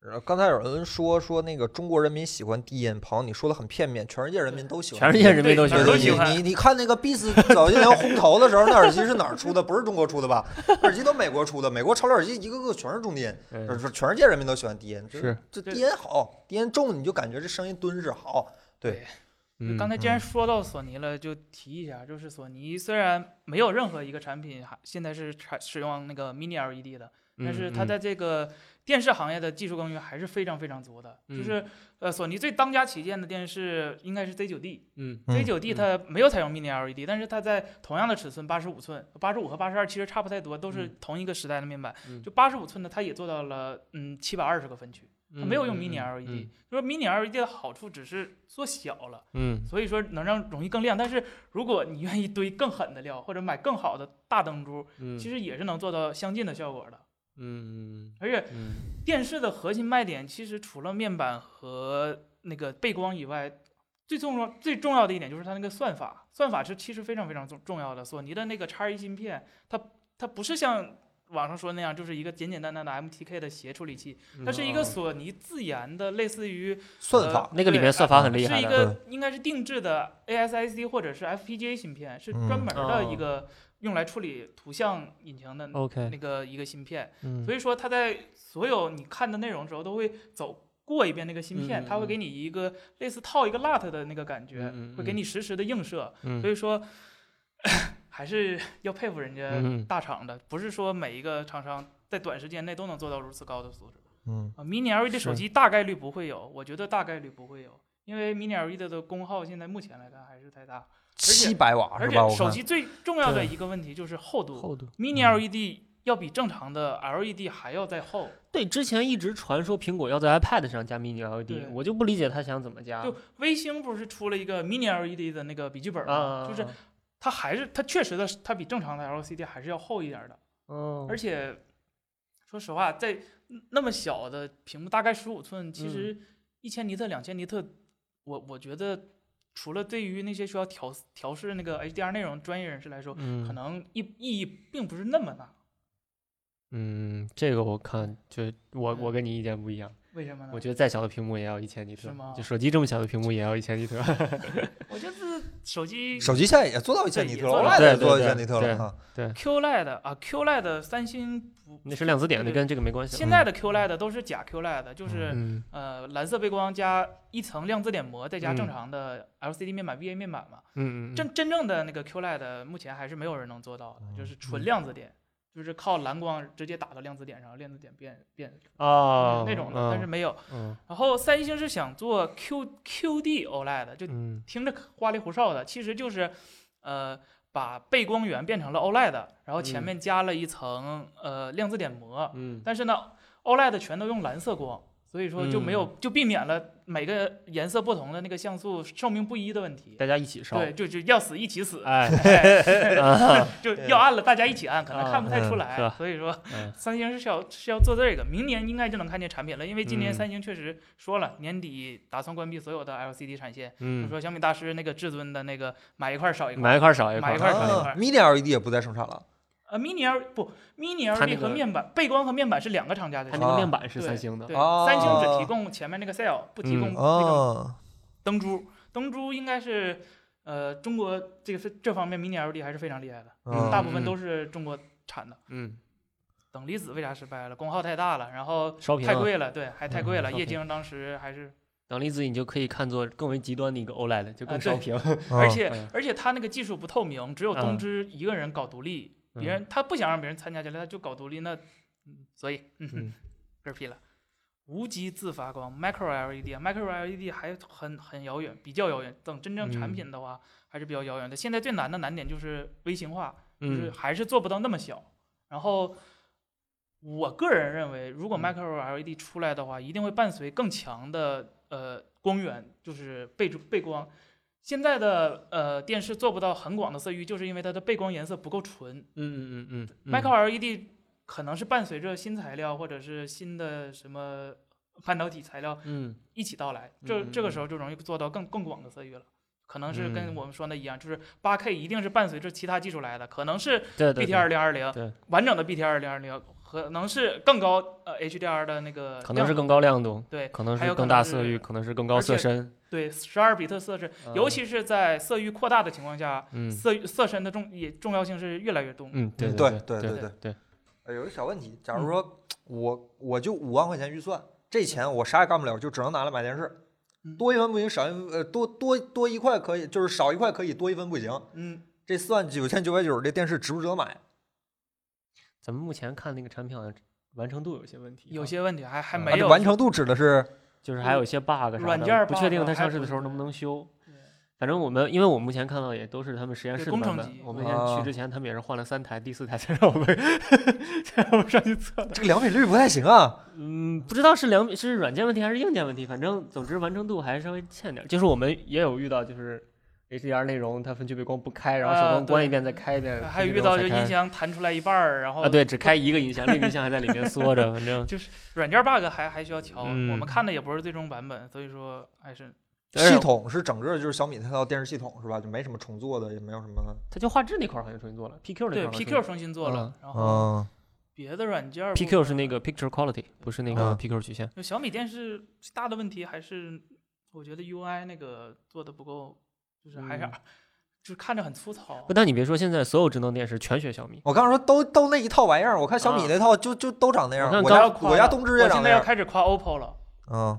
[SPEAKER 1] 然后刚才有人说说那个中国人民喜欢低音，朋友你说的很片面，全世界人民都喜欢。
[SPEAKER 4] 全世界人民都喜
[SPEAKER 2] 对
[SPEAKER 1] 对对
[SPEAKER 2] 哪儿
[SPEAKER 4] 欢
[SPEAKER 2] 都喜
[SPEAKER 1] 对
[SPEAKER 2] 欢，
[SPEAKER 1] 你你你看那个 Beats 早些年红头的时候，那耳机是哪儿出的？不是中国出的吧？耳机都美国出的，美国潮流耳机一个个全是中低音，
[SPEAKER 4] 嗯
[SPEAKER 1] 就是全世界人民都喜欢低音。就是这
[SPEAKER 2] 对
[SPEAKER 1] 低音好，低音重你就感觉这声音敦实好。对，
[SPEAKER 4] 嗯
[SPEAKER 2] 刚才既然说到索尼了，就提一下，就是索尼虽然没有任何一个产品还现在是采使用那个 Mini LED 的，但是它
[SPEAKER 4] 嗯
[SPEAKER 2] 在这个电视行业的技术耕耘还是非常非常足的。
[SPEAKER 4] 嗯
[SPEAKER 2] 就是呃，索尼最当家旗舰的电视应该是 Z 9 D。
[SPEAKER 4] 嗯
[SPEAKER 2] Z
[SPEAKER 1] 嗯
[SPEAKER 2] 9 D 它没有采用 Mini LED，但是它在同样的尺寸，八十五寸、八十五和八十二其实差不太多，都是
[SPEAKER 4] 嗯
[SPEAKER 2] 同一个时代的面板。
[SPEAKER 4] 嗯
[SPEAKER 2] 就八十五寸的，它也做到了嗯七百二十个分区，它
[SPEAKER 4] 嗯
[SPEAKER 2] 没有用
[SPEAKER 4] 嗯
[SPEAKER 2] Mini
[SPEAKER 4] 嗯
[SPEAKER 2] LED。就说 Mini LED 的好处只是缩小了。
[SPEAKER 4] 嗯
[SPEAKER 2] 所以说能让容易更亮。但是如果你愿意堆更狠的料，或者买更好的大灯珠，
[SPEAKER 4] 嗯，
[SPEAKER 2] 其实也是能做到相近的效果的。
[SPEAKER 4] 嗯
[SPEAKER 2] 而且
[SPEAKER 4] 嗯
[SPEAKER 2] 电视的核心卖点，其实除了面板和那个背光以外，最重要最重要的一点就是它那个算法，算法是其实非常非常重重要的。索尼的那个叉一芯片，它它不是像网上说那样，就是一个简简单单的 MTK 的协处理器，
[SPEAKER 4] 嗯
[SPEAKER 2] 它是一
[SPEAKER 4] 哦
[SPEAKER 2] 个索尼自研的，类似于
[SPEAKER 1] 算法
[SPEAKER 2] 呃
[SPEAKER 4] 那个里
[SPEAKER 2] 对
[SPEAKER 4] 面算法很厉
[SPEAKER 2] 是
[SPEAKER 4] 害
[SPEAKER 2] 一
[SPEAKER 4] 的，嗯
[SPEAKER 2] 个应该是定制的 ASIC 或者是 FPGA 芯片，是
[SPEAKER 4] 嗯
[SPEAKER 2] 专门的
[SPEAKER 4] 哦
[SPEAKER 2] 一个用来处理图像引擎的
[SPEAKER 4] OK，
[SPEAKER 2] 那个一个芯片。
[SPEAKER 4] 嗯
[SPEAKER 2] 嗯所以说它在所有你看的内容的时候都会走过一遍那个芯
[SPEAKER 4] 嗯嗯
[SPEAKER 2] 片，
[SPEAKER 4] 嗯
[SPEAKER 2] 它会给你一个类似套一个 LUT 的那个感觉
[SPEAKER 4] 嗯嗯嗯，
[SPEAKER 2] 会给你实时的映射。
[SPEAKER 4] 嗯
[SPEAKER 2] 所以说。 还是要佩服人家
[SPEAKER 4] 嗯嗯
[SPEAKER 2] 大厂的，不是说每一个厂商在短时间内都能做到如此高的素质。
[SPEAKER 1] 嗯，
[SPEAKER 2] 啊，mini LED 手
[SPEAKER 4] 是
[SPEAKER 2] 机大概率不会有，我觉得大概率不会有，因为 mini LED E 的功耗现在目前来看还是太大，
[SPEAKER 1] 七百瓦
[SPEAKER 2] 而
[SPEAKER 1] 是
[SPEAKER 2] 且
[SPEAKER 1] 吧？我
[SPEAKER 2] 手
[SPEAKER 1] 看
[SPEAKER 2] 机最重要的
[SPEAKER 4] 对
[SPEAKER 2] 一个问题就是厚度
[SPEAKER 4] 厚度
[SPEAKER 2] m i n i LED E 要比正常的 LED 还要再厚。
[SPEAKER 4] 对，之前一直传说苹果要在 iPad 上加 Mini
[SPEAKER 2] 对
[SPEAKER 4] LED，我 E 就不理解他想怎么加
[SPEAKER 2] E 就微星不是出了一个 mini LED 的那个笔记本吗？
[SPEAKER 4] 啊，
[SPEAKER 2] 就是
[SPEAKER 5] 它还是它确实的是，它比正常的 LCD 还是要厚一点儿的。
[SPEAKER 4] 嗯
[SPEAKER 5] 而且说实话，在那么小的屏幕，大概十五寸，
[SPEAKER 4] 嗯
[SPEAKER 5] 其实一千尼特、两千尼特，我我觉得除了对于那些需要调调试那个 HDR 内容专业人士来说，可
[SPEAKER 4] 嗯
[SPEAKER 5] 能意意义并不是那么大。
[SPEAKER 4] 嗯，这个我看就我
[SPEAKER 5] 嗯
[SPEAKER 4] 我跟你意见不一样，
[SPEAKER 5] 为什么呢？
[SPEAKER 4] 我觉得再小的屏幕也要一千尼
[SPEAKER 5] 嗯是
[SPEAKER 4] 特
[SPEAKER 5] 吗，
[SPEAKER 4] 就手机这么小的屏幕也要一千尼特。
[SPEAKER 5] 我觉得这手机
[SPEAKER 4] 嗯
[SPEAKER 1] 手机现在也做到一千
[SPEAKER 5] 对
[SPEAKER 1] 尼特
[SPEAKER 5] 也
[SPEAKER 1] 了
[SPEAKER 5] 做到
[SPEAKER 1] ，OLED
[SPEAKER 4] 了
[SPEAKER 1] 也做到一
[SPEAKER 4] 对
[SPEAKER 1] 千
[SPEAKER 4] 对
[SPEAKER 1] 尼特
[SPEAKER 4] 对
[SPEAKER 1] 了啊。
[SPEAKER 5] QLED 啊，QLED 三星不
[SPEAKER 4] 那是量子点，那跟这个没关系了。
[SPEAKER 5] 现在的 QLED 都是假 QLED，就是、
[SPEAKER 4] 嗯
[SPEAKER 5] 呃蓝色背光加一层量子点膜，再加正
[SPEAKER 4] 嗯
[SPEAKER 5] 常的 LCD 面板、VA 面板嘛。
[SPEAKER 4] 嗯嗯，
[SPEAKER 5] 真真正的那个 QLED 目前还是没有人能做到的，就是
[SPEAKER 4] 嗯
[SPEAKER 5] 纯量子点，就是靠蓝光直接打到量子点上，量子点变变
[SPEAKER 4] 啊
[SPEAKER 5] 那种的，但是没有。
[SPEAKER 4] 嗯
[SPEAKER 5] 然后三星是想做 Q QD OLED，就
[SPEAKER 4] 嗯
[SPEAKER 5] 听着花里胡哨的，其实就是呃把背光源变成了 OLED，然后前
[SPEAKER 4] 嗯
[SPEAKER 5] 面加了一层、呃量子点膜，
[SPEAKER 4] 嗯
[SPEAKER 5] 但是呢 OLED 全都用蓝色光。所以说就没有、
[SPEAKER 4] 嗯
[SPEAKER 5] 就避免了每个颜色不同的那个像素寿命不一的问题。
[SPEAKER 4] 大家一起烧。
[SPEAKER 5] 对，就就要死一起死，
[SPEAKER 4] 哎，嗯
[SPEAKER 5] 哎就
[SPEAKER 3] 对
[SPEAKER 5] 要按了，大家一起按，可能
[SPEAKER 4] 啊
[SPEAKER 5] 看不太出
[SPEAKER 4] 是
[SPEAKER 5] 来。
[SPEAKER 4] 吧
[SPEAKER 5] 所以说，
[SPEAKER 4] 嗯
[SPEAKER 5] 三星是要是要做这个，明年应该就能看见产品了，因为今年
[SPEAKER 4] 嗯
[SPEAKER 5] 三星确实说了，年底打算关闭所有的 LCD 产线。他
[SPEAKER 4] 嗯，
[SPEAKER 5] 说小米大师那个至尊的那个买一块儿少一块儿，
[SPEAKER 4] 买一块儿少一块
[SPEAKER 5] 买
[SPEAKER 4] 儿，
[SPEAKER 5] 一块儿少一块
[SPEAKER 1] 啊
[SPEAKER 5] 儿。
[SPEAKER 1] Mini LED 也不再生产了，
[SPEAKER 5] 呃，mini L 不，mini
[SPEAKER 4] 它那
[SPEAKER 5] LED 和
[SPEAKER 4] 个
[SPEAKER 5] 面板背光和面板是两个厂家的
[SPEAKER 4] 它
[SPEAKER 5] 产
[SPEAKER 4] 那个
[SPEAKER 5] 品。
[SPEAKER 1] 啊
[SPEAKER 4] 面板是
[SPEAKER 5] 对
[SPEAKER 4] 三星的
[SPEAKER 5] 对，，
[SPEAKER 1] 哦
[SPEAKER 5] 三星只提供前面那个 cell，不提供
[SPEAKER 4] 嗯
[SPEAKER 5] 那个
[SPEAKER 1] 哦，
[SPEAKER 5] 灯珠。灯珠应该是，呃，中国这个是这方面 mini LED 还是非常厉害的，
[SPEAKER 1] 嗯
[SPEAKER 5] 大部分
[SPEAKER 4] 嗯
[SPEAKER 5] 都是中国产的。
[SPEAKER 4] 嗯，
[SPEAKER 5] 等离子为啥失败了？功耗太大了，然后
[SPEAKER 4] 烧屏
[SPEAKER 5] 太
[SPEAKER 4] 了。嗯
[SPEAKER 5] 贵了，对，还太贵了。
[SPEAKER 4] 烧
[SPEAKER 5] 液
[SPEAKER 4] 屏
[SPEAKER 5] 晶当时还是，
[SPEAKER 4] 等离子你就可以看作更为极端的一个 OLED，就
[SPEAKER 5] 啊
[SPEAKER 4] 更
[SPEAKER 5] 对
[SPEAKER 4] 烧屏。
[SPEAKER 5] 而且、
[SPEAKER 4] 嗯
[SPEAKER 5] 而且他那个技术不透明，只有东
[SPEAKER 4] 嗯
[SPEAKER 5] 芝一个人搞独立，别人他不想让别人参加进来，他就搞独立，那嗯所以
[SPEAKER 4] 嗯
[SPEAKER 5] 嗯哼，嗝屁了。无极自发光啊 （micro LED），micro LED 还很很遥远，比较遥远。等真正产
[SPEAKER 4] 嗯
[SPEAKER 5] 品的话，还是比较遥远的。现在最难的难点就是微型化，就是
[SPEAKER 4] 嗯
[SPEAKER 5] 还是做不到那么小。然后，我个人认为，如果
[SPEAKER 4] 嗯
[SPEAKER 5] micro LED 出来的话，一定会伴随更强的呃光源，就是背背光。现在的呃电视做不到很广的色域，就是因为它的背光颜色不够纯。
[SPEAKER 4] 嗯嗯嗯嗯
[SPEAKER 5] micro LED 可能是伴随着新材料或者是新的什么半导体材料
[SPEAKER 4] 嗯
[SPEAKER 5] 一起到来，这
[SPEAKER 4] 嗯嗯
[SPEAKER 5] 这个
[SPEAKER 4] 嗯
[SPEAKER 5] 时候就容易做到更更广的色域了。可能是
[SPEAKER 4] 嗯
[SPEAKER 5] 跟我们说的一样，就是八 K 一定是伴随着其他技术来的，可能是
[SPEAKER 4] 对对
[SPEAKER 5] BT
[SPEAKER 4] 对
[SPEAKER 5] 二零二零
[SPEAKER 4] 对
[SPEAKER 5] 完整的 BT 二零二零，可能是更高呃 HDR 的那个亮度，
[SPEAKER 4] 可能是更高亮度，
[SPEAKER 5] 对
[SPEAKER 4] 可能
[SPEAKER 5] 还有
[SPEAKER 4] 是
[SPEAKER 5] 可
[SPEAKER 4] 更
[SPEAKER 5] 能
[SPEAKER 4] 大
[SPEAKER 5] 是
[SPEAKER 4] 色域，可能是更高
[SPEAKER 5] 而
[SPEAKER 4] 色
[SPEAKER 5] 且
[SPEAKER 4] 深。
[SPEAKER 5] 对十二比特色深，尤其是在色域扩大的情况下，
[SPEAKER 4] 嗯
[SPEAKER 5] 色域色深的重也重要性是越来越重。
[SPEAKER 4] 嗯对
[SPEAKER 1] 嗯
[SPEAKER 4] 对
[SPEAKER 1] 对对
[SPEAKER 4] 对对，
[SPEAKER 1] 呃有一个小问题，假
[SPEAKER 5] 嗯
[SPEAKER 1] 如说我我就五万块钱预算，这钱我啥也干不了，就只能拿来买电视
[SPEAKER 5] 嗯，
[SPEAKER 1] 多一分不行，少一分呃多多多一块可以，就是少一块可以，多一分不行。
[SPEAKER 5] 嗯，
[SPEAKER 1] 这四万九千九百九十这电视值不值得买？
[SPEAKER 4] 咱们目前看那个产品好像完成度有些问题哈，
[SPEAKER 5] 有些问题还还
[SPEAKER 4] 嗯
[SPEAKER 1] 啊
[SPEAKER 5] 没
[SPEAKER 1] 这
[SPEAKER 5] 有
[SPEAKER 1] 完成度指的是
[SPEAKER 4] 就是还有一些 bug 啥的，
[SPEAKER 5] 软件儿
[SPEAKER 4] 不确
[SPEAKER 5] bug
[SPEAKER 4] 定它上
[SPEAKER 5] 还
[SPEAKER 4] 市的
[SPEAKER 5] 不
[SPEAKER 4] 时候
[SPEAKER 5] 是
[SPEAKER 4] 能不能修
[SPEAKER 5] 对。
[SPEAKER 4] 反正我们，因为我们目前看到也都是他们实验室
[SPEAKER 5] 对
[SPEAKER 4] 的
[SPEAKER 5] 工
[SPEAKER 4] 版
[SPEAKER 5] 程
[SPEAKER 4] 本
[SPEAKER 5] 级。嗯
[SPEAKER 4] 我们先去
[SPEAKER 1] 啊
[SPEAKER 4] 之前，他们也是换了三台，第四台才让我们 才让我们上去测的。
[SPEAKER 1] 这个良品率不太行啊。
[SPEAKER 4] 嗯，不知道是两是软件问题还是硬件问题，反正总之完成度还稍微欠点儿。就是我们也有遇到，就是 HDR 内容它分区背光不开，然后手
[SPEAKER 5] 啊
[SPEAKER 4] 动关
[SPEAKER 5] 对
[SPEAKER 4] 一遍再开一遍，
[SPEAKER 5] 还
[SPEAKER 4] 分区
[SPEAKER 5] 有遇
[SPEAKER 4] 背光
[SPEAKER 5] 到
[SPEAKER 4] 才
[SPEAKER 5] 就
[SPEAKER 4] 开
[SPEAKER 5] 音箱弹出来一半儿，然后
[SPEAKER 4] 啊，对，只开一个音箱，另一个音箱还在里面缩着，反 正
[SPEAKER 5] 软件 bug 还还需要调，
[SPEAKER 4] 嗯
[SPEAKER 5] 我们看的也不是最终版本，所以说还是
[SPEAKER 4] 但是
[SPEAKER 1] 系统是整个就是小米那套电视系统是吧？就没什么重做的，也没有什么。
[SPEAKER 4] 它就画质那块儿好像重新做了，PQ 那块
[SPEAKER 5] 对
[SPEAKER 4] 儿好像重新
[SPEAKER 5] PQ 重新做了，然后
[SPEAKER 4] 哦
[SPEAKER 1] 嗯
[SPEAKER 5] 别的软件儿部
[SPEAKER 4] PQ 是
[SPEAKER 5] 分
[SPEAKER 4] 那个 picture quality，不是那个
[SPEAKER 1] 啊
[SPEAKER 4] PQ 曲线。
[SPEAKER 5] 就小米电视最大的问题还是，我觉得 UI 那个做的不够，就是还是、
[SPEAKER 4] 嗯
[SPEAKER 5] 就是看着很粗糙
[SPEAKER 4] 不，。但你别说，现在所有智能电视全学小米。
[SPEAKER 1] 我刚说都都那一套玩意儿，我看小米
[SPEAKER 4] 啊
[SPEAKER 1] 那套就就都长那样
[SPEAKER 4] 我。看
[SPEAKER 1] 我
[SPEAKER 4] 刚
[SPEAKER 1] 家
[SPEAKER 5] 要夸
[SPEAKER 1] 我家
[SPEAKER 5] 了
[SPEAKER 1] 东芝
[SPEAKER 5] 我
[SPEAKER 1] 也长
[SPEAKER 5] 现
[SPEAKER 1] 那
[SPEAKER 5] 在要
[SPEAKER 1] 样。
[SPEAKER 5] 开始夸 OPPO 了哦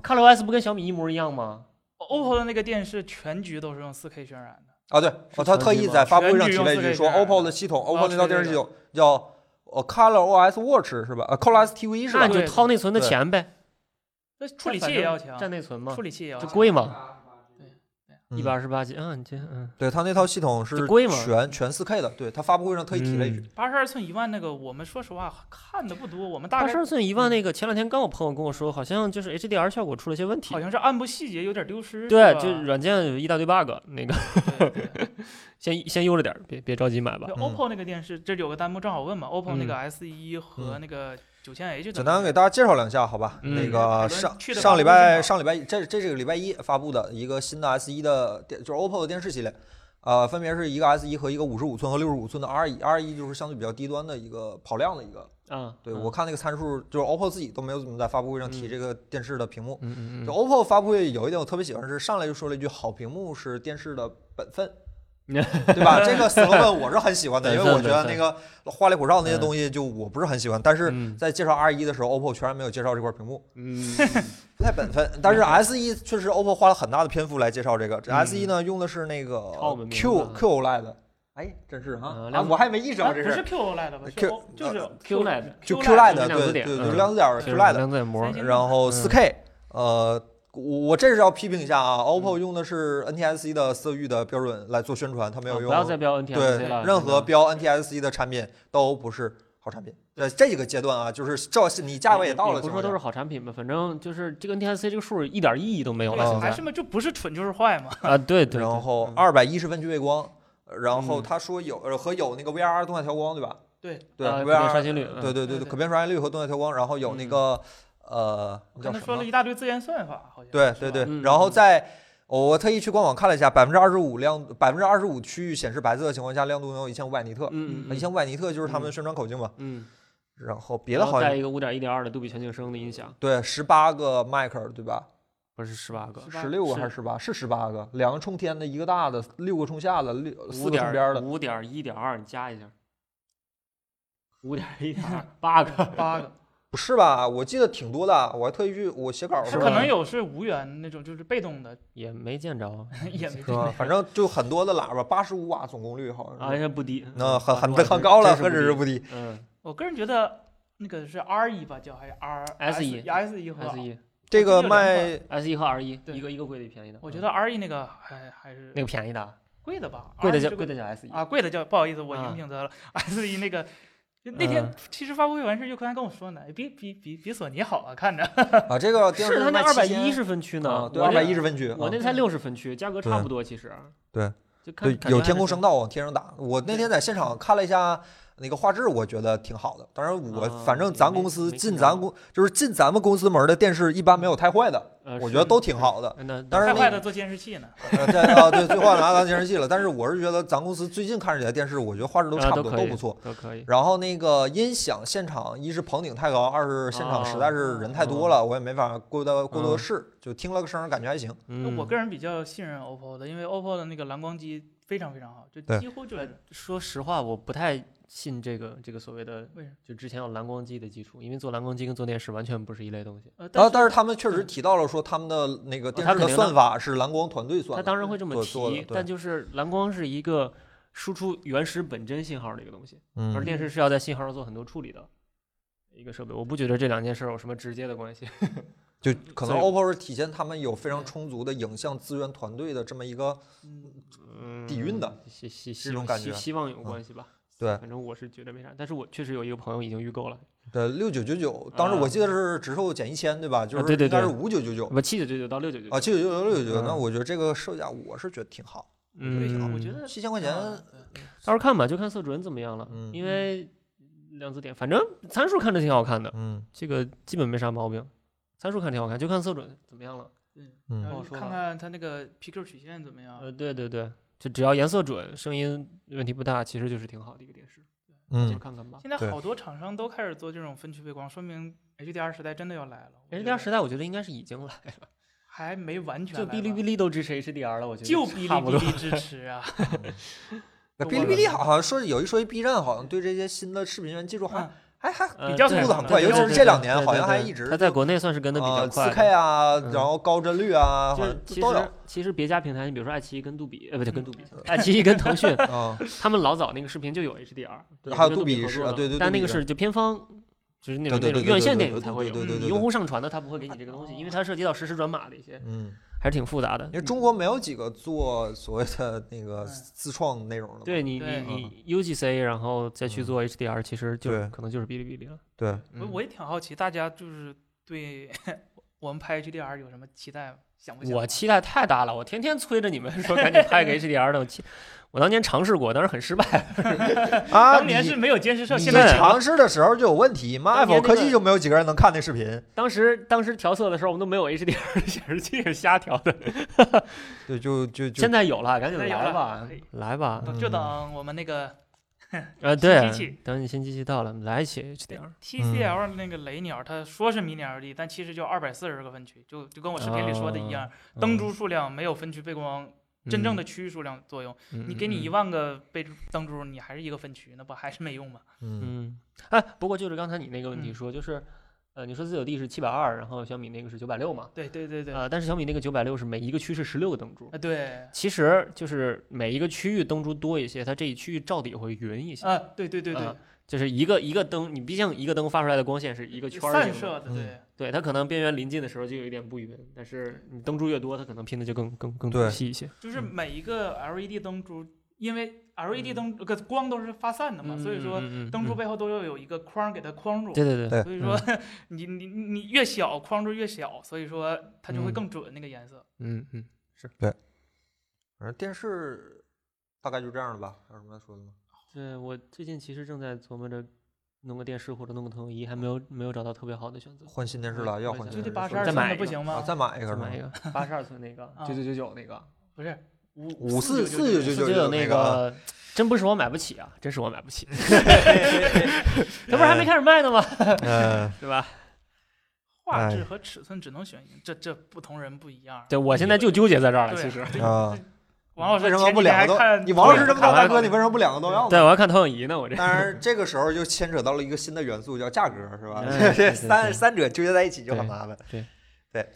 [SPEAKER 1] 嗯
[SPEAKER 4] ColorOS 不跟小米一模一样吗？
[SPEAKER 5] ，OPPO 的那个电视全局都是用 4K 渲染的，
[SPEAKER 1] 啊，对，哦他
[SPEAKER 4] 全
[SPEAKER 1] 特
[SPEAKER 4] 局
[SPEAKER 1] 意
[SPEAKER 4] 吗
[SPEAKER 1] 在发布会上
[SPEAKER 5] 全
[SPEAKER 1] 提
[SPEAKER 5] 局
[SPEAKER 1] 了一
[SPEAKER 5] 用
[SPEAKER 1] 句，
[SPEAKER 5] 4K
[SPEAKER 1] 说
[SPEAKER 5] 渲染
[SPEAKER 1] OPPO
[SPEAKER 5] 的
[SPEAKER 1] 的系
[SPEAKER 4] 啊
[SPEAKER 1] 统
[SPEAKER 5] 我
[SPEAKER 1] ，OPPO 那
[SPEAKER 5] 吹
[SPEAKER 1] 套
[SPEAKER 5] 这
[SPEAKER 1] 电视系
[SPEAKER 5] 个
[SPEAKER 1] 统叫呃 Color OS Watch 是吧？呃 Color OS TV 是
[SPEAKER 4] 那
[SPEAKER 1] 吧？
[SPEAKER 4] 你就
[SPEAKER 5] 对
[SPEAKER 4] 掏内存的钱呗，
[SPEAKER 5] 那处理
[SPEAKER 4] 反
[SPEAKER 5] 器也
[SPEAKER 4] 正
[SPEAKER 5] 要强
[SPEAKER 4] 占，内存嘛
[SPEAKER 5] 处，理器也要
[SPEAKER 4] 就
[SPEAKER 5] 强。
[SPEAKER 4] 贵嘛。一百二十八 G，嗯，你这嗯
[SPEAKER 1] 对它那套系统是
[SPEAKER 4] 就贵嘛嗯
[SPEAKER 1] 全全四 K 的，对它发布会上特意提了一句，
[SPEAKER 5] 八十二寸一万那个，我们说实话看的不多，我们大
[SPEAKER 4] 八
[SPEAKER 5] 概
[SPEAKER 4] 十二寸一万那个，前两天刚有朋友跟我说，好像就是 HDR 效果出了些问题
[SPEAKER 5] 好，像是暗部细节有点丢失。
[SPEAKER 4] 对，
[SPEAKER 5] 吧
[SPEAKER 4] 就是软件有一大堆 bug，那个
[SPEAKER 5] 对 对对
[SPEAKER 4] 先先悠着点儿，别别着急买吧
[SPEAKER 5] 就。
[SPEAKER 1] 嗯
[SPEAKER 5] OPPO 那个电视，这里有个弹幕正好问嘛，OPPO 那个 S 1和
[SPEAKER 1] 嗯
[SPEAKER 5] 那个九千 H
[SPEAKER 1] 简单给大家介绍两下，好吧？
[SPEAKER 4] 嗯
[SPEAKER 1] 那
[SPEAKER 5] 海
[SPEAKER 1] 个
[SPEAKER 5] 伦
[SPEAKER 1] 上
[SPEAKER 5] 去的
[SPEAKER 1] 上礼
[SPEAKER 5] 发布会现
[SPEAKER 1] 拜
[SPEAKER 5] 场
[SPEAKER 1] 上礼拜一这这是个礼拜一发布的一个新的 S 1的电，就是 OPPO 的电视系列，呃，分别是一个 S 1和一个五十五寸和六十五寸的 R 1 R 1就是相对比较低端的一个跑量的一个。
[SPEAKER 4] 啊，
[SPEAKER 1] 对、
[SPEAKER 4] 嗯
[SPEAKER 1] 我，看那个参数，就是 OPPO 自己都没有怎么在发布会上提
[SPEAKER 4] 嗯
[SPEAKER 1] 这个电视的屏幕。
[SPEAKER 4] 嗯嗯
[SPEAKER 1] 就
[SPEAKER 4] 嗯
[SPEAKER 1] OPPO 发布会有一点我特别喜欢是上来就说了一句好屏幕是电视的本 分，对吧？这个 slogan 我是很喜欢的，因为
[SPEAKER 4] 本
[SPEAKER 1] 我
[SPEAKER 4] 分
[SPEAKER 1] 觉得
[SPEAKER 4] 本
[SPEAKER 1] 那
[SPEAKER 4] 分
[SPEAKER 1] 个花里胡哨那些
[SPEAKER 4] 嗯
[SPEAKER 1] 东西就我不是很喜欢，但是
[SPEAKER 4] 嗯
[SPEAKER 1] 在介绍 R 1的时候，OPPO 全然没有介绍这块屏幕，
[SPEAKER 4] 嗯，
[SPEAKER 1] 不太本分。 但是 S 1确实 OPPO 花了很大的篇幅来介绍这个。这 S 1呢用的是那个
[SPEAKER 4] 嗯超我们名字
[SPEAKER 1] Q
[SPEAKER 4] 啊
[SPEAKER 1] Q OLED，哎，真是哈
[SPEAKER 4] 嗯，
[SPEAKER 1] 啊
[SPEAKER 4] 两
[SPEAKER 1] 我还没意识到
[SPEAKER 5] 啊
[SPEAKER 1] 这
[SPEAKER 5] 不是
[SPEAKER 1] 事，
[SPEAKER 5] Q OLED 吧是
[SPEAKER 1] Q-
[SPEAKER 5] O- 就是
[SPEAKER 1] 呃
[SPEAKER 4] Q LED
[SPEAKER 1] Q
[SPEAKER 5] Q
[SPEAKER 1] OLED
[SPEAKER 4] 就是量
[SPEAKER 1] 对对
[SPEAKER 4] 子点
[SPEAKER 1] 对，
[SPEAKER 4] 嗯
[SPEAKER 1] 量子点儿
[SPEAKER 4] 就是
[SPEAKER 1] Q OLED，
[SPEAKER 4] 量子膜
[SPEAKER 5] 三，星
[SPEAKER 1] 然后
[SPEAKER 4] 嗯嗯
[SPEAKER 1] 4 K，呃。我我这是要批评一下啊，OPPO 用的是 NTSC 的色域的标准来做宣传，它没有
[SPEAKER 4] 啊
[SPEAKER 1] 用
[SPEAKER 4] 不要再标 NTSC
[SPEAKER 1] 对
[SPEAKER 4] 了，
[SPEAKER 1] 任
[SPEAKER 4] 真的
[SPEAKER 1] 何标 NTSC 的产品都不是好产品。在这个阶段啊，就是这是你价位也到了情
[SPEAKER 4] 不是说
[SPEAKER 1] 况下，
[SPEAKER 4] 都是好产品吧，反正就是这个 NTSC 这个数一点意义都没有
[SPEAKER 5] 对
[SPEAKER 4] 了，现
[SPEAKER 5] 还
[SPEAKER 4] 在
[SPEAKER 5] 是嘛，就不是蠢就是坏嘛。
[SPEAKER 4] 啊，对对，
[SPEAKER 1] 然后
[SPEAKER 4] 嗯
[SPEAKER 1] 二百一十分区背光，呃然后
[SPEAKER 4] 嗯
[SPEAKER 1] 他说有呃和有那个 VRR 动态调光对吧？
[SPEAKER 5] 对
[SPEAKER 1] 对
[SPEAKER 4] 啊可变刷
[SPEAKER 1] ，VR
[SPEAKER 4] 新率
[SPEAKER 1] 对对对
[SPEAKER 5] 对
[SPEAKER 1] 对，
[SPEAKER 5] 对
[SPEAKER 1] 可变刷新率和动态调光，然后有那
[SPEAKER 4] 嗯
[SPEAKER 1] 个呃
[SPEAKER 5] 我
[SPEAKER 1] 叫
[SPEAKER 5] 看他
[SPEAKER 1] 什
[SPEAKER 5] 说
[SPEAKER 1] 么
[SPEAKER 5] 了？一大堆自研算法，好像
[SPEAKER 1] 对
[SPEAKER 5] 是
[SPEAKER 1] 对
[SPEAKER 5] 吧
[SPEAKER 1] 对，
[SPEAKER 4] 嗯
[SPEAKER 1] 然后
[SPEAKER 4] 嗯
[SPEAKER 1] 在我我特意去官网看了一下，百分之二十五亮百分之二十五区域显示白色的情况下，亮度能有一千五百尼特，啊
[SPEAKER 4] 嗯嗯
[SPEAKER 1] 一
[SPEAKER 4] 嗯
[SPEAKER 1] 千五百尼特就是他们
[SPEAKER 4] 嗯
[SPEAKER 1] 宣传口径嘛。
[SPEAKER 4] 嗯，
[SPEAKER 1] 然后别的
[SPEAKER 4] 然后
[SPEAKER 1] 好
[SPEAKER 4] 带
[SPEAKER 1] 像
[SPEAKER 4] 一个五点一点二的杜比全景声的音响，
[SPEAKER 1] 对十八个迈克尔对吧？
[SPEAKER 4] 不是十八个，
[SPEAKER 1] 十六个还是十八？是十八个，两个冲天的，一个大的，六个冲下的，六四
[SPEAKER 4] 五
[SPEAKER 1] 个冲边
[SPEAKER 4] 点
[SPEAKER 1] 儿的。
[SPEAKER 4] 五点一点二，你加 一下，五点一点 二，八个，
[SPEAKER 5] 八个，
[SPEAKER 1] 不是吧？我记得挺多的，我还特意去我写稿儿
[SPEAKER 5] 它
[SPEAKER 1] 是
[SPEAKER 5] 可
[SPEAKER 1] 吧？
[SPEAKER 5] 能有是无源那种，就是被动的，
[SPEAKER 4] 也没见着，啊
[SPEAKER 5] 也 没
[SPEAKER 1] 是吧？反正就很多的喇叭，八十五瓦总功率好像
[SPEAKER 4] 啊，
[SPEAKER 1] 是。
[SPEAKER 4] 这不低，
[SPEAKER 1] 那很很
[SPEAKER 4] 这
[SPEAKER 1] 很高了，
[SPEAKER 4] 真
[SPEAKER 1] 何止是
[SPEAKER 4] 是
[SPEAKER 1] 不低
[SPEAKER 4] 低，嗯
[SPEAKER 5] 我个人觉得那个是 R 一吧，叫还是 R
[SPEAKER 4] S 一
[SPEAKER 5] S 一和
[SPEAKER 4] ，S 一
[SPEAKER 1] 这个
[SPEAKER 5] 我记得有
[SPEAKER 1] 卖
[SPEAKER 4] S 一和 R 一，
[SPEAKER 5] 对
[SPEAKER 4] 一个一个贵的，一个便宜的，
[SPEAKER 5] 我觉
[SPEAKER 4] 嗯
[SPEAKER 5] 得 R 一那个还还是
[SPEAKER 4] 那个便宜的，啊
[SPEAKER 5] 贵的吧，
[SPEAKER 4] 贵的
[SPEAKER 5] R1
[SPEAKER 4] 叫
[SPEAKER 5] 这个
[SPEAKER 4] 贵的叫 S 一，
[SPEAKER 5] 啊，贵的叫不好意思，我
[SPEAKER 4] 啊
[SPEAKER 5] 荧屏得了。S 一那个，就那天
[SPEAKER 4] 嗯
[SPEAKER 5] 其实发布会完事，又还跟我说呢，哎比比比比索尼好啊，看着。
[SPEAKER 1] 啊，这个电视
[SPEAKER 4] 是它那
[SPEAKER 1] 卖
[SPEAKER 4] 二百
[SPEAKER 1] 7000
[SPEAKER 4] 一十分区
[SPEAKER 1] 啊
[SPEAKER 4] 呢，
[SPEAKER 1] 对，
[SPEAKER 4] 我
[SPEAKER 1] 二
[SPEAKER 4] 这
[SPEAKER 1] 百一十分区。
[SPEAKER 4] 我那
[SPEAKER 1] 啊
[SPEAKER 5] 嗯
[SPEAKER 4] 才六十分区，价格差
[SPEAKER 1] 对
[SPEAKER 4] 不多其实。啊
[SPEAKER 1] 对，
[SPEAKER 4] 就看
[SPEAKER 1] 对有天空声，道往天上打，我那天在现场看了一下那个画质，我觉得挺好的。当然我
[SPEAKER 4] 啊
[SPEAKER 1] 反正
[SPEAKER 4] 也
[SPEAKER 1] 咱
[SPEAKER 4] 没
[SPEAKER 1] 公司
[SPEAKER 4] 没
[SPEAKER 1] 进
[SPEAKER 4] 看
[SPEAKER 1] 咱
[SPEAKER 4] 着
[SPEAKER 1] 公就是进咱们公司门儿的电视一般没有太坏的，
[SPEAKER 4] 看着还是呃
[SPEAKER 1] 我
[SPEAKER 4] 是
[SPEAKER 1] 觉得都挺好的。
[SPEAKER 4] 嗯那
[SPEAKER 1] 当然
[SPEAKER 5] 太
[SPEAKER 1] 那
[SPEAKER 5] 坏
[SPEAKER 1] 个
[SPEAKER 5] 的做监视器呢，
[SPEAKER 1] 呃，对啊，对，最后拿到电视器了。但是我是觉得咱公司最近看着起来电视，我觉得画质都
[SPEAKER 4] 啊
[SPEAKER 1] 差不
[SPEAKER 4] 都
[SPEAKER 1] 多，
[SPEAKER 4] 可
[SPEAKER 1] 都
[SPEAKER 4] 以
[SPEAKER 1] 不错。
[SPEAKER 4] 都可以。
[SPEAKER 1] 然后那个音响现场，一是棚顶太高，二是现场实在是人太多了，我也没法过多过多
[SPEAKER 4] 啊嗯
[SPEAKER 1] 试，就听了个声儿，感觉还行。
[SPEAKER 4] 嗯，
[SPEAKER 5] 我个人比较信任 OPPO 的，因为 OPPO 的那个蓝光机非常非常好，就
[SPEAKER 1] 对
[SPEAKER 5] 几乎就是
[SPEAKER 4] 说实话，我不太信这个这个所谓的
[SPEAKER 5] 为什么？
[SPEAKER 4] 就之前有蓝光机的基础，因为做蓝光机跟做电视完全不是一类东西。
[SPEAKER 1] 然
[SPEAKER 5] 呃，
[SPEAKER 1] 后，
[SPEAKER 5] 但
[SPEAKER 1] 但是他们确实提到了说他们的那个电
[SPEAKER 4] 他
[SPEAKER 1] 视的
[SPEAKER 4] 肯定
[SPEAKER 1] 算
[SPEAKER 4] 的
[SPEAKER 1] 法是蓝光团队算
[SPEAKER 4] 他
[SPEAKER 1] 的，
[SPEAKER 4] 当然会这么
[SPEAKER 1] 做做的
[SPEAKER 4] 提，
[SPEAKER 1] 对
[SPEAKER 4] 但就是蓝光是一个输出原始本真信号的一个东西，而
[SPEAKER 1] 嗯，
[SPEAKER 4] 电视是要在信号上做很多处理的一个设备。我不觉得这两件事儿有什么直接的 关系。
[SPEAKER 1] 就可能
[SPEAKER 4] 所以
[SPEAKER 1] OPPO 是体现他们有非常充足的影像资源团队的这么一个
[SPEAKER 5] 嗯
[SPEAKER 1] 底蕴的
[SPEAKER 4] 嗯希希
[SPEAKER 1] 这
[SPEAKER 4] 希
[SPEAKER 1] 种
[SPEAKER 4] 望
[SPEAKER 1] 感
[SPEAKER 4] 希
[SPEAKER 1] 觉
[SPEAKER 4] 希望有
[SPEAKER 1] 嗯
[SPEAKER 4] 关系吧。
[SPEAKER 1] 对哦
[SPEAKER 4] 反正我是觉得没啥，但是我确实有一个朋友已经预购了，
[SPEAKER 1] 对呃六九九九，当时我记得是折售减一千，对吧？就
[SPEAKER 4] 啊
[SPEAKER 1] 是
[SPEAKER 4] 对对
[SPEAKER 1] 应该是
[SPEAKER 4] 对
[SPEAKER 1] 五九九九
[SPEAKER 4] 不七九九九到六九九
[SPEAKER 1] 啊，七九九九六九九，那
[SPEAKER 4] 嗯
[SPEAKER 1] 我觉得这个售价我是觉得挺好，
[SPEAKER 5] 对，
[SPEAKER 4] 嗯，
[SPEAKER 5] 我觉得
[SPEAKER 1] 七千块钱，
[SPEAKER 4] 到时候看吧，就看色准怎么样了。
[SPEAKER 1] 嗯
[SPEAKER 4] 因为量子点，反正参数看着挺好看的，
[SPEAKER 1] 嗯
[SPEAKER 4] 这个基本没啥毛病。参数看挺好看，就看色准怎么样了。
[SPEAKER 5] 然
[SPEAKER 1] 嗯
[SPEAKER 4] 不
[SPEAKER 5] 后
[SPEAKER 4] 好说
[SPEAKER 5] 看
[SPEAKER 4] 吧
[SPEAKER 5] 看它那个 PQ 曲线怎么样
[SPEAKER 4] 呃，。对对对，就只要颜色准，声音问题不大，其实就是挺好的一个电视。到时候
[SPEAKER 1] 嗯，
[SPEAKER 4] 看看吧。
[SPEAKER 5] 现在
[SPEAKER 1] 对
[SPEAKER 5] 好多厂商都开始做这种分区背光，说明 HDR 时代真的要来了。我觉
[SPEAKER 4] HDR
[SPEAKER 5] 得
[SPEAKER 4] 时代，我觉得应该是已经来了，
[SPEAKER 5] 还没完全
[SPEAKER 4] 就
[SPEAKER 5] 来
[SPEAKER 4] 哔哩
[SPEAKER 5] 吧
[SPEAKER 4] 哔哩都支持 HDR 了，我觉得
[SPEAKER 5] 就哔哩
[SPEAKER 4] 差不多
[SPEAKER 5] 哔哩支持 啊，
[SPEAKER 1] 那哔哩哔哩好像说有一说一，B 站好像对这些新的视频源技术还
[SPEAKER 5] 嗯
[SPEAKER 1] 还还
[SPEAKER 4] 呃
[SPEAKER 5] 比较
[SPEAKER 4] 对
[SPEAKER 5] 速度很
[SPEAKER 4] 对
[SPEAKER 5] 快
[SPEAKER 4] 对
[SPEAKER 5] 尤其
[SPEAKER 4] 对
[SPEAKER 5] 是
[SPEAKER 4] 对
[SPEAKER 1] 这两
[SPEAKER 4] 对
[SPEAKER 1] 年
[SPEAKER 4] 对
[SPEAKER 1] 好像
[SPEAKER 4] 对
[SPEAKER 1] 还
[SPEAKER 4] 对
[SPEAKER 1] 一直
[SPEAKER 4] 它在国内算是跟的比较
[SPEAKER 1] 啊
[SPEAKER 4] 快
[SPEAKER 1] 四
[SPEAKER 4] 的。
[SPEAKER 1] K 啊，
[SPEAKER 4] 嗯
[SPEAKER 1] 然后高帧率啊，
[SPEAKER 4] 就
[SPEAKER 1] 好
[SPEAKER 4] 是
[SPEAKER 1] 像
[SPEAKER 4] 其
[SPEAKER 1] 都
[SPEAKER 4] 实
[SPEAKER 1] 有
[SPEAKER 4] 其实别家平台，你比如说爱奇艺跟杜比，呃，不对，跟 杜比，爱奇艺跟腾讯，
[SPEAKER 1] 啊，
[SPEAKER 4] 他们老早那个视频就有 HDR，
[SPEAKER 1] 对还有
[SPEAKER 4] 跟
[SPEAKER 1] 杜
[SPEAKER 4] 杜
[SPEAKER 1] 比
[SPEAKER 4] 合
[SPEAKER 1] 是
[SPEAKER 4] 作
[SPEAKER 1] 啊
[SPEAKER 4] 的
[SPEAKER 1] 对对
[SPEAKER 4] 但
[SPEAKER 1] 杜
[SPEAKER 4] 那个
[SPEAKER 1] 比
[SPEAKER 4] 是就偏方，就是那种
[SPEAKER 1] 对对
[SPEAKER 4] 那种
[SPEAKER 1] 对对
[SPEAKER 4] 院线
[SPEAKER 1] 对
[SPEAKER 4] 电影
[SPEAKER 1] 对
[SPEAKER 4] 才
[SPEAKER 1] 对
[SPEAKER 4] 会有，
[SPEAKER 1] 对对对
[SPEAKER 4] 你
[SPEAKER 1] 对
[SPEAKER 4] 用户上传的他不会给你这个东西，因为它涉及到实时转码的一些
[SPEAKER 1] 嗯，
[SPEAKER 4] 还是挺复杂的
[SPEAKER 1] 因。为中国没有几个做所谓的那个自创内容的嘛。
[SPEAKER 4] 嗯对你
[SPEAKER 5] 对
[SPEAKER 4] 你你 UGC，然后再去做 HDR，其实就
[SPEAKER 1] 嗯对
[SPEAKER 4] 可能就是哔哩哔哩了。
[SPEAKER 1] 对，
[SPEAKER 5] 我我也挺好奇，大家就是对 我们拍 HDR 有什么期待吗？想不想？啊
[SPEAKER 4] 我期待太大了，我天天催着你们 说赶紧拍个 HDR 的。我期我当年尝试过，但是很失败。
[SPEAKER 1] 啊，
[SPEAKER 5] 当年是没有监
[SPEAKER 4] 嗯
[SPEAKER 5] 视摄，
[SPEAKER 1] 你
[SPEAKER 5] 现
[SPEAKER 1] 你
[SPEAKER 5] 在有了
[SPEAKER 1] 尝试的时候就有问题，妈
[SPEAKER 4] 当年
[SPEAKER 1] iPhone
[SPEAKER 4] 那个
[SPEAKER 1] 科技就没有几个人能看那视频。
[SPEAKER 4] 当时当时调色的时候，我们都没有 HDR 的显示器，瞎调的。
[SPEAKER 1] 对，就就就嗯
[SPEAKER 4] 现在有了，赶紧
[SPEAKER 5] 现在有
[SPEAKER 4] 来
[SPEAKER 5] 了哎
[SPEAKER 4] 吧
[SPEAKER 5] 可以，
[SPEAKER 4] 来吧。
[SPEAKER 5] 就等我们那个
[SPEAKER 4] 啊，对
[SPEAKER 5] 机器，
[SPEAKER 4] 等你新机器到了，来一起 HDR。嗯
[SPEAKER 5] TCL 那个雷鸟，它说是迷你 LED，但其实就二百四十个分区，就就跟我视频里说的一
[SPEAKER 4] 哦
[SPEAKER 5] 样，灯
[SPEAKER 4] 嗯
[SPEAKER 5] 珠数量没有分区背光真正的区域数量作用。
[SPEAKER 4] 嗯，
[SPEAKER 5] 你给你一
[SPEAKER 4] 万。
[SPEAKER 5] 万个背灯珠，你还是一个分区，那不还是没用吗？
[SPEAKER 1] 嗯，
[SPEAKER 4] 嗯，哎，不过就是刚才你那个问题
[SPEAKER 5] 嗯
[SPEAKER 4] 说，就是呃，你说自有地是七百二，然后小米那个是九百六嘛？
[SPEAKER 5] 对对对对，啊
[SPEAKER 4] 呃，但是小米那个九百六是每一个区是十六个灯珠，
[SPEAKER 5] 对，
[SPEAKER 4] 其实就是每一个区域灯珠多一些，它这一区域照底会匀一些。
[SPEAKER 5] 啊对对对对
[SPEAKER 4] 啊，就是一个一个灯，你毕竟一个灯发出来的光线是一个圈儿
[SPEAKER 5] 散
[SPEAKER 4] 型的，嗯
[SPEAKER 5] 射的对。
[SPEAKER 4] 对它可能边缘临近的时候就有一点不匀，但是你灯珠越多，它可能拼的就更更更
[SPEAKER 1] 对
[SPEAKER 4] 仔细一些。
[SPEAKER 5] 就是
[SPEAKER 4] 嗯
[SPEAKER 5] 每一个 LED 灯珠，因为 LED
[SPEAKER 4] 嗯
[SPEAKER 5] 灯个光都是发散的嘛，所以说
[SPEAKER 4] 嗯嗯嗯
[SPEAKER 5] 灯珠
[SPEAKER 4] 嗯
[SPEAKER 5] 背后都要有一个框给它框住。
[SPEAKER 4] 对嗯对
[SPEAKER 1] 嗯对
[SPEAKER 4] 对，
[SPEAKER 5] 所以说 你你你你越小框住越小，所以说它就会
[SPEAKER 4] 嗯
[SPEAKER 5] 更准那个颜色。
[SPEAKER 4] 嗯嗯，
[SPEAKER 1] 反正电视大概就这样了吧？还有什么要说的吗？
[SPEAKER 4] 对我最近其实正在琢磨着弄个电视或者弄个投影仪，还没有没有找到特别好的选择。
[SPEAKER 1] 换新电视了，
[SPEAKER 4] 嗯
[SPEAKER 1] 要
[SPEAKER 4] 我
[SPEAKER 1] 换新
[SPEAKER 4] 想
[SPEAKER 5] 就这
[SPEAKER 1] 电
[SPEAKER 5] 八
[SPEAKER 1] 视
[SPEAKER 5] 十
[SPEAKER 1] 了
[SPEAKER 5] 二
[SPEAKER 4] 再
[SPEAKER 5] 寸
[SPEAKER 4] 买
[SPEAKER 5] 的
[SPEAKER 4] 一
[SPEAKER 5] 不
[SPEAKER 4] 个
[SPEAKER 5] 行
[SPEAKER 1] 啊，
[SPEAKER 5] 吗？
[SPEAKER 1] 再买一个
[SPEAKER 4] 再
[SPEAKER 1] 是吗
[SPEAKER 4] 买一个八十二寸那个
[SPEAKER 5] 啊
[SPEAKER 4] 九九九九那个，
[SPEAKER 5] 不是五
[SPEAKER 1] 五四四
[SPEAKER 5] 四
[SPEAKER 1] 九
[SPEAKER 4] 四
[SPEAKER 1] 九
[SPEAKER 4] 九九那
[SPEAKER 1] 那个，
[SPEAKER 4] 个，真不是我买不起啊，真是我买不起。这不是还没开始卖呢吗？
[SPEAKER 1] 嗯，
[SPEAKER 4] 对吧？
[SPEAKER 5] 画
[SPEAKER 1] 哎
[SPEAKER 5] 质和尺寸只能选一个，这这不同人不一样。啊
[SPEAKER 4] 对我现在就纠结在这儿了，
[SPEAKER 5] 对
[SPEAKER 4] 其 实。
[SPEAKER 1] 啊，
[SPEAKER 5] 王老师
[SPEAKER 1] 为什么
[SPEAKER 5] 前
[SPEAKER 1] 不
[SPEAKER 5] 几天
[SPEAKER 1] 两
[SPEAKER 5] 还
[SPEAKER 1] 个都？
[SPEAKER 5] 看
[SPEAKER 1] 你王老师这么大
[SPEAKER 4] 看完
[SPEAKER 1] 大哥，你为什么不两个都要呢？
[SPEAKER 4] 对，我要看投影仪呢，我这。
[SPEAKER 1] 当然，这个时候就牵扯到了一个新的元素，叫价格，是吧？
[SPEAKER 4] 嗯对
[SPEAKER 1] 这
[SPEAKER 4] 对
[SPEAKER 1] 三
[SPEAKER 4] 对
[SPEAKER 1] 三者纠结在一起就很麻烦。
[SPEAKER 4] 对
[SPEAKER 1] 对，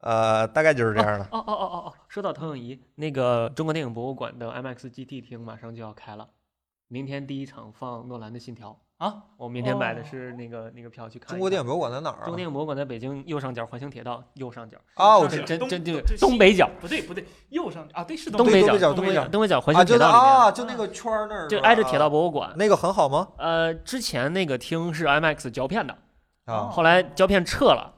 [SPEAKER 1] 呃，大概就是这样了。
[SPEAKER 4] 哦哦哦哦哦，说到投影仪，那个中国电影博物馆的 IMAX GT 厅马上就要开了，明天第一场放诺兰的《信条》
[SPEAKER 5] 啊，
[SPEAKER 4] 我明天买的
[SPEAKER 5] 哦
[SPEAKER 4] 是那个那个票去看一看。
[SPEAKER 1] 中国电影博物馆在哪儿
[SPEAKER 4] 中国
[SPEAKER 1] 啊？
[SPEAKER 4] 电影博物馆在北京右上角环形铁道右上角，
[SPEAKER 1] 啊，我
[SPEAKER 5] 上
[SPEAKER 1] 知
[SPEAKER 5] 角
[SPEAKER 4] 真
[SPEAKER 5] 东
[SPEAKER 4] 真
[SPEAKER 5] 东
[SPEAKER 4] 真
[SPEAKER 5] 这
[SPEAKER 4] 东
[SPEAKER 5] 西
[SPEAKER 4] 北角，
[SPEAKER 5] 不对不对，右上啊，对是
[SPEAKER 4] 东
[SPEAKER 5] 北
[SPEAKER 1] 北
[SPEAKER 4] 北
[SPEAKER 1] 角
[SPEAKER 4] 角，
[SPEAKER 1] 东
[SPEAKER 5] 东
[SPEAKER 1] 北角
[SPEAKER 5] 角，
[SPEAKER 4] 东北角环
[SPEAKER 1] 啊，
[SPEAKER 4] 形
[SPEAKER 1] 就
[SPEAKER 4] 铁
[SPEAKER 1] 是
[SPEAKER 4] 道里面，
[SPEAKER 1] 啊，就那个圈儿那儿，
[SPEAKER 4] 就是挨着
[SPEAKER 1] 吧
[SPEAKER 4] 铁道博物馆。
[SPEAKER 1] 那个很好吗？
[SPEAKER 4] 呃，之前那个厅是 IMAX 胶片的，
[SPEAKER 1] 啊，
[SPEAKER 4] 后来胶片撤了，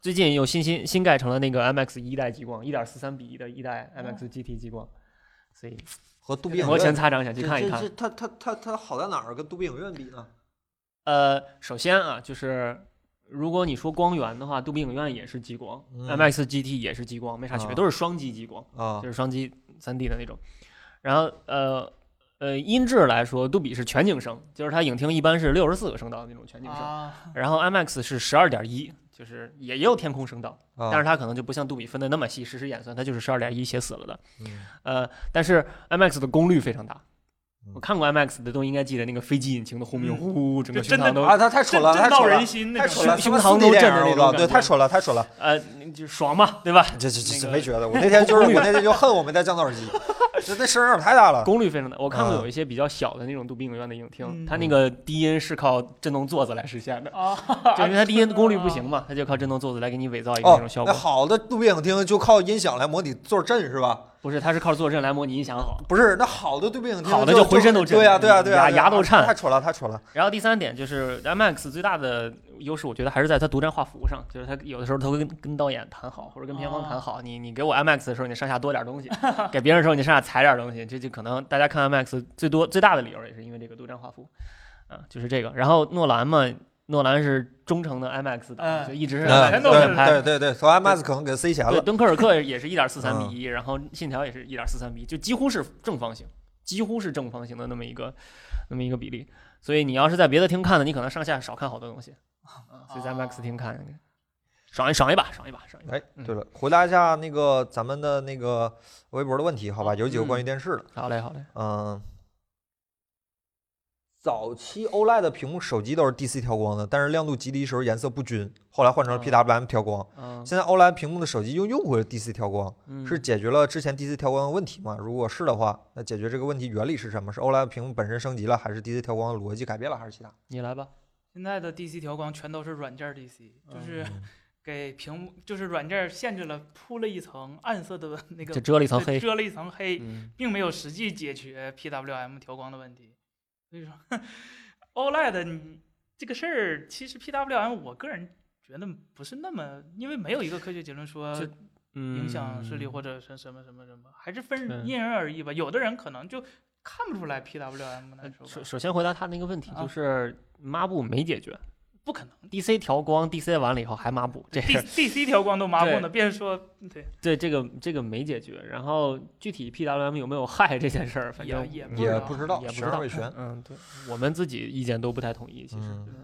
[SPEAKER 4] 最近又新新新盖成了那个 IMAX 一代激光，一点四三比一的一代
[SPEAKER 1] 哦
[SPEAKER 4] IMAX GT 激光，所以
[SPEAKER 1] 和杜比影
[SPEAKER 4] 摩拳
[SPEAKER 1] 院
[SPEAKER 4] 擦掌想去
[SPEAKER 1] 这
[SPEAKER 4] 看一
[SPEAKER 1] 这
[SPEAKER 4] 看
[SPEAKER 1] 这。它它它它好在哪儿？跟杜比影院比呢？
[SPEAKER 4] 呃，首先啊，就是如果你说光源的话，杜比影院也是激光
[SPEAKER 1] 嗯
[SPEAKER 4] ，IMAX GT 也是激光，没啥区
[SPEAKER 1] 啊
[SPEAKER 4] 别，都是双击激光。
[SPEAKER 1] 啊
[SPEAKER 4] 就是双击三 D 的那种。然后呃呃，音质来说，杜比是全景声，就是它影厅一般是六十四个声道的那种全景声。
[SPEAKER 5] 啊，
[SPEAKER 4] 然后 IMAX 是十二点一，就是也也有天空声道，
[SPEAKER 1] 啊，
[SPEAKER 4] 但是它可能就不像杜比分的那么细，实时演算它就是十二点一写死了的。
[SPEAKER 1] 嗯
[SPEAKER 4] 呃，但是 IMAX 的功率非常大
[SPEAKER 1] 嗯。
[SPEAKER 4] 我看过 IMAX 的都应该记得那个飞机引擎的轰鸣，
[SPEAKER 5] 嗯
[SPEAKER 4] 呼呼，整个
[SPEAKER 5] 就
[SPEAKER 4] 胸
[SPEAKER 5] 真的
[SPEAKER 4] 膛都
[SPEAKER 1] 啊，它太蠢
[SPEAKER 5] 真
[SPEAKER 1] 了，太
[SPEAKER 5] 真闹
[SPEAKER 1] 蠢了
[SPEAKER 5] 人。心那
[SPEAKER 1] 太
[SPEAKER 5] 种。
[SPEAKER 1] 蠢了，
[SPEAKER 4] 胸
[SPEAKER 1] 什么
[SPEAKER 4] 膛
[SPEAKER 1] 四 D
[SPEAKER 4] 都
[SPEAKER 1] 电
[SPEAKER 4] 震
[SPEAKER 1] 影我
[SPEAKER 4] 的那
[SPEAKER 1] 知道
[SPEAKER 4] 种
[SPEAKER 1] 对，
[SPEAKER 4] 感
[SPEAKER 1] 太
[SPEAKER 4] 觉
[SPEAKER 1] 蠢了，太蠢了，
[SPEAKER 4] 呃，那就爽嘛，对吧？
[SPEAKER 1] 这这这
[SPEAKER 4] 那
[SPEAKER 1] 这
[SPEAKER 4] 个
[SPEAKER 1] 没觉得，我那天就是我那天就恨我没带降噪耳 机，这那声儿有点太大了。
[SPEAKER 4] 功率非常大。我看过
[SPEAKER 1] 啊
[SPEAKER 4] 有一些比较小的那种杜比影院的影厅，
[SPEAKER 5] 嗯
[SPEAKER 4] 它那个低音是靠震动座子来实现的。
[SPEAKER 5] 啊，
[SPEAKER 4] 就因为它低音功率不行嘛，它就靠震动座子来给你伪造一个那
[SPEAKER 1] 哦
[SPEAKER 4] 种效，
[SPEAKER 1] 那
[SPEAKER 4] 果。
[SPEAKER 1] 好的杜比影厅就靠音响来模拟坐震是吧？
[SPEAKER 4] 不是，它是靠坐镇来模拟音响好。
[SPEAKER 1] 不是，那好的杜比影厅
[SPEAKER 4] 好的
[SPEAKER 1] 就
[SPEAKER 4] 就浑身都震
[SPEAKER 1] 对呀对呀对呀，
[SPEAKER 4] 牙
[SPEAKER 1] 对呀
[SPEAKER 4] 牙都颤
[SPEAKER 1] 太蠢了，太蠢了。
[SPEAKER 4] 然后第三点就是 IMAX 最大的优势，我觉得还是在它独占画幅上，就是它有的时候它会跟跟导演谈好，或者跟片方谈好，你你给我 IMAX 的时候你上下多点东西，给别人的时候你上下裁点东西，这就可能大家看 IMAX 最多最大的理由也是因为这个独占画幅，啊，就是这个。然后诺兰嘛，诺兰是忠诚的 IMAX 党，
[SPEAKER 5] 嗯
[SPEAKER 4] 就一直是
[SPEAKER 5] 嗯
[SPEAKER 4] IMAX
[SPEAKER 5] 全都
[SPEAKER 4] 在
[SPEAKER 5] 是
[SPEAKER 4] 拍。
[SPEAKER 1] 对对对对，从 IMAX 可能给塞钱
[SPEAKER 4] 对，
[SPEAKER 1] 了。
[SPEAKER 4] 敦刻尔克也是一点四三比一、然后信条也是一点四三比一，就几乎是正方形，几乎是正方形的那么一个那么一个比例。所以你要是在别的厅看的，你可能上下少看好多东西，啊所以在 Max 厅看，爽一爽一把，爽一把，爽一把。
[SPEAKER 1] 哎，对了，回答一下那个咱们的那个微博的问题，好吧？有几个关于电视的，
[SPEAKER 4] 好嘞，好嘞，
[SPEAKER 1] 嗯，早期 OLED 的屏幕手机都是 DC 调光的，但是亮度极低时候颜色不均，后来换成了
[SPEAKER 4] 啊
[SPEAKER 1] PWM 调光。
[SPEAKER 4] 嗯，
[SPEAKER 1] 现在 OLED 屏幕的手机又用回了 DC 调光，
[SPEAKER 4] 嗯
[SPEAKER 1] 是解决了之前 DC 调光的问题吗？如果是的话，那解决这个问题原理是什么？是 OLED 屏幕本身升级了，还是 DC 调光的逻辑改变了，还是其他？
[SPEAKER 4] 你来吧。
[SPEAKER 5] 现在的 DC 调光全都是软件 DC，就是
[SPEAKER 1] 嗯
[SPEAKER 5] 给屏幕就是软件限制了，铺了一层暗色的那个
[SPEAKER 4] 就遮了一层黑。
[SPEAKER 5] 遮了一层黑，
[SPEAKER 4] 嗯，
[SPEAKER 5] 并没有实际解决 PWM 调光的问题。所以说 OLED 你这个事儿，其实 PWM 我个人觉得不是那么，因为没有一个科学结论说
[SPEAKER 4] 这
[SPEAKER 5] 影
[SPEAKER 4] 影
[SPEAKER 5] 响视力或者是什么什么什么，还是
[SPEAKER 4] 是
[SPEAKER 5] 分因人而异吧。有的人可能就看不出来 PWM 难受
[SPEAKER 4] 首
[SPEAKER 5] 吧，
[SPEAKER 4] 首先回答他那个问题，
[SPEAKER 5] 啊
[SPEAKER 4] 就是抹布没解决
[SPEAKER 5] 不可能。
[SPEAKER 4] ，DC 调光，DC 完了以后还抹布， 这
[SPEAKER 5] D
[SPEAKER 4] 是
[SPEAKER 5] D C 调光都麻木
[SPEAKER 4] 对
[SPEAKER 5] 呢，别说对，
[SPEAKER 4] 对这个这个没解决。然后具体 PWM 有没有害这件事儿，反
[SPEAKER 5] 也
[SPEAKER 4] 正
[SPEAKER 5] 也不
[SPEAKER 1] 也不
[SPEAKER 5] 知道
[SPEAKER 1] 知道，
[SPEAKER 4] 也不知
[SPEAKER 1] 悬而
[SPEAKER 4] 道
[SPEAKER 1] 未悬。
[SPEAKER 4] 嗯，对我们自己意见都不太统一，其实。
[SPEAKER 1] 嗯
[SPEAKER 4] 对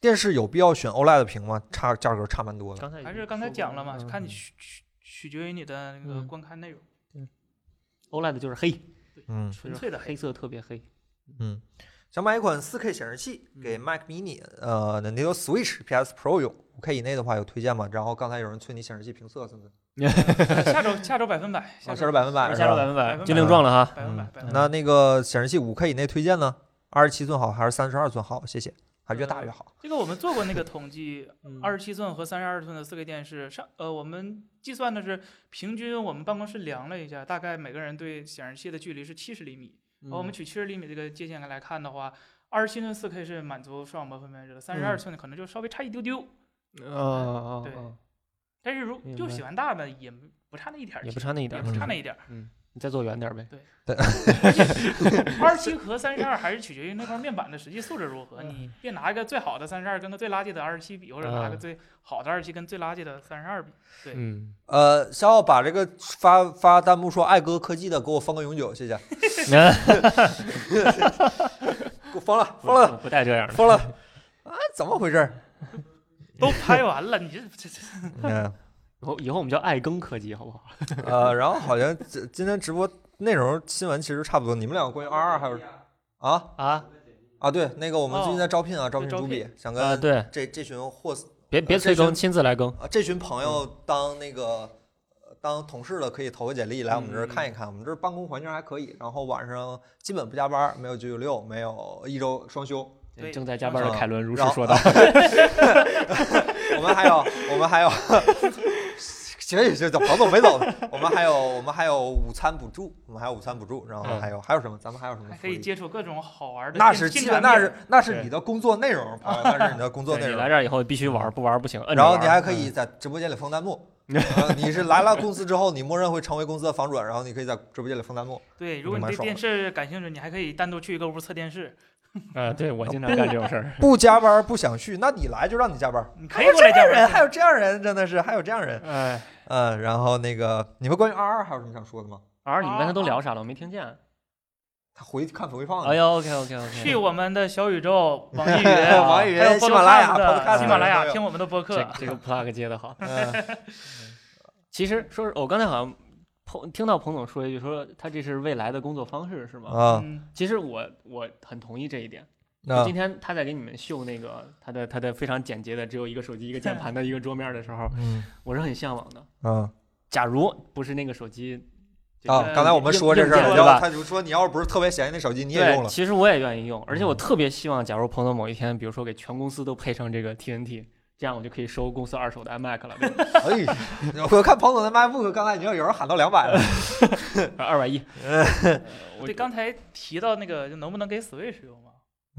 [SPEAKER 1] 电视有必要选 OLED 屏吗？差价格差蛮多的。
[SPEAKER 4] 刚才已
[SPEAKER 5] 还
[SPEAKER 4] 经
[SPEAKER 5] 是刚才
[SPEAKER 4] 说过
[SPEAKER 5] 讲了嘛，
[SPEAKER 4] 嗯
[SPEAKER 5] 看你取取取决于你的那个
[SPEAKER 4] 嗯
[SPEAKER 5] 观看内容，
[SPEAKER 4] OLED 就是黑，
[SPEAKER 1] 嗯
[SPEAKER 5] 纯粹的
[SPEAKER 4] 黑色特别黑。
[SPEAKER 1] 嗯，想买一款 4K 显示器
[SPEAKER 5] 嗯
[SPEAKER 1] 给 Mac Mini，呃，Nintendo Switch、PS Pro 用，五 K 以内的话有推荐吗？然后刚才有人催你显示器评测，是不是？
[SPEAKER 5] 哎下周下周百分百，
[SPEAKER 1] 啊，
[SPEAKER 5] 下
[SPEAKER 1] 这
[SPEAKER 5] 周
[SPEAKER 1] 是百分百，
[SPEAKER 4] 下周百
[SPEAKER 1] 分
[SPEAKER 4] 分百
[SPEAKER 5] 百
[SPEAKER 4] 军令状了哈。
[SPEAKER 5] 百分百百分百。
[SPEAKER 1] 那那个显示器五 K 以内推荐呢？二十七寸好还是三十二寸好？谢谢，还越大越好。
[SPEAKER 5] 这个我们做过那个统计，
[SPEAKER 4] 嗯
[SPEAKER 5] 二十七寸和三十二寸的四 K 电视上，呃，我们计算的是平均，我们办公室量了一下，大概每个人对显示器的距离是七十厘米。
[SPEAKER 4] 嗯
[SPEAKER 5] 而我们取七十厘米这个界限来看的话，二十七寸四 K 是满足视网膜分辨率的，三十二
[SPEAKER 4] 嗯
[SPEAKER 5] 寸可能就稍微差一丢丢。
[SPEAKER 4] 哦
[SPEAKER 5] 对
[SPEAKER 4] 哦
[SPEAKER 5] 但是如
[SPEAKER 4] 明
[SPEAKER 5] 就
[SPEAKER 4] 白
[SPEAKER 5] 喜欢大的也不差那一点儿，
[SPEAKER 4] 也不差那一点
[SPEAKER 5] 也
[SPEAKER 4] 儿
[SPEAKER 5] 不差 那一点儿。
[SPEAKER 4] 嗯，你再坐远点儿呗。
[SPEAKER 5] 二十七和三十二还是取决于那块面板的实际素质如何。
[SPEAKER 4] 嗯
[SPEAKER 5] 你别拿一个最好的三十二跟个最垃圾的二十七比，或者拿个
[SPEAKER 4] 嗯
[SPEAKER 5] 最好的二十七跟最垃圾的三十 二比。对
[SPEAKER 4] 嗯，
[SPEAKER 1] 呃，肖奥把这个发发弹幕说爱哥科技的给我封个永久，谢 谢，给我封了，封了，
[SPEAKER 4] 不带这样的。
[SPEAKER 1] 封了。啊，怎么回事儿？
[SPEAKER 5] 都拍完了，你这 这这
[SPEAKER 1] 嗯，
[SPEAKER 4] 以后以后我们叫爱更科技，好不好？
[SPEAKER 1] 呃，然后好像这今天直播内容新闻其实差不多，你们两个关于 R 二还有啊
[SPEAKER 4] 啊
[SPEAKER 1] 啊对，那个我们最近在招聘啊，招聘
[SPEAKER 5] 哦招
[SPEAKER 1] 朱
[SPEAKER 5] 聘
[SPEAKER 1] 比，想
[SPEAKER 4] 啊，
[SPEAKER 1] 跟
[SPEAKER 4] 对，
[SPEAKER 1] 这这群货色
[SPEAKER 4] 别别
[SPEAKER 1] 呃
[SPEAKER 4] 催
[SPEAKER 1] 这
[SPEAKER 4] 更，
[SPEAKER 1] 是
[SPEAKER 4] 亲自来更。
[SPEAKER 1] 啊这群朋友
[SPEAKER 4] 嗯
[SPEAKER 1] 当那个呃当同事的可以投个简历来我们这儿
[SPEAKER 5] 嗯
[SPEAKER 1] 看一看，我们这儿办公环境还可以，然后晚上基本不加班，没有九九六，没有一周双休，
[SPEAKER 5] 对
[SPEAKER 4] 正在加班的凯伦如实
[SPEAKER 1] 然后
[SPEAKER 4] 说道。
[SPEAKER 1] 我们还有，我们还有， 行行行，彭总没走呢，我们还有，我们还有午餐补助，我们还有午餐补助，然后还有、还有什么？咱们还有什么
[SPEAKER 5] 嗯还
[SPEAKER 1] 福
[SPEAKER 5] 可以
[SPEAKER 1] 利？
[SPEAKER 5] 接触各种好玩的
[SPEAKER 1] 那
[SPEAKER 5] 电。
[SPEAKER 1] 是基
[SPEAKER 5] 电
[SPEAKER 1] 本，那
[SPEAKER 5] 传面
[SPEAKER 1] 是那是
[SPEAKER 4] 对
[SPEAKER 1] 你的工作内 容，朋友，那是你的工作
[SPEAKER 4] 对
[SPEAKER 1] 内
[SPEAKER 4] 你
[SPEAKER 1] 容
[SPEAKER 4] 来。这儿以后必须玩，不玩不行。摁着
[SPEAKER 1] 然后你
[SPEAKER 4] 玩
[SPEAKER 1] 还可以在直播间里封弹 幕，呃你是来了公司之后，你默认会成为公司的房主，然后你可以在直播间里封弹 幕。
[SPEAKER 5] 对，如果你
[SPEAKER 1] 蛮
[SPEAKER 5] 对
[SPEAKER 1] 爽
[SPEAKER 5] 电视感兴趣，你还可以单独去一个屋测电视。
[SPEAKER 4] 啊，对我经常干这种事儿。
[SPEAKER 1] 不加班不想去，那你来就让你加班。
[SPEAKER 5] 你可
[SPEAKER 1] 还
[SPEAKER 5] 以
[SPEAKER 1] 有
[SPEAKER 5] 过来
[SPEAKER 1] 这
[SPEAKER 5] 加
[SPEAKER 1] 样人，还
[SPEAKER 5] 班。
[SPEAKER 1] 有这样人，真的是还有这样人。
[SPEAKER 4] 哎
[SPEAKER 1] 嗯，然后那个你们关于 R 二还有什么想说的吗？
[SPEAKER 4] ，R，你们刚才都聊啥了？我没听见。
[SPEAKER 1] 他回去看回放呢
[SPEAKER 4] 哎。呦，OK OK
[SPEAKER 5] 去
[SPEAKER 4] OK。
[SPEAKER 5] 我们的小宇宙、网易 云、
[SPEAKER 1] 网易
[SPEAKER 5] 还有
[SPEAKER 1] 云、喜马拉雅、
[SPEAKER 5] 的
[SPEAKER 1] Podcast
[SPEAKER 5] 喜马拉
[SPEAKER 1] 都
[SPEAKER 5] 雅
[SPEAKER 1] 有
[SPEAKER 5] 听我们的播客
[SPEAKER 4] 这。这个 plug 接的好。
[SPEAKER 1] 嗯
[SPEAKER 4] 其实说是我刚才好像彭听到彭总说一句，说他这是未来的工作方式是吗？
[SPEAKER 1] 啊，
[SPEAKER 5] 嗯，
[SPEAKER 4] 其实我我很同意这一点。就
[SPEAKER 1] 那
[SPEAKER 4] 今天他在给你们秀那个他的他的非常简洁的只有一个手机一个键盘的一个桌面的时候，
[SPEAKER 1] 嗯
[SPEAKER 4] 我是很向往的。
[SPEAKER 1] 嗯
[SPEAKER 4] 假如不是那个手机这
[SPEAKER 1] 啊
[SPEAKER 4] 个，
[SPEAKER 1] 刚才我们说这事儿
[SPEAKER 4] 硬
[SPEAKER 1] 了，然
[SPEAKER 4] 件对
[SPEAKER 1] 后
[SPEAKER 4] 吧
[SPEAKER 1] 他就说你要是不是特别嫌弃那手机，你也用
[SPEAKER 4] 对，
[SPEAKER 1] 了。嗯
[SPEAKER 4] 其实我也愿意用，而且我特别希望，假如彭总某一天，比如说给全公司都配上这个 TNT，这样我就可以收公司二手的 iMac 了，对吧
[SPEAKER 1] 哎，我看彭总的 MacBook 刚才已经有人喊到两百了。
[SPEAKER 4] 二百一。我
[SPEAKER 5] 对，刚才提到那个，就能不能给 Switch 用吗？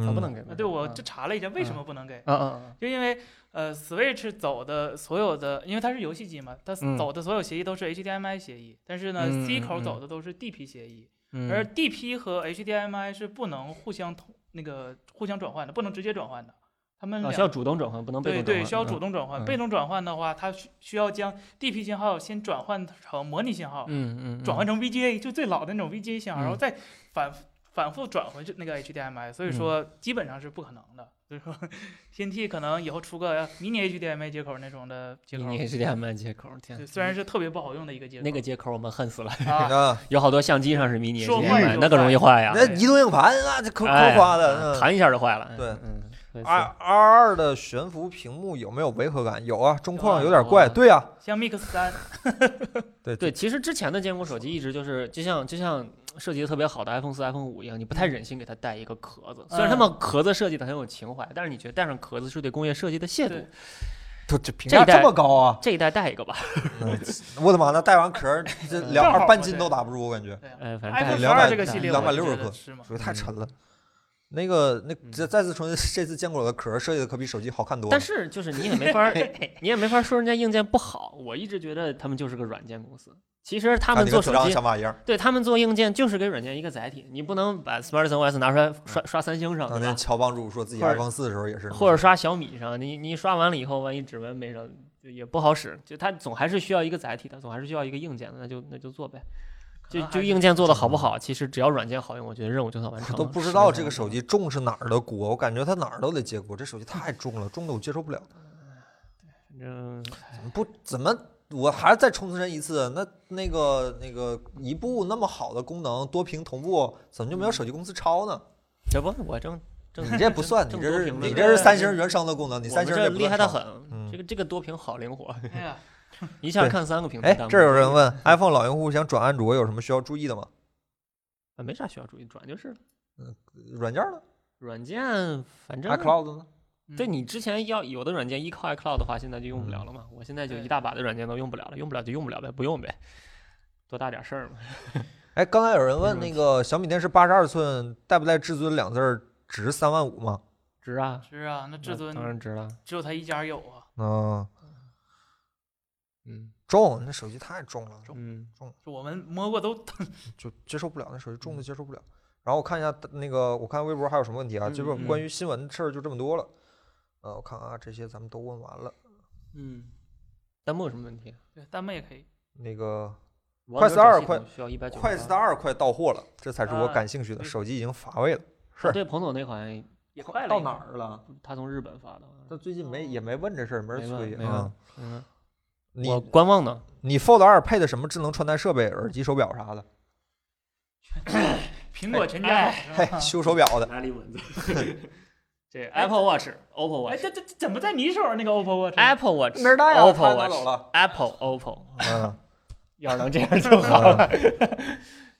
[SPEAKER 1] 嗯
[SPEAKER 4] 他不能给嗯
[SPEAKER 5] 啊，对，我就
[SPEAKER 4] 这
[SPEAKER 5] 查了一下，为什么不能给？
[SPEAKER 4] 啊啊
[SPEAKER 5] 就因为呃，Switch 走的所有的，因为它是游戏机嘛，它
[SPEAKER 4] 嗯
[SPEAKER 5] 走的所有协议都是 HDMI 协议，但是呢、
[SPEAKER 4] 嗯
[SPEAKER 5] c
[SPEAKER 4] 嗯
[SPEAKER 5] 口
[SPEAKER 4] 嗯
[SPEAKER 5] 走的都是 DP 协议，
[SPEAKER 4] 嗯
[SPEAKER 5] 而 DP 和 HDMI 是不能互相通那个互相转换的，不能直接转换的。他们
[SPEAKER 4] 啊
[SPEAKER 5] 两
[SPEAKER 4] 需要主动转换，不能被
[SPEAKER 5] 对
[SPEAKER 4] 动
[SPEAKER 5] 对，
[SPEAKER 4] 转换
[SPEAKER 5] 需要主动转换。
[SPEAKER 4] 嗯
[SPEAKER 5] 被动转换的话，它需需要将 DP 信号先转换成模拟信号，
[SPEAKER 4] 嗯嗯嗯
[SPEAKER 5] 转换成 VGA，就最老的那种 VGA 信号，
[SPEAKER 4] 嗯
[SPEAKER 5] 然后再反复反复转回去那个 HDMI，所以
[SPEAKER 4] 嗯
[SPEAKER 5] 说基本上是不可能的。所以说 TNT 可能以后出个迷你 HDMI 接口那种的接口，
[SPEAKER 4] 你也是 HDMI 接口，天
[SPEAKER 5] 对，虽然是特别不好用的一个接口，
[SPEAKER 4] 那个接口我们恨 死了，
[SPEAKER 5] 啊，
[SPEAKER 1] 啊，
[SPEAKER 4] 有好多相机上是迷你
[SPEAKER 5] 说坏
[SPEAKER 4] HDMI，
[SPEAKER 5] 就
[SPEAKER 4] 那个容易坏哎呀，
[SPEAKER 1] 那移动硬盘啊，这抠抠
[SPEAKER 4] 哎
[SPEAKER 1] 花的。嗯
[SPEAKER 4] 弹一下就坏了。
[SPEAKER 1] 对
[SPEAKER 4] 嗯，嗯
[SPEAKER 1] ，R
[SPEAKER 5] 啊
[SPEAKER 1] R 二的悬浮屏幕有没有违和感？有啊，中框
[SPEAKER 5] 有啊
[SPEAKER 1] 有点
[SPEAKER 4] 有啊
[SPEAKER 1] 怪。对啊，
[SPEAKER 5] 像 Mix 三，
[SPEAKER 1] 对
[SPEAKER 4] 对，，其实之前的坚果手机一直就是，就像就像设计的特别好的 iPhone 四、iPhone 五一样，你不
[SPEAKER 5] 嗯
[SPEAKER 4] 太忍心给它带一个壳子。虽然他们壳子设计的很有情怀，但是你觉得带上壳子是对工业设计的亵渎
[SPEAKER 5] 对。
[SPEAKER 1] 它这评
[SPEAKER 4] 这
[SPEAKER 1] 价
[SPEAKER 4] 一代
[SPEAKER 1] 这么高啊！
[SPEAKER 4] 这一代带一个吧，
[SPEAKER 1] 我的妈，那带完壳儿这两
[SPEAKER 5] 正
[SPEAKER 1] 盘
[SPEAKER 5] 好
[SPEAKER 1] 半
[SPEAKER 5] 我
[SPEAKER 1] 斤
[SPEAKER 5] 这
[SPEAKER 1] 都打不住，我感觉
[SPEAKER 5] 对啊
[SPEAKER 4] 呃，反正带
[SPEAKER 5] ，iPhone
[SPEAKER 4] 一
[SPEAKER 5] 十
[SPEAKER 4] 个
[SPEAKER 1] 200
[SPEAKER 5] 二这个系列，
[SPEAKER 1] 260
[SPEAKER 5] 我就觉得
[SPEAKER 1] 克
[SPEAKER 5] 是吗？
[SPEAKER 1] 属于太
[SPEAKER 4] 嗯
[SPEAKER 1] 沉了。那个，那
[SPEAKER 4] 嗯
[SPEAKER 1] 再再次重申，这次坚果的壳儿设计的可比手机好看多了。
[SPEAKER 4] 但是就是你也没法儿，你也没法儿说人家硬件不好。我一直觉得他们就是个软件公司。其实他
[SPEAKER 1] 看啊
[SPEAKER 4] 们
[SPEAKER 1] 你
[SPEAKER 4] 做
[SPEAKER 1] 跟
[SPEAKER 4] 手
[SPEAKER 1] 嘴上
[SPEAKER 4] 机，
[SPEAKER 1] 想法一样，
[SPEAKER 4] 对他们做硬件就是给软件一个载体，你不能把 Smartisan OS 拿出来
[SPEAKER 1] 嗯
[SPEAKER 4] 刷刷三星上，
[SPEAKER 1] 当
[SPEAKER 4] 对
[SPEAKER 1] 年
[SPEAKER 4] 吧？
[SPEAKER 1] 乔帮主说自己
[SPEAKER 4] 嗯或者
[SPEAKER 1] iPhone 四的时候也是，
[SPEAKER 4] 或者刷小米上，你你刷完了以后，万一指纹没上，就也不好使。就它总还是需要一个载体的，总还是需要一个硬件的，那就那就做呗。就就硬件做的好不好，其实只要软件好用，我觉得任务就算完成
[SPEAKER 1] 啊我都
[SPEAKER 4] 了。
[SPEAKER 1] 不知
[SPEAKER 4] 是
[SPEAKER 1] 道
[SPEAKER 4] 吧
[SPEAKER 1] 这个手机重是哪儿的锅，我感觉它哪儿都得接锅。这手机太重了，重的我接受不了。
[SPEAKER 4] 反正
[SPEAKER 1] 怎么不怎么？我还是再重申一次，那那个那个一部那么好的功能，多屏同步，怎么就没有手机公司超呢？
[SPEAKER 4] 这不我正正
[SPEAKER 1] 你嗯这不算，你
[SPEAKER 4] 正
[SPEAKER 1] 这
[SPEAKER 4] 多
[SPEAKER 1] 是
[SPEAKER 4] 屏
[SPEAKER 1] 你
[SPEAKER 4] 了
[SPEAKER 1] 这
[SPEAKER 4] 呢
[SPEAKER 1] 是三星原生的功能，你
[SPEAKER 4] 我
[SPEAKER 1] 三
[SPEAKER 4] 们
[SPEAKER 1] 星
[SPEAKER 4] 这
[SPEAKER 1] 也不
[SPEAKER 4] 厉害
[SPEAKER 1] 算
[SPEAKER 4] 的
[SPEAKER 1] 超。
[SPEAKER 4] 很
[SPEAKER 1] 嗯，
[SPEAKER 4] 这个这个多屏好灵活，
[SPEAKER 5] 哎呀，
[SPEAKER 4] 一下
[SPEAKER 1] 对
[SPEAKER 4] 看三个屏幕
[SPEAKER 1] 哎
[SPEAKER 4] 当，
[SPEAKER 1] 这儿有
[SPEAKER 4] 屏
[SPEAKER 1] 人问，iPhone 老用户想转安卓有什么需要注意的吗？
[SPEAKER 4] 啊没啥需要注意，转就是了
[SPEAKER 1] 软件呢
[SPEAKER 4] 软件，反正
[SPEAKER 1] ？iCloud 呢？
[SPEAKER 5] 嗯
[SPEAKER 4] 对你之前要有的软件依靠 iCloud 的话，现在就用不了了嘛。
[SPEAKER 1] 嗯
[SPEAKER 4] 我现在就
[SPEAKER 5] 对
[SPEAKER 4] 一大把的软件都用不了了，用不了就用不了呗，不用呗，多大点事儿嘛。
[SPEAKER 1] 哎，刚才有人问
[SPEAKER 4] 没
[SPEAKER 1] 那个小米电视八十二寸带不带至尊两字儿值三万五吗？
[SPEAKER 4] 值啊，
[SPEAKER 5] 是啊，那至
[SPEAKER 4] 那当然
[SPEAKER 5] 尊
[SPEAKER 4] 值了。
[SPEAKER 5] 只有他一家有啊，
[SPEAKER 1] 嗯，
[SPEAKER 4] 嗯
[SPEAKER 1] 重，那手机太重了，
[SPEAKER 4] 嗯，
[SPEAKER 5] 就我们摸过都
[SPEAKER 1] 就接受不了，那手机重
[SPEAKER 4] 嗯
[SPEAKER 1] 的接受不了。然后我看一下那个，我看微博还有什么问题啊？这
[SPEAKER 4] 嗯
[SPEAKER 1] 边
[SPEAKER 4] 嗯
[SPEAKER 1] 关于新闻的事儿就这么多了。呃，我看啊，这些咱们都问完了。
[SPEAKER 4] 嗯，弹幕有什么问题？
[SPEAKER 5] 对，弹幕也可以。
[SPEAKER 1] 那个
[SPEAKER 4] 王者
[SPEAKER 1] 快四二
[SPEAKER 4] 转系统需要一百九，
[SPEAKER 1] 快 Star 二快到货了，这才是我
[SPEAKER 5] 啊
[SPEAKER 1] 感兴趣的。
[SPEAKER 5] 对
[SPEAKER 1] 手机已经乏味了，
[SPEAKER 4] 啊对，彭总那款
[SPEAKER 5] 也快了
[SPEAKER 1] 到
[SPEAKER 5] 应
[SPEAKER 1] 哪
[SPEAKER 5] 该
[SPEAKER 1] 儿了？
[SPEAKER 4] 他从日本发的，
[SPEAKER 1] 他最近没也没问这事儿，没人
[SPEAKER 4] 没问
[SPEAKER 1] 催
[SPEAKER 4] 没
[SPEAKER 1] 啊
[SPEAKER 4] 问。嗯，
[SPEAKER 1] 你
[SPEAKER 4] 我观望呢。
[SPEAKER 1] 你 Fold 二配的什么智能穿戴设备？耳机、手表啥的？
[SPEAKER 5] 苹
[SPEAKER 4] 哎
[SPEAKER 5] 果全家好是
[SPEAKER 1] 嘿
[SPEAKER 5] 吧？，
[SPEAKER 1] 修手表 的。
[SPEAKER 4] 哪里蚊子？这 Apple Watch、OPPO
[SPEAKER 5] 哎，
[SPEAKER 4] Watch、
[SPEAKER 5] 这这这怎么在你手上那个 OPPO 啊？
[SPEAKER 4] Apple Watch、
[SPEAKER 1] 名儿大呀他
[SPEAKER 4] OPPO
[SPEAKER 1] 拿走
[SPEAKER 4] Watch
[SPEAKER 1] 了、
[SPEAKER 4] Apple、OPPO，
[SPEAKER 1] 嗯，
[SPEAKER 4] 要是能这样就好 了。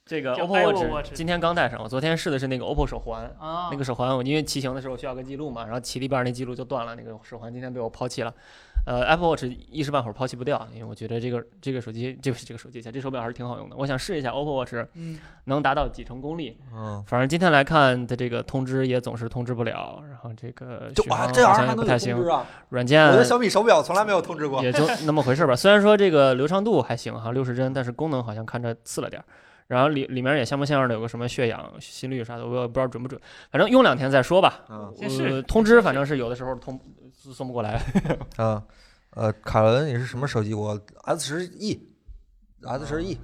[SPEAKER 4] 这个
[SPEAKER 5] 叫
[SPEAKER 4] OPPO
[SPEAKER 5] Apple
[SPEAKER 4] Watch
[SPEAKER 5] Watch
[SPEAKER 4] 今天刚戴上，我昨天试的是那个 OPPO 手环。
[SPEAKER 5] 啊，
[SPEAKER 4] 那个手环，我因为骑行的时候需要个记录嘛，然后骑了一半儿那记录就断了，那个手环今天被我抛弃了。呃，Apple Watch 一时半会儿抛弃不掉，因为我觉得这个这个手机，这个这个手机，这手表还是挺好用的。我想试一下 OPPO Watch
[SPEAKER 5] 嗯，
[SPEAKER 4] 能达到几成功力。
[SPEAKER 1] 嗯，
[SPEAKER 4] 反正今天来看的这个通知也总是通知不了，然后这个
[SPEAKER 1] 就
[SPEAKER 4] 续
[SPEAKER 1] 啊，
[SPEAKER 4] 航
[SPEAKER 1] 这玩
[SPEAKER 4] 好
[SPEAKER 1] 意儿
[SPEAKER 4] 像
[SPEAKER 1] 还
[SPEAKER 4] 也不
[SPEAKER 1] 能
[SPEAKER 4] 太
[SPEAKER 1] 有通
[SPEAKER 4] 行嗯
[SPEAKER 1] 知，啊？
[SPEAKER 4] 软
[SPEAKER 1] 我
[SPEAKER 4] 件
[SPEAKER 1] 的小米手表从来没有通知过。
[SPEAKER 4] 也就那么回事儿吧。虽然说这个流畅度还行哈，六十帧，但是功能好像看着次了点儿。然后里里面也像模像样的有个什么血氧、心率啥的，我也不知道准不准，反正用两天再说吧。
[SPEAKER 1] 嗯
[SPEAKER 5] 先试
[SPEAKER 4] 呃通知反正是有的时候通送不过来。
[SPEAKER 1] 啊，呃，凯伦，你是什么手机？我 S 十 E，S 十 E，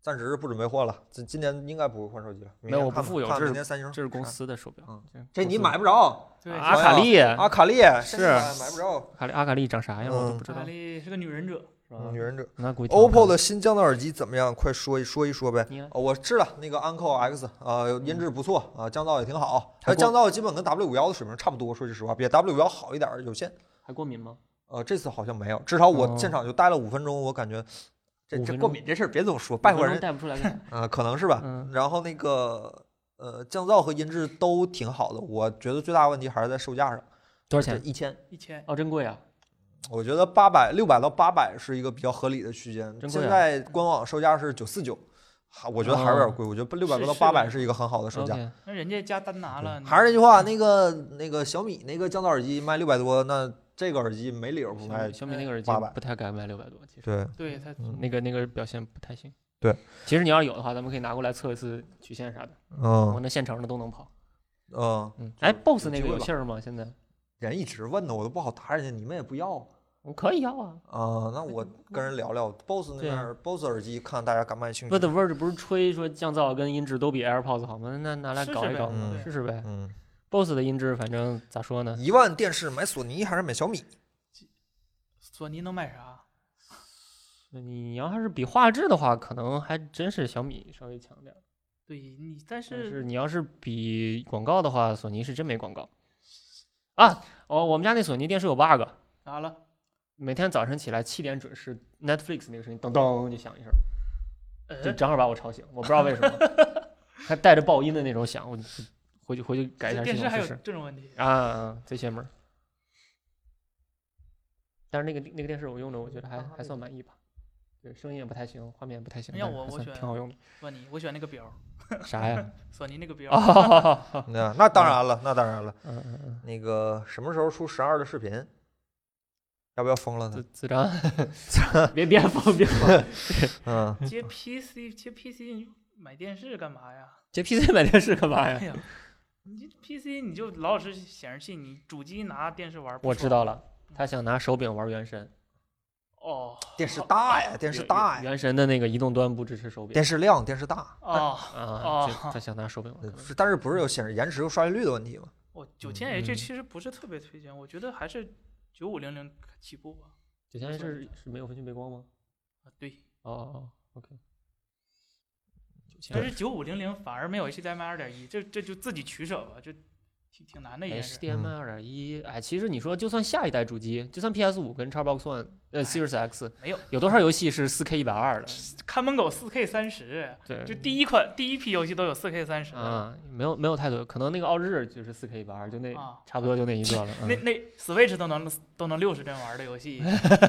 [SPEAKER 1] 暂时不准备换了。今今年应该不会换手机了。明
[SPEAKER 4] 没有
[SPEAKER 1] 年
[SPEAKER 4] 我不
[SPEAKER 1] 看吧
[SPEAKER 4] 富有
[SPEAKER 1] 看
[SPEAKER 4] 这
[SPEAKER 1] 明
[SPEAKER 4] 是
[SPEAKER 1] 年三星。
[SPEAKER 4] 这是公司的手表
[SPEAKER 1] 嗯，这
[SPEAKER 4] 这公
[SPEAKER 1] 你
[SPEAKER 4] 司
[SPEAKER 1] 买不着
[SPEAKER 5] 对，
[SPEAKER 4] 阿卡丽，阿
[SPEAKER 1] 阿卡丽，
[SPEAKER 4] 啊是啊
[SPEAKER 1] 这买买不着。
[SPEAKER 4] 卡丽阿卡丽长啥样我都
[SPEAKER 1] 啊嗯
[SPEAKER 4] 不知道
[SPEAKER 5] 卡。丽是个女忍者，
[SPEAKER 4] 是吧
[SPEAKER 1] 女忍者
[SPEAKER 4] 那嗯估计挺好看
[SPEAKER 1] ，OPPO 的新降噪耳机怎么样？快说一说一说呗
[SPEAKER 4] 你呢。
[SPEAKER 1] 哦我试了那个 Uncle X，呃，音质不错啊，降噪也挺好。
[SPEAKER 4] 还
[SPEAKER 1] 它
[SPEAKER 4] 过
[SPEAKER 1] 降噪基本跟 W 五幺的水平差不多，说句实话，比 W 五幺好一点儿，有限。
[SPEAKER 4] 还过敏吗？
[SPEAKER 1] 呃，这次好像没有，至少我现
[SPEAKER 4] 哦
[SPEAKER 1] 场就待了五分钟，我感觉这
[SPEAKER 4] 五
[SPEAKER 1] 这
[SPEAKER 4] 分
[SPEAKER 1] 过
[SPEAKER 4] 钟
[SPEAKER 1] 敏这事儿别总说，拜
[SPEAKER 4] 我
[SPEAKER 1] 托
[SPEAKER 4] 都
[SPEAKER 1] 人
[SPEAKER 4] 带不 出来个啥。
[SPEAKER 1] 呃，可能是吧。
[SPEAKER 4] 嗯
[SPEAKER 1] 然后那个呃，降噪和音质都挺好的，我觉得最大问题还是在售价上，
[SPEAKER 4] 多少 钱？
[SPEAKER 1] 一千。
[SPEAKER 5] 一千，
[SPEAKER 4] 哦，真贵啊！
[SPEAKER 1] 我觉得八百六百到八百是一个比较合理的区间。
[SPEAKER 4] 真贵
[SPEAKER 1] 现
[SPEAKER 4] 啊
[SPEAKER 1] 在官网售价是九四九，还我觉得还是有
[SPEAKER 4] 哦
[SPEAKER 1] 点贵。我觉得六百多到
[SPEAKER 5] 是是
[SPEAKER 1] 八百是一个很好的售价。嗯
[SPEAKER 4] OK，
[SPEAKER 5] 那人家加单拿了，
[SPEAKER 1] 还是那句话，那个那个小米那个降噪耳机卖六百多，那这个耳机没理由不
[SPEAKER 4] 小
[SPEAKER 1] 卖
[SPEAKER 4] 米。小米那个耳机
[SPEAKER 1] 800
[SPEAKER 4] 不太敢卖六百多，其实。
[SPEAKER 1] 对，
[SPEAKER 5] 对他
[SPEAKER 1] 嗯
[SPEAKER 4] 那个那个表现不太行。
[SPEAKER 1] 对，
[SPEAKER 4] 其实你要是有的话，咱们可以拿过来测一次曲线啥的，我
[SPEAKER 1] 嗯
[SPEAKER 4] 那现成的都能跑。
[SPEAKER 1] 嗯，
[SPEAKER 4] 嗯，
[SPEAKER 1] 就
[SPEAKER 4] 哎
[SPEAKER 1] 是
[SPEAKER 4] ，BOSS
[SPEAKER 1] 有
[SPEAKER 4] 那
[SPEAKER 1] 机
[SPEAKER 4] 个
[SPEAKER 1] 会
[SPEAKER 4] 有
[SPEAKER 1] 吧
[SPEAKER 4] 信儿吗？现在
[SPEAKER 1] 人一直问的，我都不好答人家，你们也不要
[SPEAKER 4] 我可以要啊。
[SPEAKER 1] 啊、那我跟人聊聊 BOSS 那
[SPEAKER 4] 对
[SPEAKER 1] 边
[SPEAKER 4] 啊
[SPEAKER 1] 儿 BOSS 耳机，看大家感不感兴
[SPEAKER 4] 不
[SPEAKER 1] 趣。
[SPEAKER 4] ，The Verge 不是吹说降噪跟音质都比 AirPods 好吗？那拿来
[SPEAKER 5] 试
[SPEAKER 4] 搞
[SPEAKER 5] 试
[SPEAKER 4] 一
[SPEAKER 5] 呗
[SPEAKER 4] 搞嘛，
[SPEAKER 1] 嗯
[SPEAKER 4] 试试呗。
[SPEAKER 1] 嗯，
[SPEAKER 4] BOSS 的音质反正咋说呢？
[SPEAKER 1] 一万电视买索尼还是买小米？
[SPEAKER 5] 索尼能买啥？
[SPEAKER 4] 你要是比画质的话，可能还真是小米稍微强点儿。
[SPEAKER 5] 对你，但
[SPEAKER 4] 但是
[SPEAKER 5] 是
[SPEAKER 4] 你要是比广告的话，索尼是真没广告。啊，哦，我们家那索尼电视有 bug，
[SPEAKER 5] 咋了？
[SPEAKER 4] 每天早晨起来七点准时，Netflix 那个声音噔噔就响一声。就
[SPEAKER 5] 呃，
[SPEAKER 4] 正好把我吵醒，我不知道为什么， 还带着爆音的那种响，我就回去回去改一下
[SPEAKER 5] 这电
[SPEAKER 4] 系
[SPEAKER 5] 视
[SPEAKER 4] 统
[SPEAKER 5] 还有
[SPEAKER 4] 试试
[SPEAKER 5] 这种问题？
[SPEAKER 4] 啊，贼邪门儿。但是那个那个电视我用的，我觉得还
[SPEAKER 5] 啊
[SPEAKER 4] 还算满意吧。对，声音也不太行，画面也不太行，
[SPEAKER 5] 那
[SPEAKER 4] 但
[SPEAKER 5] 要
[SPEAKER 4] 是
[SPEAKER 5] 我
[SPEAKER 4] 还
[SPEAKER 5] 我
[SPEAKER 4] 算
[SPEAKER 5] 选
[SPEAKER 4] 挺好 用的。
[SPEAKER 5] 问你，我选那个表，
[SPEAKER 4] 啥呀？
[SPEAKER 5] 索尼那个表，
[SPEAKER 4] 哦，
[SPEAKER 1] 那那当然了，那当然了。
[SPEAKER 4] 嗯嗯嗯，
[SPEAKER 1] 那个什么时候出十二的视频？要不要疯了
[SPEAKER 4] 子
[SPEAKER 1] 呢？
[SPEAKER 4] 子章，别别 疯，别疯。
[SPEAKER 1] 嗯，
[SPEAKER 5] 接 PC 接 PC 买电视干嘛呀？
[SPEAKER 4] 这 PC 买电视干嘛
[SPEAKER 5] 哎
[SPEAKER 4] 呀？
[SPEAKER 5] 呀，你 PC 你就老老实实显示器，你主机拿电视玩不
[SPEAKER 4] 我知
[SPEAKER 5] 爽
[SPEAKER 4] 道了，他想拿手柄玩原神，
[SPEAKER 5] 哦
[SPEAKER 1] 电视大呀，电视大
[SPEAKER 5] 哎
[SPEAKER 1] 呀，
[SPEAKER 4] 原神的那个移动端不支持手柄
[SPEAKER 1] 电视亮，电视大。
[SPEAKER 5] 哦，
[SPEAKER 4] 啊，
[SPEAKER 5] 哦
[SPEAKER 4] 就他想拿手柄玩可能。
[SPEAKER 1] 但是不是有显示延迟和刷新率的问 题吗？
[SPEAKER 5] 我九千 H
[SPEAKER 4] 嗯
[SPEAKER 5] 其实不是特别推荐，我觉得还是九五零零起步吧。
[SPEAKER 4] 九千
[SPEAKER 5] 不错
[SPEAKER 4] 是是没有分区背光吗？
[SPEAKER 5] 啊，对，
[SPEAKER 4] 哦哦哦，OK。九千
[SPEAKER 5] 但是九五零零反而没有 HDMI 二点一，这这就自己取舍吧，这挺
[SPEAKER 4] 哎
[SPEAKER 5] 挺难的一件事。
[SPEAKER 4] HDMI 二点一，哎，其实你说就算下一代主机，就算 PS 五跟 Xbox One，呃，Series X，
[SPEAKER 5] 哎没有
[SPEAKER 4] 有多少游戏是四 K 一百二的？
[SPEAKER 5] 看门狗四 K 三十，
[SPEAKER 4] 对，
[SPEAKER 5] 就第一款第一批游戏都有四 K 三十的。
[SPEAKER 4] 啊，没有没有太多，可能那个奥日就是四 K 一百二，就那、
[SPEAKER 5] 啊
[SPEAKER 4] 差不多就那一个了。
[SPEAKER 5] 那
[SPEAKER 4] 嗯、
[SPEAKER 5] 那 Switch 都能都能六十帧玩的 游戏，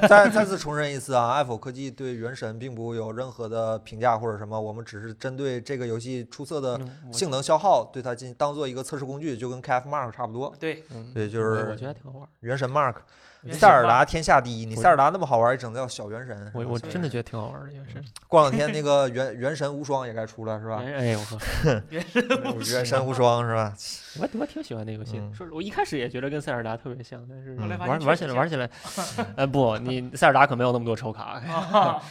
[SPEAKER 1] 再再次重申一次啊，Apple 科技对《原神》并不有任何的评价或者什么，我们只是针对这个游戏出色的
[SPEAKER 4] 嗯我
[SPEAKER 1] 性能消耗，对它进行当做一个测试工具，就跟 KF Mark 差不多。
[SPEAKER 5] 对，
[SPEAKER 4] 嗯
[SPEAKER 1] 对，就
[SPEAKER 4] 我我
[SPEAKER 1] 是
[SPEAKER 4] 觉得还挺好玩儿，
[SPEAKER 1] 原神 Mark，
[SPEAKER 5] 原
[SPEAKER 1] 塞
[SPEAKER 5] 神
[SPEAKER 1] 尔
[SPEAKER 5] 吧
[SPEAKER 1] 达天下第一。你
[SPEAKER 4] 我
[SPEAKER 1] 塞尔达那么好玩，也整叫小原神。
[SPEAKER 4] 我
[SPEAKER 1] 是吧
[SPEAKER 4] 我
[SPEAKER 5] 所以
[SPEAKER 4] 真的觉得挺好玩儿的，原神。
[SPEAKER 1] 过两 天那个原原神无双也该出嗯了是吧？
[SPEAKER 4] 原哎，我啊靠，
[SPEAKER 1] 原神无双是吧？
[SPEAKER 4] 我我挺喜欢那游戏的。
[SPEAKER 1] 嗯
[SPEAKER 4] 说实我一开始也觉得跟塞尔达特别像，但是
[SPEAKER 1] 后来
[SPEAKER 4] 玩
[SPEAKER 5] 发
[SPEAKER 4] 玩起
[SPEAKER 5] 现确实
[SPEAKER 4] 来玩起来， 哎不，你塞尔达可没有那么多抽卡，
[SPEAKER 5] 啊，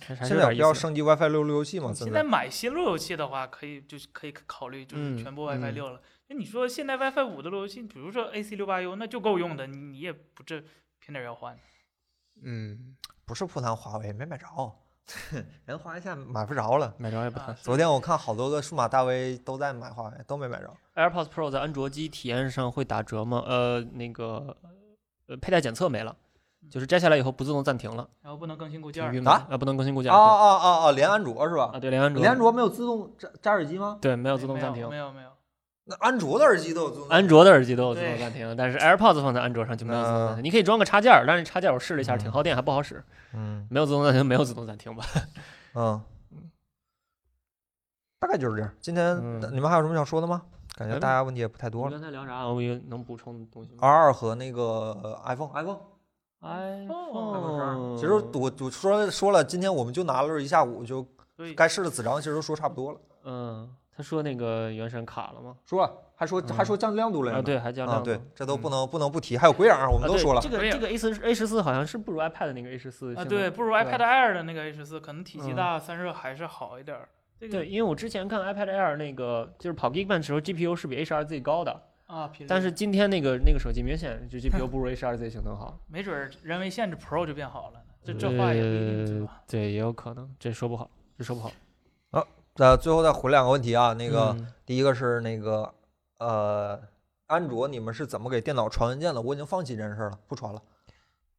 [SPEAKER 4] 还是还是
[SPEAKER 1] 现在
[SPEAKER 4] 有
[SPEAKER 1] 有
[SPEAKER 4] 点
[SPEAKER 1] 必
[SPEAKER 4] 意
[SPEAKER 1] 要
[SPEAKER 4] 思的。
[SPEAKER 1] 升级 WiFi 六六游戏吗？
[SPEAKER 5] 现
[SPEAKER 1] 现
[SPEAKER 5] 在
[SPEAKER 1] 在
[SPEAKER 5] 买新路由器的话，可以就是可以考虑就是
[SPEAKER 4] 嗯
[SPEAKER 5] 全部 WiFi
[SPEAKER 4] 嗯
[SPEAKER 5] 六了。那、你说现在 WiFi 五的路由器，比如说 AC 六八 U，那就够用的，你你也不这偏点儿要换。
[SPEAKER 4] 嗯，
[SPEAKER 1] 不是破谈华为，没买着，人华为现在买不着了。
[SPEAKER 4] 买着也不
[SPEAKER 5] 啊
[SPEAKER 4] 贪。
[SPEAKER 1] 昨天我看好多个数码大 V 都在买华为，都没买着。
[SPEAKER 4] AirPods Pro 在安卓机体验上会打折吗？呃，那个呃，佩戴检测没了，
[SPEAKER 5] 嗯
[SPEAKER 4] 就是摘下来以后不自动暂停了，
[SPEAKER 5] 然后不能更新固件
[SPEAKER 4] 挺
[SPEAKER 5] 儿，
[SPEAKER 4] 郁闷的。
[SPEAKER 1] 啊
[SPEAKER 4] 啊，不能更新固件
[SPEAKER 1] 哦
[SPEAKER 4] 儿。对
[SPEAKER 1] 哦哦哦，连安卓是吧
[SPEAKER 4] 啊，？对，连安卓，
[SPEAKER 1] 连安卓没有自动摘摘耳机吗？
[SPEAKER 4] 对，没有
[SPEAKER 5] 没
[SPEAKER 4] 自动
[SPEAKER 5] 哎没
[SPEAKER 4] 暂
[SPEAKER 5] 有
[SPEAKER 4] 停
[SPEAKER 5] 没。有没有，
[SPEAKER 1] 那安卓的耳机都有自动。
[SPEAKER 4] 安卓的耳机都有自
[SPEAKER 5] 对
[SPEAKER 4] 动暂停，但是 AirPods 放在安卓上就没有自动
[SPEAKER 1] 嗯
[SPEAKER 4] 暂停。你可以装个插件儿，但是插件儿我试了一下，
[SPEAKER 1] 嗯
[SPEAKER 4] 挺耗电，还不好使。
[SPEAKER 1] 嗯
[SPEAKER 4] 没有自动暂停，没有自动暂停吧？
[SPEAKER 1] 嗯，大概就是这样。今天
[SPEAKER 4] 嗯
[SPEAKER 1] 你们还有什么想说的吗？感觉
[SPEAKER 4] 没
[SPEAKER 1] 大家问题也不太
[SPEAKER 4] 我
[SPEAKER 1] 多
[SPEAKER 4] 们
[SPEAKER 1] 了
[SPEAKER 4] 刚。才聊啥？我有能补充的东西吗
[SPEAKER 1] R 二和那个 iPhone，iPhone，
[SPEAKER 4] ？iPhone，
[SPEAKER 1] 其实我我说说了，今天我们就拿了一下午，就
[SPEAKER 5] 对，
[SPEAKER 1] 该试的子章其实都说差不多了。
[SPEAKER 4] 嗯，他说那个原神卡了吗？
[SPEAKER 1] 说了，还说还说降亮度了
[SPEAKER 4] 啊，
[SPEAKER 1] 呢。
[SPEAKER 4] 对，还加
[SPEAKER 1] 啊，
[SPEAKER 4] 量。
[SPEAKER 1] 对，这都不
[SPEAKER 4] 嗯
[SPEAKER 1] 能不能不提。还有鬼影儿，我
[SPEAKER 4] 啊
[SPEAKER 1] 们都
[SPEAKER 4] 对
[SPEAKER 1] 说了
[SPEAKER 4] 这。个这个 A 四 A 十四好像是不如 iPad 那个 A 十四
[SPEAKER 5] 啊对，不如
[SPEAKER 4] 对
[SPEAKER 5] iPad Air 的那个 H 四，可能体积
[SPEAKER 4] 嗯
[SPEAKER 5] 大，散热还是好一点儿。这个
[SPEAKER 4] 对，因为我之前看 iPad Air 那个就是跑 Geekbench 的时候，GPU 是比 A12Z 高的，
[SPEAKER 5] 啊，频率
[SPEAKER 4] 但是今天那个那个手机明显 就 GPU 不如 A12Z 性能好。
[SPEAKER 5] 没准儿人为限制 Pro 就变好了呢，
[SPEAKER 4] 呃
[SPEAKER 5] 这这话也不一定是吧？
[SPEAKER 4] 对，也有可能，这说不好，这说不好。
[SPEAKER 1] 呃，最后再回两个问题啊，那
[SPEAKER 4] 那
[SPEAKER 1] 个第一个是那个呃，安卓你们是怎么给电脑传文件的？我已经放弃这件事儿了，不传了，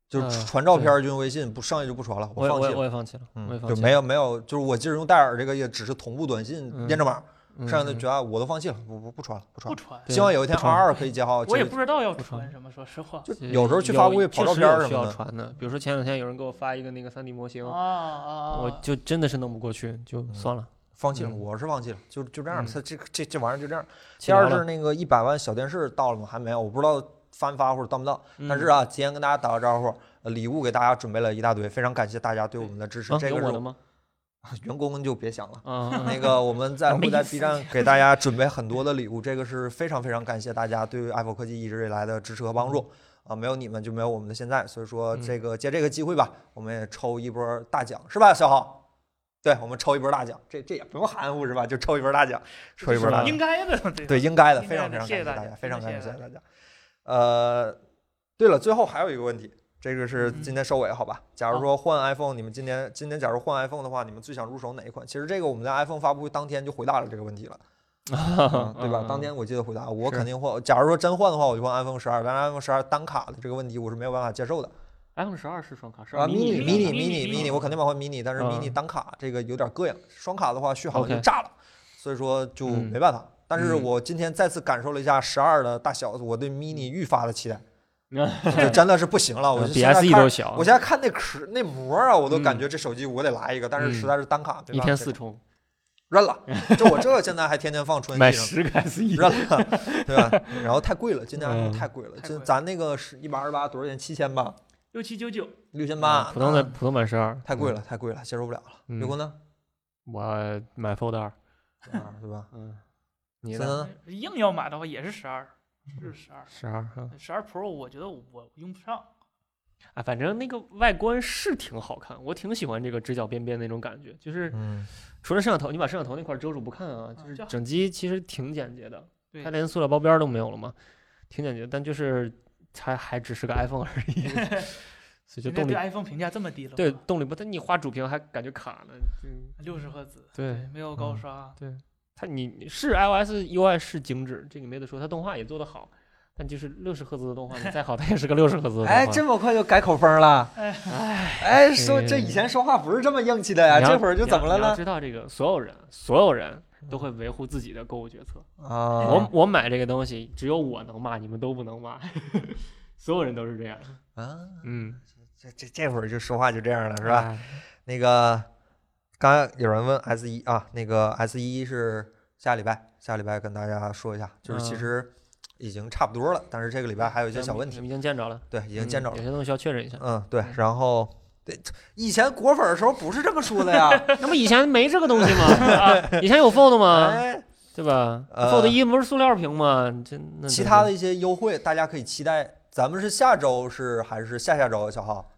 [SPEAKER 1] 就是
[SPEAKER 4] 呃
[SPEAKER 1] 传照
[SPEAKER 4] 对
[SPEAKER 1] 片儿就用微信，不剩下就不传了，
[SPEAKER 4] 我也
[SPEAKER 1] 放
[SPEAKER 4] 我
[SPEAKER 1] 弃
[SPEAKER 4] 也
[SPEAKER 1] 了。
[SPEAKER 4] 我也放弃了，我也
[SPEAKER 1] 嗯，
[SPEAKER 4] 放
[SPEAKER 1] 就
[SPEAKER 4] 弃
[SPEAKER 1] 没有没有，就是我即使用戴尔这个，也只是同步短信、
[SPEAKER 4] 嗯
[SPEAKER 1] 验证码，
[SPEAKER 4] 嗯
[SPEAKER 1] 剩下的
[SPEAKER 4] 嗯
[SPEAKER 1] 绝大我都放弃了，不不不传了，不传
[SPEAKER 5] 不
[SPEAKER 1] 了。
[SPEAKER 5] 传，
[SPEAKER 4] 对
[SPEAKER 1] 希望有一天
[SPEAKER 4] 不传
[SPEAKER 1] R 二可以接好。
[SPEAKER 5] 我也
[SPEAKER 1] 其实
[SPEAKER 5] 不知道要
[SPEAKER 4] 不传
[SPEAKER 5] 传什么，说实话。
[SPEAKER 1] 就有时候去发布会跑
[SPEAKER 4] 确
[SPEAKER 1] 照
[SPEAKER 4] 实
[SPEAKER 1] 片
[SPEAKER 4] 有
[SPEAKER 1] 儿什
[SPEAKER 4] 需
[SPEAKER 1] 么
[SPEAKER 4] 要
[SPEAKER 1] 的。
[SPEAKER 4] 传的，比如说前两天有人给我发一个那个 3D 模型，
[SPEAKER 5] 啊啊啊！
[SPEAKER 4] 我就真的是弄不过去，就
[SPEAKER 1] 嗯
[SPEAKER 4] 算了。
[SPEAKER 1] 放弃了，
[SPEAKER 4] 嗯
[SPEAKER 1] 我是放弃了，就就这样，
[SPEAKER 4] 嗯
[SPEAKER 1] 它这这这玩意儿就这样。
[SPEAKER 4] 气
[SPEAKER 1] 第二
[SPEAKER 4] 疗
[SPEAKER 1] 是
[SPEAKER 4] 了，
[SPEAKER 1] 那个一百万小电视到了吗？还没有，我不知道翻发或者到不到。但是
[SPEAKER 4] 啊，
[SPEAKER 1] 啊，提前跟大家打个招呼，呃礼物给大家准备了一大堆，非常感谢大家对我们的支持。这
[SPEAKER 4] 啊有
[SPEAKER 1] 个是
[SPEAKER 4] 我的
[SPEAKER 1] 我
[SPEAKER 4] 吗？
[SPEAKER 1] 员工就别想了。
[SPEAKER 4] 啊啊，啊
[SPEAKER 1] 那 个，我们在
[SPEAKER 4] 没
[SPEAKER 1] 会在
[SPEAKER 4] 意
[SPEAKER 1] B 站给大家准备很多的礼物，这个是非常非常感谢大家对 Apple 科技一直以来的支持和帮助啊！没有你们就没有我们的现在，所以说这个借这个机会吧，我们也抽一波大奖，是吧，小好？对，我们抽一波大奖，这这也不用含糊是吧？就抽一波大奖，抽一波
[SPEAKER 4] 是
[SPEAKER 1] 大
[SPEAKER 4] 吧
[SPEAKER 1] 奖
[SPEAKER 5] 啊应，该的，对
[SPEAKER 1] 对，应该的，
[SPEAKER 5] 应
[SPEAKER 1] 非常非常
[SPEAKER 5] 该的
[SPEAKER 1] 感
[SPEAKER 5] 谢谢
[SPEAKER 1] 大
[SPEAKER 5] 大
[SPEAKER 1] 家，
[SPEAKER 5] 家
[SPEAKER 1] 非常
[SPEAKER 5] 真的
[SPEAKER 1] 感
[SPEAKER 5] 谢
[SPEAKER 1] 谢
[SPEAKER 5] 谢
[SPEAKER 1] 大家。呃，对了，最后还有一个问题，这个是今天收尾，嗯好吧？假如说换 iPhone，你们今年今年假如换 iPhone 的话，你们最想入手哪一款？其实这个我们在 iPhone 发布会当天就回答了这个问题 了，嗯对吧？当天我记得回答，我
[SPEAKER 4] 是
[SPEAKER 1] 肯定换。假如说真换的话，我就换 iPhone 十二，但是 iPhone 十二单卡的这个问题我是没有办法接受的。
[SPEAKER 4] iPhone 十二是双卡，
[SPEAKER 1] 啊，mini mini
[SPEAKER 5] mini-
[SPEAKER 1] mini
[SPEAKER 5] mini-
[SPEAKER 1] mini，我肯定买换 mini，但是
[SPEAKER 4] 嗯
[SPEAKER 1] mini 单卡这个有点膈应，双卡的话续航就
[SPEAKER 4] OK
[SPEAKER 1] 炸了，所以说就
[SPEAKER 4] 嗯
[SPEAKER 1] 没办法。但是
[SPEAKER 4] 嗯
[SPEAKER 1] 我今天再次感受了一下十二的大小，我对 mini 愈发的期待。就真的是不行了。我就
[SPEAKER 4] 啊嗯比
[SPEAKER 1] 现在
[SPEAKER 4] SE
[SPEAKER 1] 看
[SPEAKER 4] 都小，
[SPEAKER 1] 我现在看那壳那膜啊，我都感
[SPEAKER 4] 嗯
[SPEAKER 1] 觉这手机我得来一个，但是
[SPEAKER 4] 嗯
[SPEAKER 1] 实在啊是单卡，对
[SPEAKER 4] 一
[SPEAKER 1] 吧？
[SPEAKER 4] 天
[SPEAKER 1] 这
[SPEAKER 4] 四充，
[SPEAKER 1] 扔了，就我这现在还天天放春
[SPEAKER 4] 买
[SPEAKER 1] 熙呢
[SPEAKER 4] 十个 E SE，
[SPEAKER 1] 扔了，对吧？然后太贵了，今年 iPhone
[SPEAKER 4] 嗯
[SPEAKER 1] 太贵了，
[SPEAKER 5] 太
[SPEAKER 1] 今
[SPEAKER 5] 贵
[SPEAKER 1] 咱那个是一百二十八多少钱？七千吧，
[SPEAKER 5] 六七九九，
[SPEAKER 1] 六千八，
[SPEAKER 4] 嗯普通的
[SPEAKER 1] 啊
[SPEAKER 4] 普通版十二，
[SPEAKER 1] 太贵了，太贵了，接受不了了。
[SPEAKER 4] 嗯。
[SPEAKER 1] 刘工呢？
[SPEAKER 4] 我买 Fold 二，
[SPEAKER 1] 啊，对吧？
[SPEAKER 4] 嗯，你
[SPEAKER 1] 森
[SPEAKER 4] 呢？
[SPEAKER 1] 森呢？
[SPEAKER 5] 呃硬要买的话也是十二，是十二。
[SPEAKER 4] 十二，嗯
[SPEAKER 5] 十二 Pro 我觉得我用不上，
[SPEAKER 4] 啊，反正那个外观是挺好看，我挺喜欢这个直角边边那种感觉，就是
[SPEAKER 1] 嗯，
[SPEAKER 4] 除了摄像头，你把摄像头那块遮住不看啊，就
[SPEAKER 5] 啊
[SPEAKER 4] 是
[SPEAKER 5] 这样
[SPEAKER 4] 整机其实挺简洁的，
[SPEAKER 5] 对
[SPEAKER 4] 它连塑料包边儿都没有了嘛，挺简洁，但就是它还只是个 iPhone 而 已，所以就
[SPEAKER 5] 现在
[SPEAKER 4] 动力
[SPEAKER 5] 对 iPhone 评价这么低了，
[SPEAKER 4] 对，动力不，但你画主屏还感觉卡呢，嗯
[SPEAKER 5] 六十赫兹，
[SPEAKER 4] 对，嗯
[SPEAKER 5] 没有高刷，啊
[SPEAKER 4] 对它你你是 iOS UI 是精致，这个没得说，它动画也做得好，但就是六十赫兹的动画，你再好它也是个六十赫兹的动画。
[SPEAKER 1] 哎，这么快就改口风了？
[SPEAKER 5] 哎
[SPEAKER 1] 哎，说这以前说话不是这么硬气的哎呀，
[SPEAKER 4] 你要
[SPEAKER 1] 这会儿就怎么了
[SPEAKER 4] 你要你要
[SPEAKER 1] 呢？
[SPEAKER 4] 知道这个，所有人，所有人都会维护自己的购物决策。我
[SPEAKER 1] 啊
[SPEAKER 4] 我买这个东西，只有我能骂，你们都不能骂。 所有人都是这样，
[SPEAKER 1] 啊，
[SPEAKER 4] 嗯，
[SPEAKER 1] 这这这会儿就说话就这样了，是
[SPEAKER 4] 是
[SPEAKER 1] 吧？？那个，刚刚有人问 S 一啊，那个 S 一是下礼拜，下礼拜跟大家说一下，就是其
[SPEAKER 4] 嗯
[SPEAKER 1] 实已经差不多了，但是这个礼拜还有一些小问
[SPEAKER 4] 我
[SPEAKER 1] 题，
[SPEAKER 4] 们已经见着了，
[SPEAKER 1] 对，已
[SPEAKER 4] 已
[SPEAKER 1] 经见着了
[SPEAKER 4] 有。些东西需要确 认一下。
[SPEAKER 1] 嗯，对，然后对，以前果粉的时候不是这么说的呀，
[SPEAKER 4] 那么以前没这个东西吗？ 啊以前有 Fold 吗？
[SPEAKER 1] 哎，
[SPEAKER 4] 对吧
[SPEAKER 1] 呃
[SPEAKER 4] ？Fold 一不是塑料屏吗？这那
[SPEAKER 1] 其他
[SPEAKER 4] 那
[SPEAKER 1] 的一些优惠大家可以期待。咱们是下周是还是下下周啊，小浩？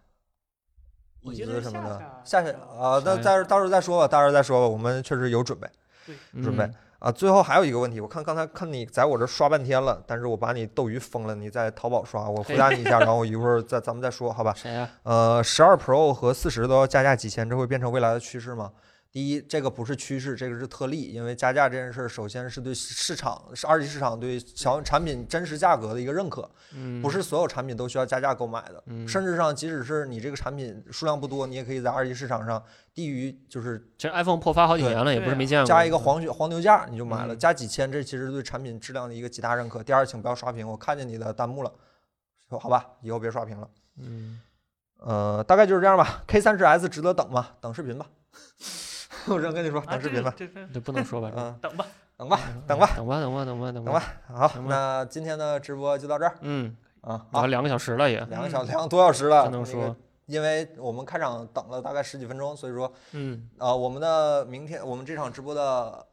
[SPEAKER 5] 我
[SPEAKER 1] 椅
[SPEAKER 5] 觉
[SPEAKER 1] 子
[SPEAKER 5] 得
[SPEAKER 1] 什么
[SPEAKER 5] 下
[SPEAKER 1] 的，下
[SPEAKER 5] 下
[SPEAKER 1] 下
[SPEAKER 5] 周
[SPEAKER 1] 啊，那
[SPEAKER 4] 啥呀
[SPEAKER 1] 到时候到时候再说吧，到时候再说吧，我们确实有准备。准备
[SPEAKER 4] 嗯
[SPEAKER 1] 啊，最后还有一个问题，我看刚才看你在我这刷半天了，但是我把你斗鱼封了，你在淘宝刷，我回答你一下，然后一会儿再咱们再说，好吧？
[SPEAKER 4] 谁啊呀？
[SPEAKER 1] 呃，十二 Pro 和四十都要加价几千，这会变成未来的趋势吗？第一，这个不是趋势，这个是特例，因为加价这件事儿，首先是对市场是二级市场对小产品真实价格的一个认可，
[SPEAKER 4] 嗯，
[SPEAKER 1] 不是所有产品都需要加价购买的，
[SPEAKER 4] 嗯
[SPEAKER 1] 甚至上即使是你这个产品数量不多，你也可以在二级市场上低于就是
[SPEAKER 4] 这 iPhone 破发好几
[SPEAKER 1] 对
[SPEAKER 4] 年了，也
[SPEAKER 5] 对
[SPEAKER 4] 不是
[SPEAKER 5] 啊
[SPEAKER 4] 没见过。
[SPEAKER 1] 加一个黄血黄牛价你就买了，
[SPEAKER 4] 嗯
[SPEAKER 1] 加几千，这其实对产品质量的一个极大认可。第二，请不要刷屏，我看见你的弹幕了，说好吧，以后别刷屏了。
[SPEAKER 4] 嗯，
[SPEAKER 1] 呃，大概就是这样吧。K 3 0 S 值得等吗？等视频吧。 我这样跟你说，
[SPEAKER 5] 啊，
[SPEAKER 1] 等视
[SPEAKER 5] 这
[SPEAKER 1] 频
[SPEAKER 5] 个
[SPEAKER 1] 吧。
[SPEAKER 5] 这个
[SPEAKER 4] 这不能说吧？
[SPEAKER 1] 嗯，
[SPEAKER 5] 等吧，
[SPEAKER 1] 等吧， 等吧，
[SPEAKER 4] 等吧，等吧，等吧，
[SPEAKER 1] 等
[SPEAKER 4] 等吧。
[SPEAKER 1] 吧。好，
[SPEAKER 4] 啊行吧
[SPEAKER 1] 那今天的直播就到这儿
[SPEAKER 4] 嗯，
[SPEAKER 1] 啊。
[SPEAKER 4] 然
[SPEAKER 1] 好
[SPEAKER 4] 后，两个小时了也，
[SPEAKER 1] 两个小两个多小时了，
[SPEAKER 4] 嗯不能
[SPEAKER 1] 那个
[SPEAKER 4] 说。
[SPEAKER 1] 因为我们开场等了大概十几分钟，所以说
[SPEAKER 4] 嗯，
[SPEAKER 1] 呃，我们的明天我们这场直播的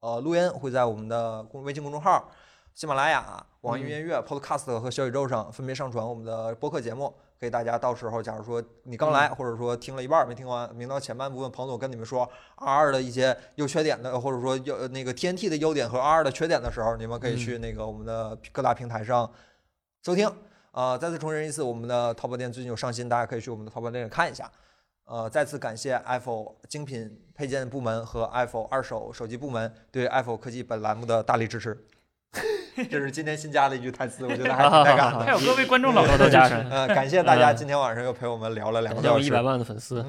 [SPEAKER 1] 呃录音会在我们的公微信公众号、喜马拉雅、网易云音乐、Podcast 和小宇宙上分别上传我们的播客节目，给大家到时候，假如说你刚来，或者说听了一半儿没听完，明到前半部分，彭总跟你们说 R 二的一些优缺点的，或者说优呃那个 TNT 的优点和 R 二的缺点的时候，你们可以
[SPEAKER 4] 嗯
[SPEAKER 1] 去那个我们的各大平台上收听。呃，再次重申一次，我们的淘宝店最近有上新，大家可以去我们的淘宝店里看一下。呃，再次感谢 Apple 精品配件部门和 Apple 二手手机部门对 Apple 科技本栏目的大力支持。这是今天新加的一句台词，我觉得还挺带 感
[SPEAKER 5] 还
[SPEAKER 1] 的。
[SPEAKER 5] 有各位观众老
[SPEAKER 4] 多
[SPEAKER 5] 师
[SPEAKER 4] 多 加上，
[SPEAKER 1] 呃，感谢大家今天晚上又陪我们聊了两个
[SPEAKER 4] 感谢
[SPEAKER 1] 多小
[SPEAKER 4] 我嗯们一百
[SPEAKER 1] 时。
[SPEAKER 4] 万的 粉丝。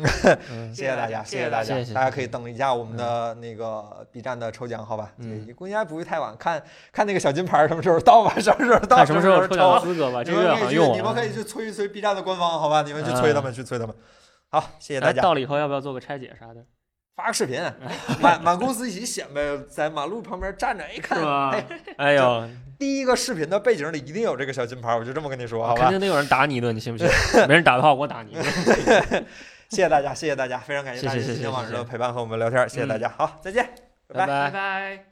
[SPEAKER 4] 嗯
[SPEAKER 1] 谢谢大家，
[SPEAKER 5] 谢
[SPEAKER 1] 谢
[SPEAKER 5] 谢
[SPEAKER 1] 大
[SPEAKER 5] 大
[SPEAKER 1] 家
[SPEAKER 5] 家
[SPEAKER 4] 谢谢，嗯
[SPEAKER 1] 大家可以等一下我们的那个 B 站的抽奖，好吧？也估计应该不会太晚，看看那个小金牌什么时候到吧，什么时候到，
[SPEAKER 4] 看什么时候抽
[SPEAKER 1] 抽
[SPEAKER 4] 奖资格吧，
[SPEAKER 1] 你
[SPEAKER 4] 啊这
[SPEAKER 1] 们
[SPEAKER 4] 个月
[SPEAKER 1] 可
[SPEAKER 4] 好像
[SPEAKER 1] 以去，
[SPEAKER 4] 用
[SPEAKER 1] 你们
[SPEAKER 4] 完
[SPEAKER 1] 可以去催一催 B 站的官方，好吧？你们去催他们，去催他们。好，谢谢大
[SPEAKER 4] 哎
[SPEAKER 1] 家。
[SPEAKER 4] 到哎了以后要不要做个拆解啥的？
[SPEAKER 1] 发个视频，啊满满公司一起显摆，在马路旁边站着，哎， 看
[SPEAKER 4] 是吗
[SPEAKER 1] 哎，
[SPEAKER 4] 哎呦，
[SPEAKER 1] 第一个视频的背景里一定有这个小金牌，我就这么跟你说，好
[SPEAKER 4] 肯
[SPEAKER 1] 吧？
[SPEAKER 4] 定得有人打你一顿，你信 不信？没人打的话，我打你。
[SPEAKER 1] 谢谢大家，谢谢大家，非常感谢大家
[SPEAKER 4] 谢谢谢谢嗯
[SPEAKER 1] 今天晚上
[SPEAKER 4] 谢
[SPEAKER 1] 的
[SPEAKER 4] 谢
[SPEAKER 1] 陪伴和我们聊天，谢谢大家，好，再见，拜
[SPEAKER 4] 拜
[SPEAKER 1] 拜。
[SPEAKER 5] 拜
[SPEAKER 4] 拜。
[SPEAKER 5] 拜。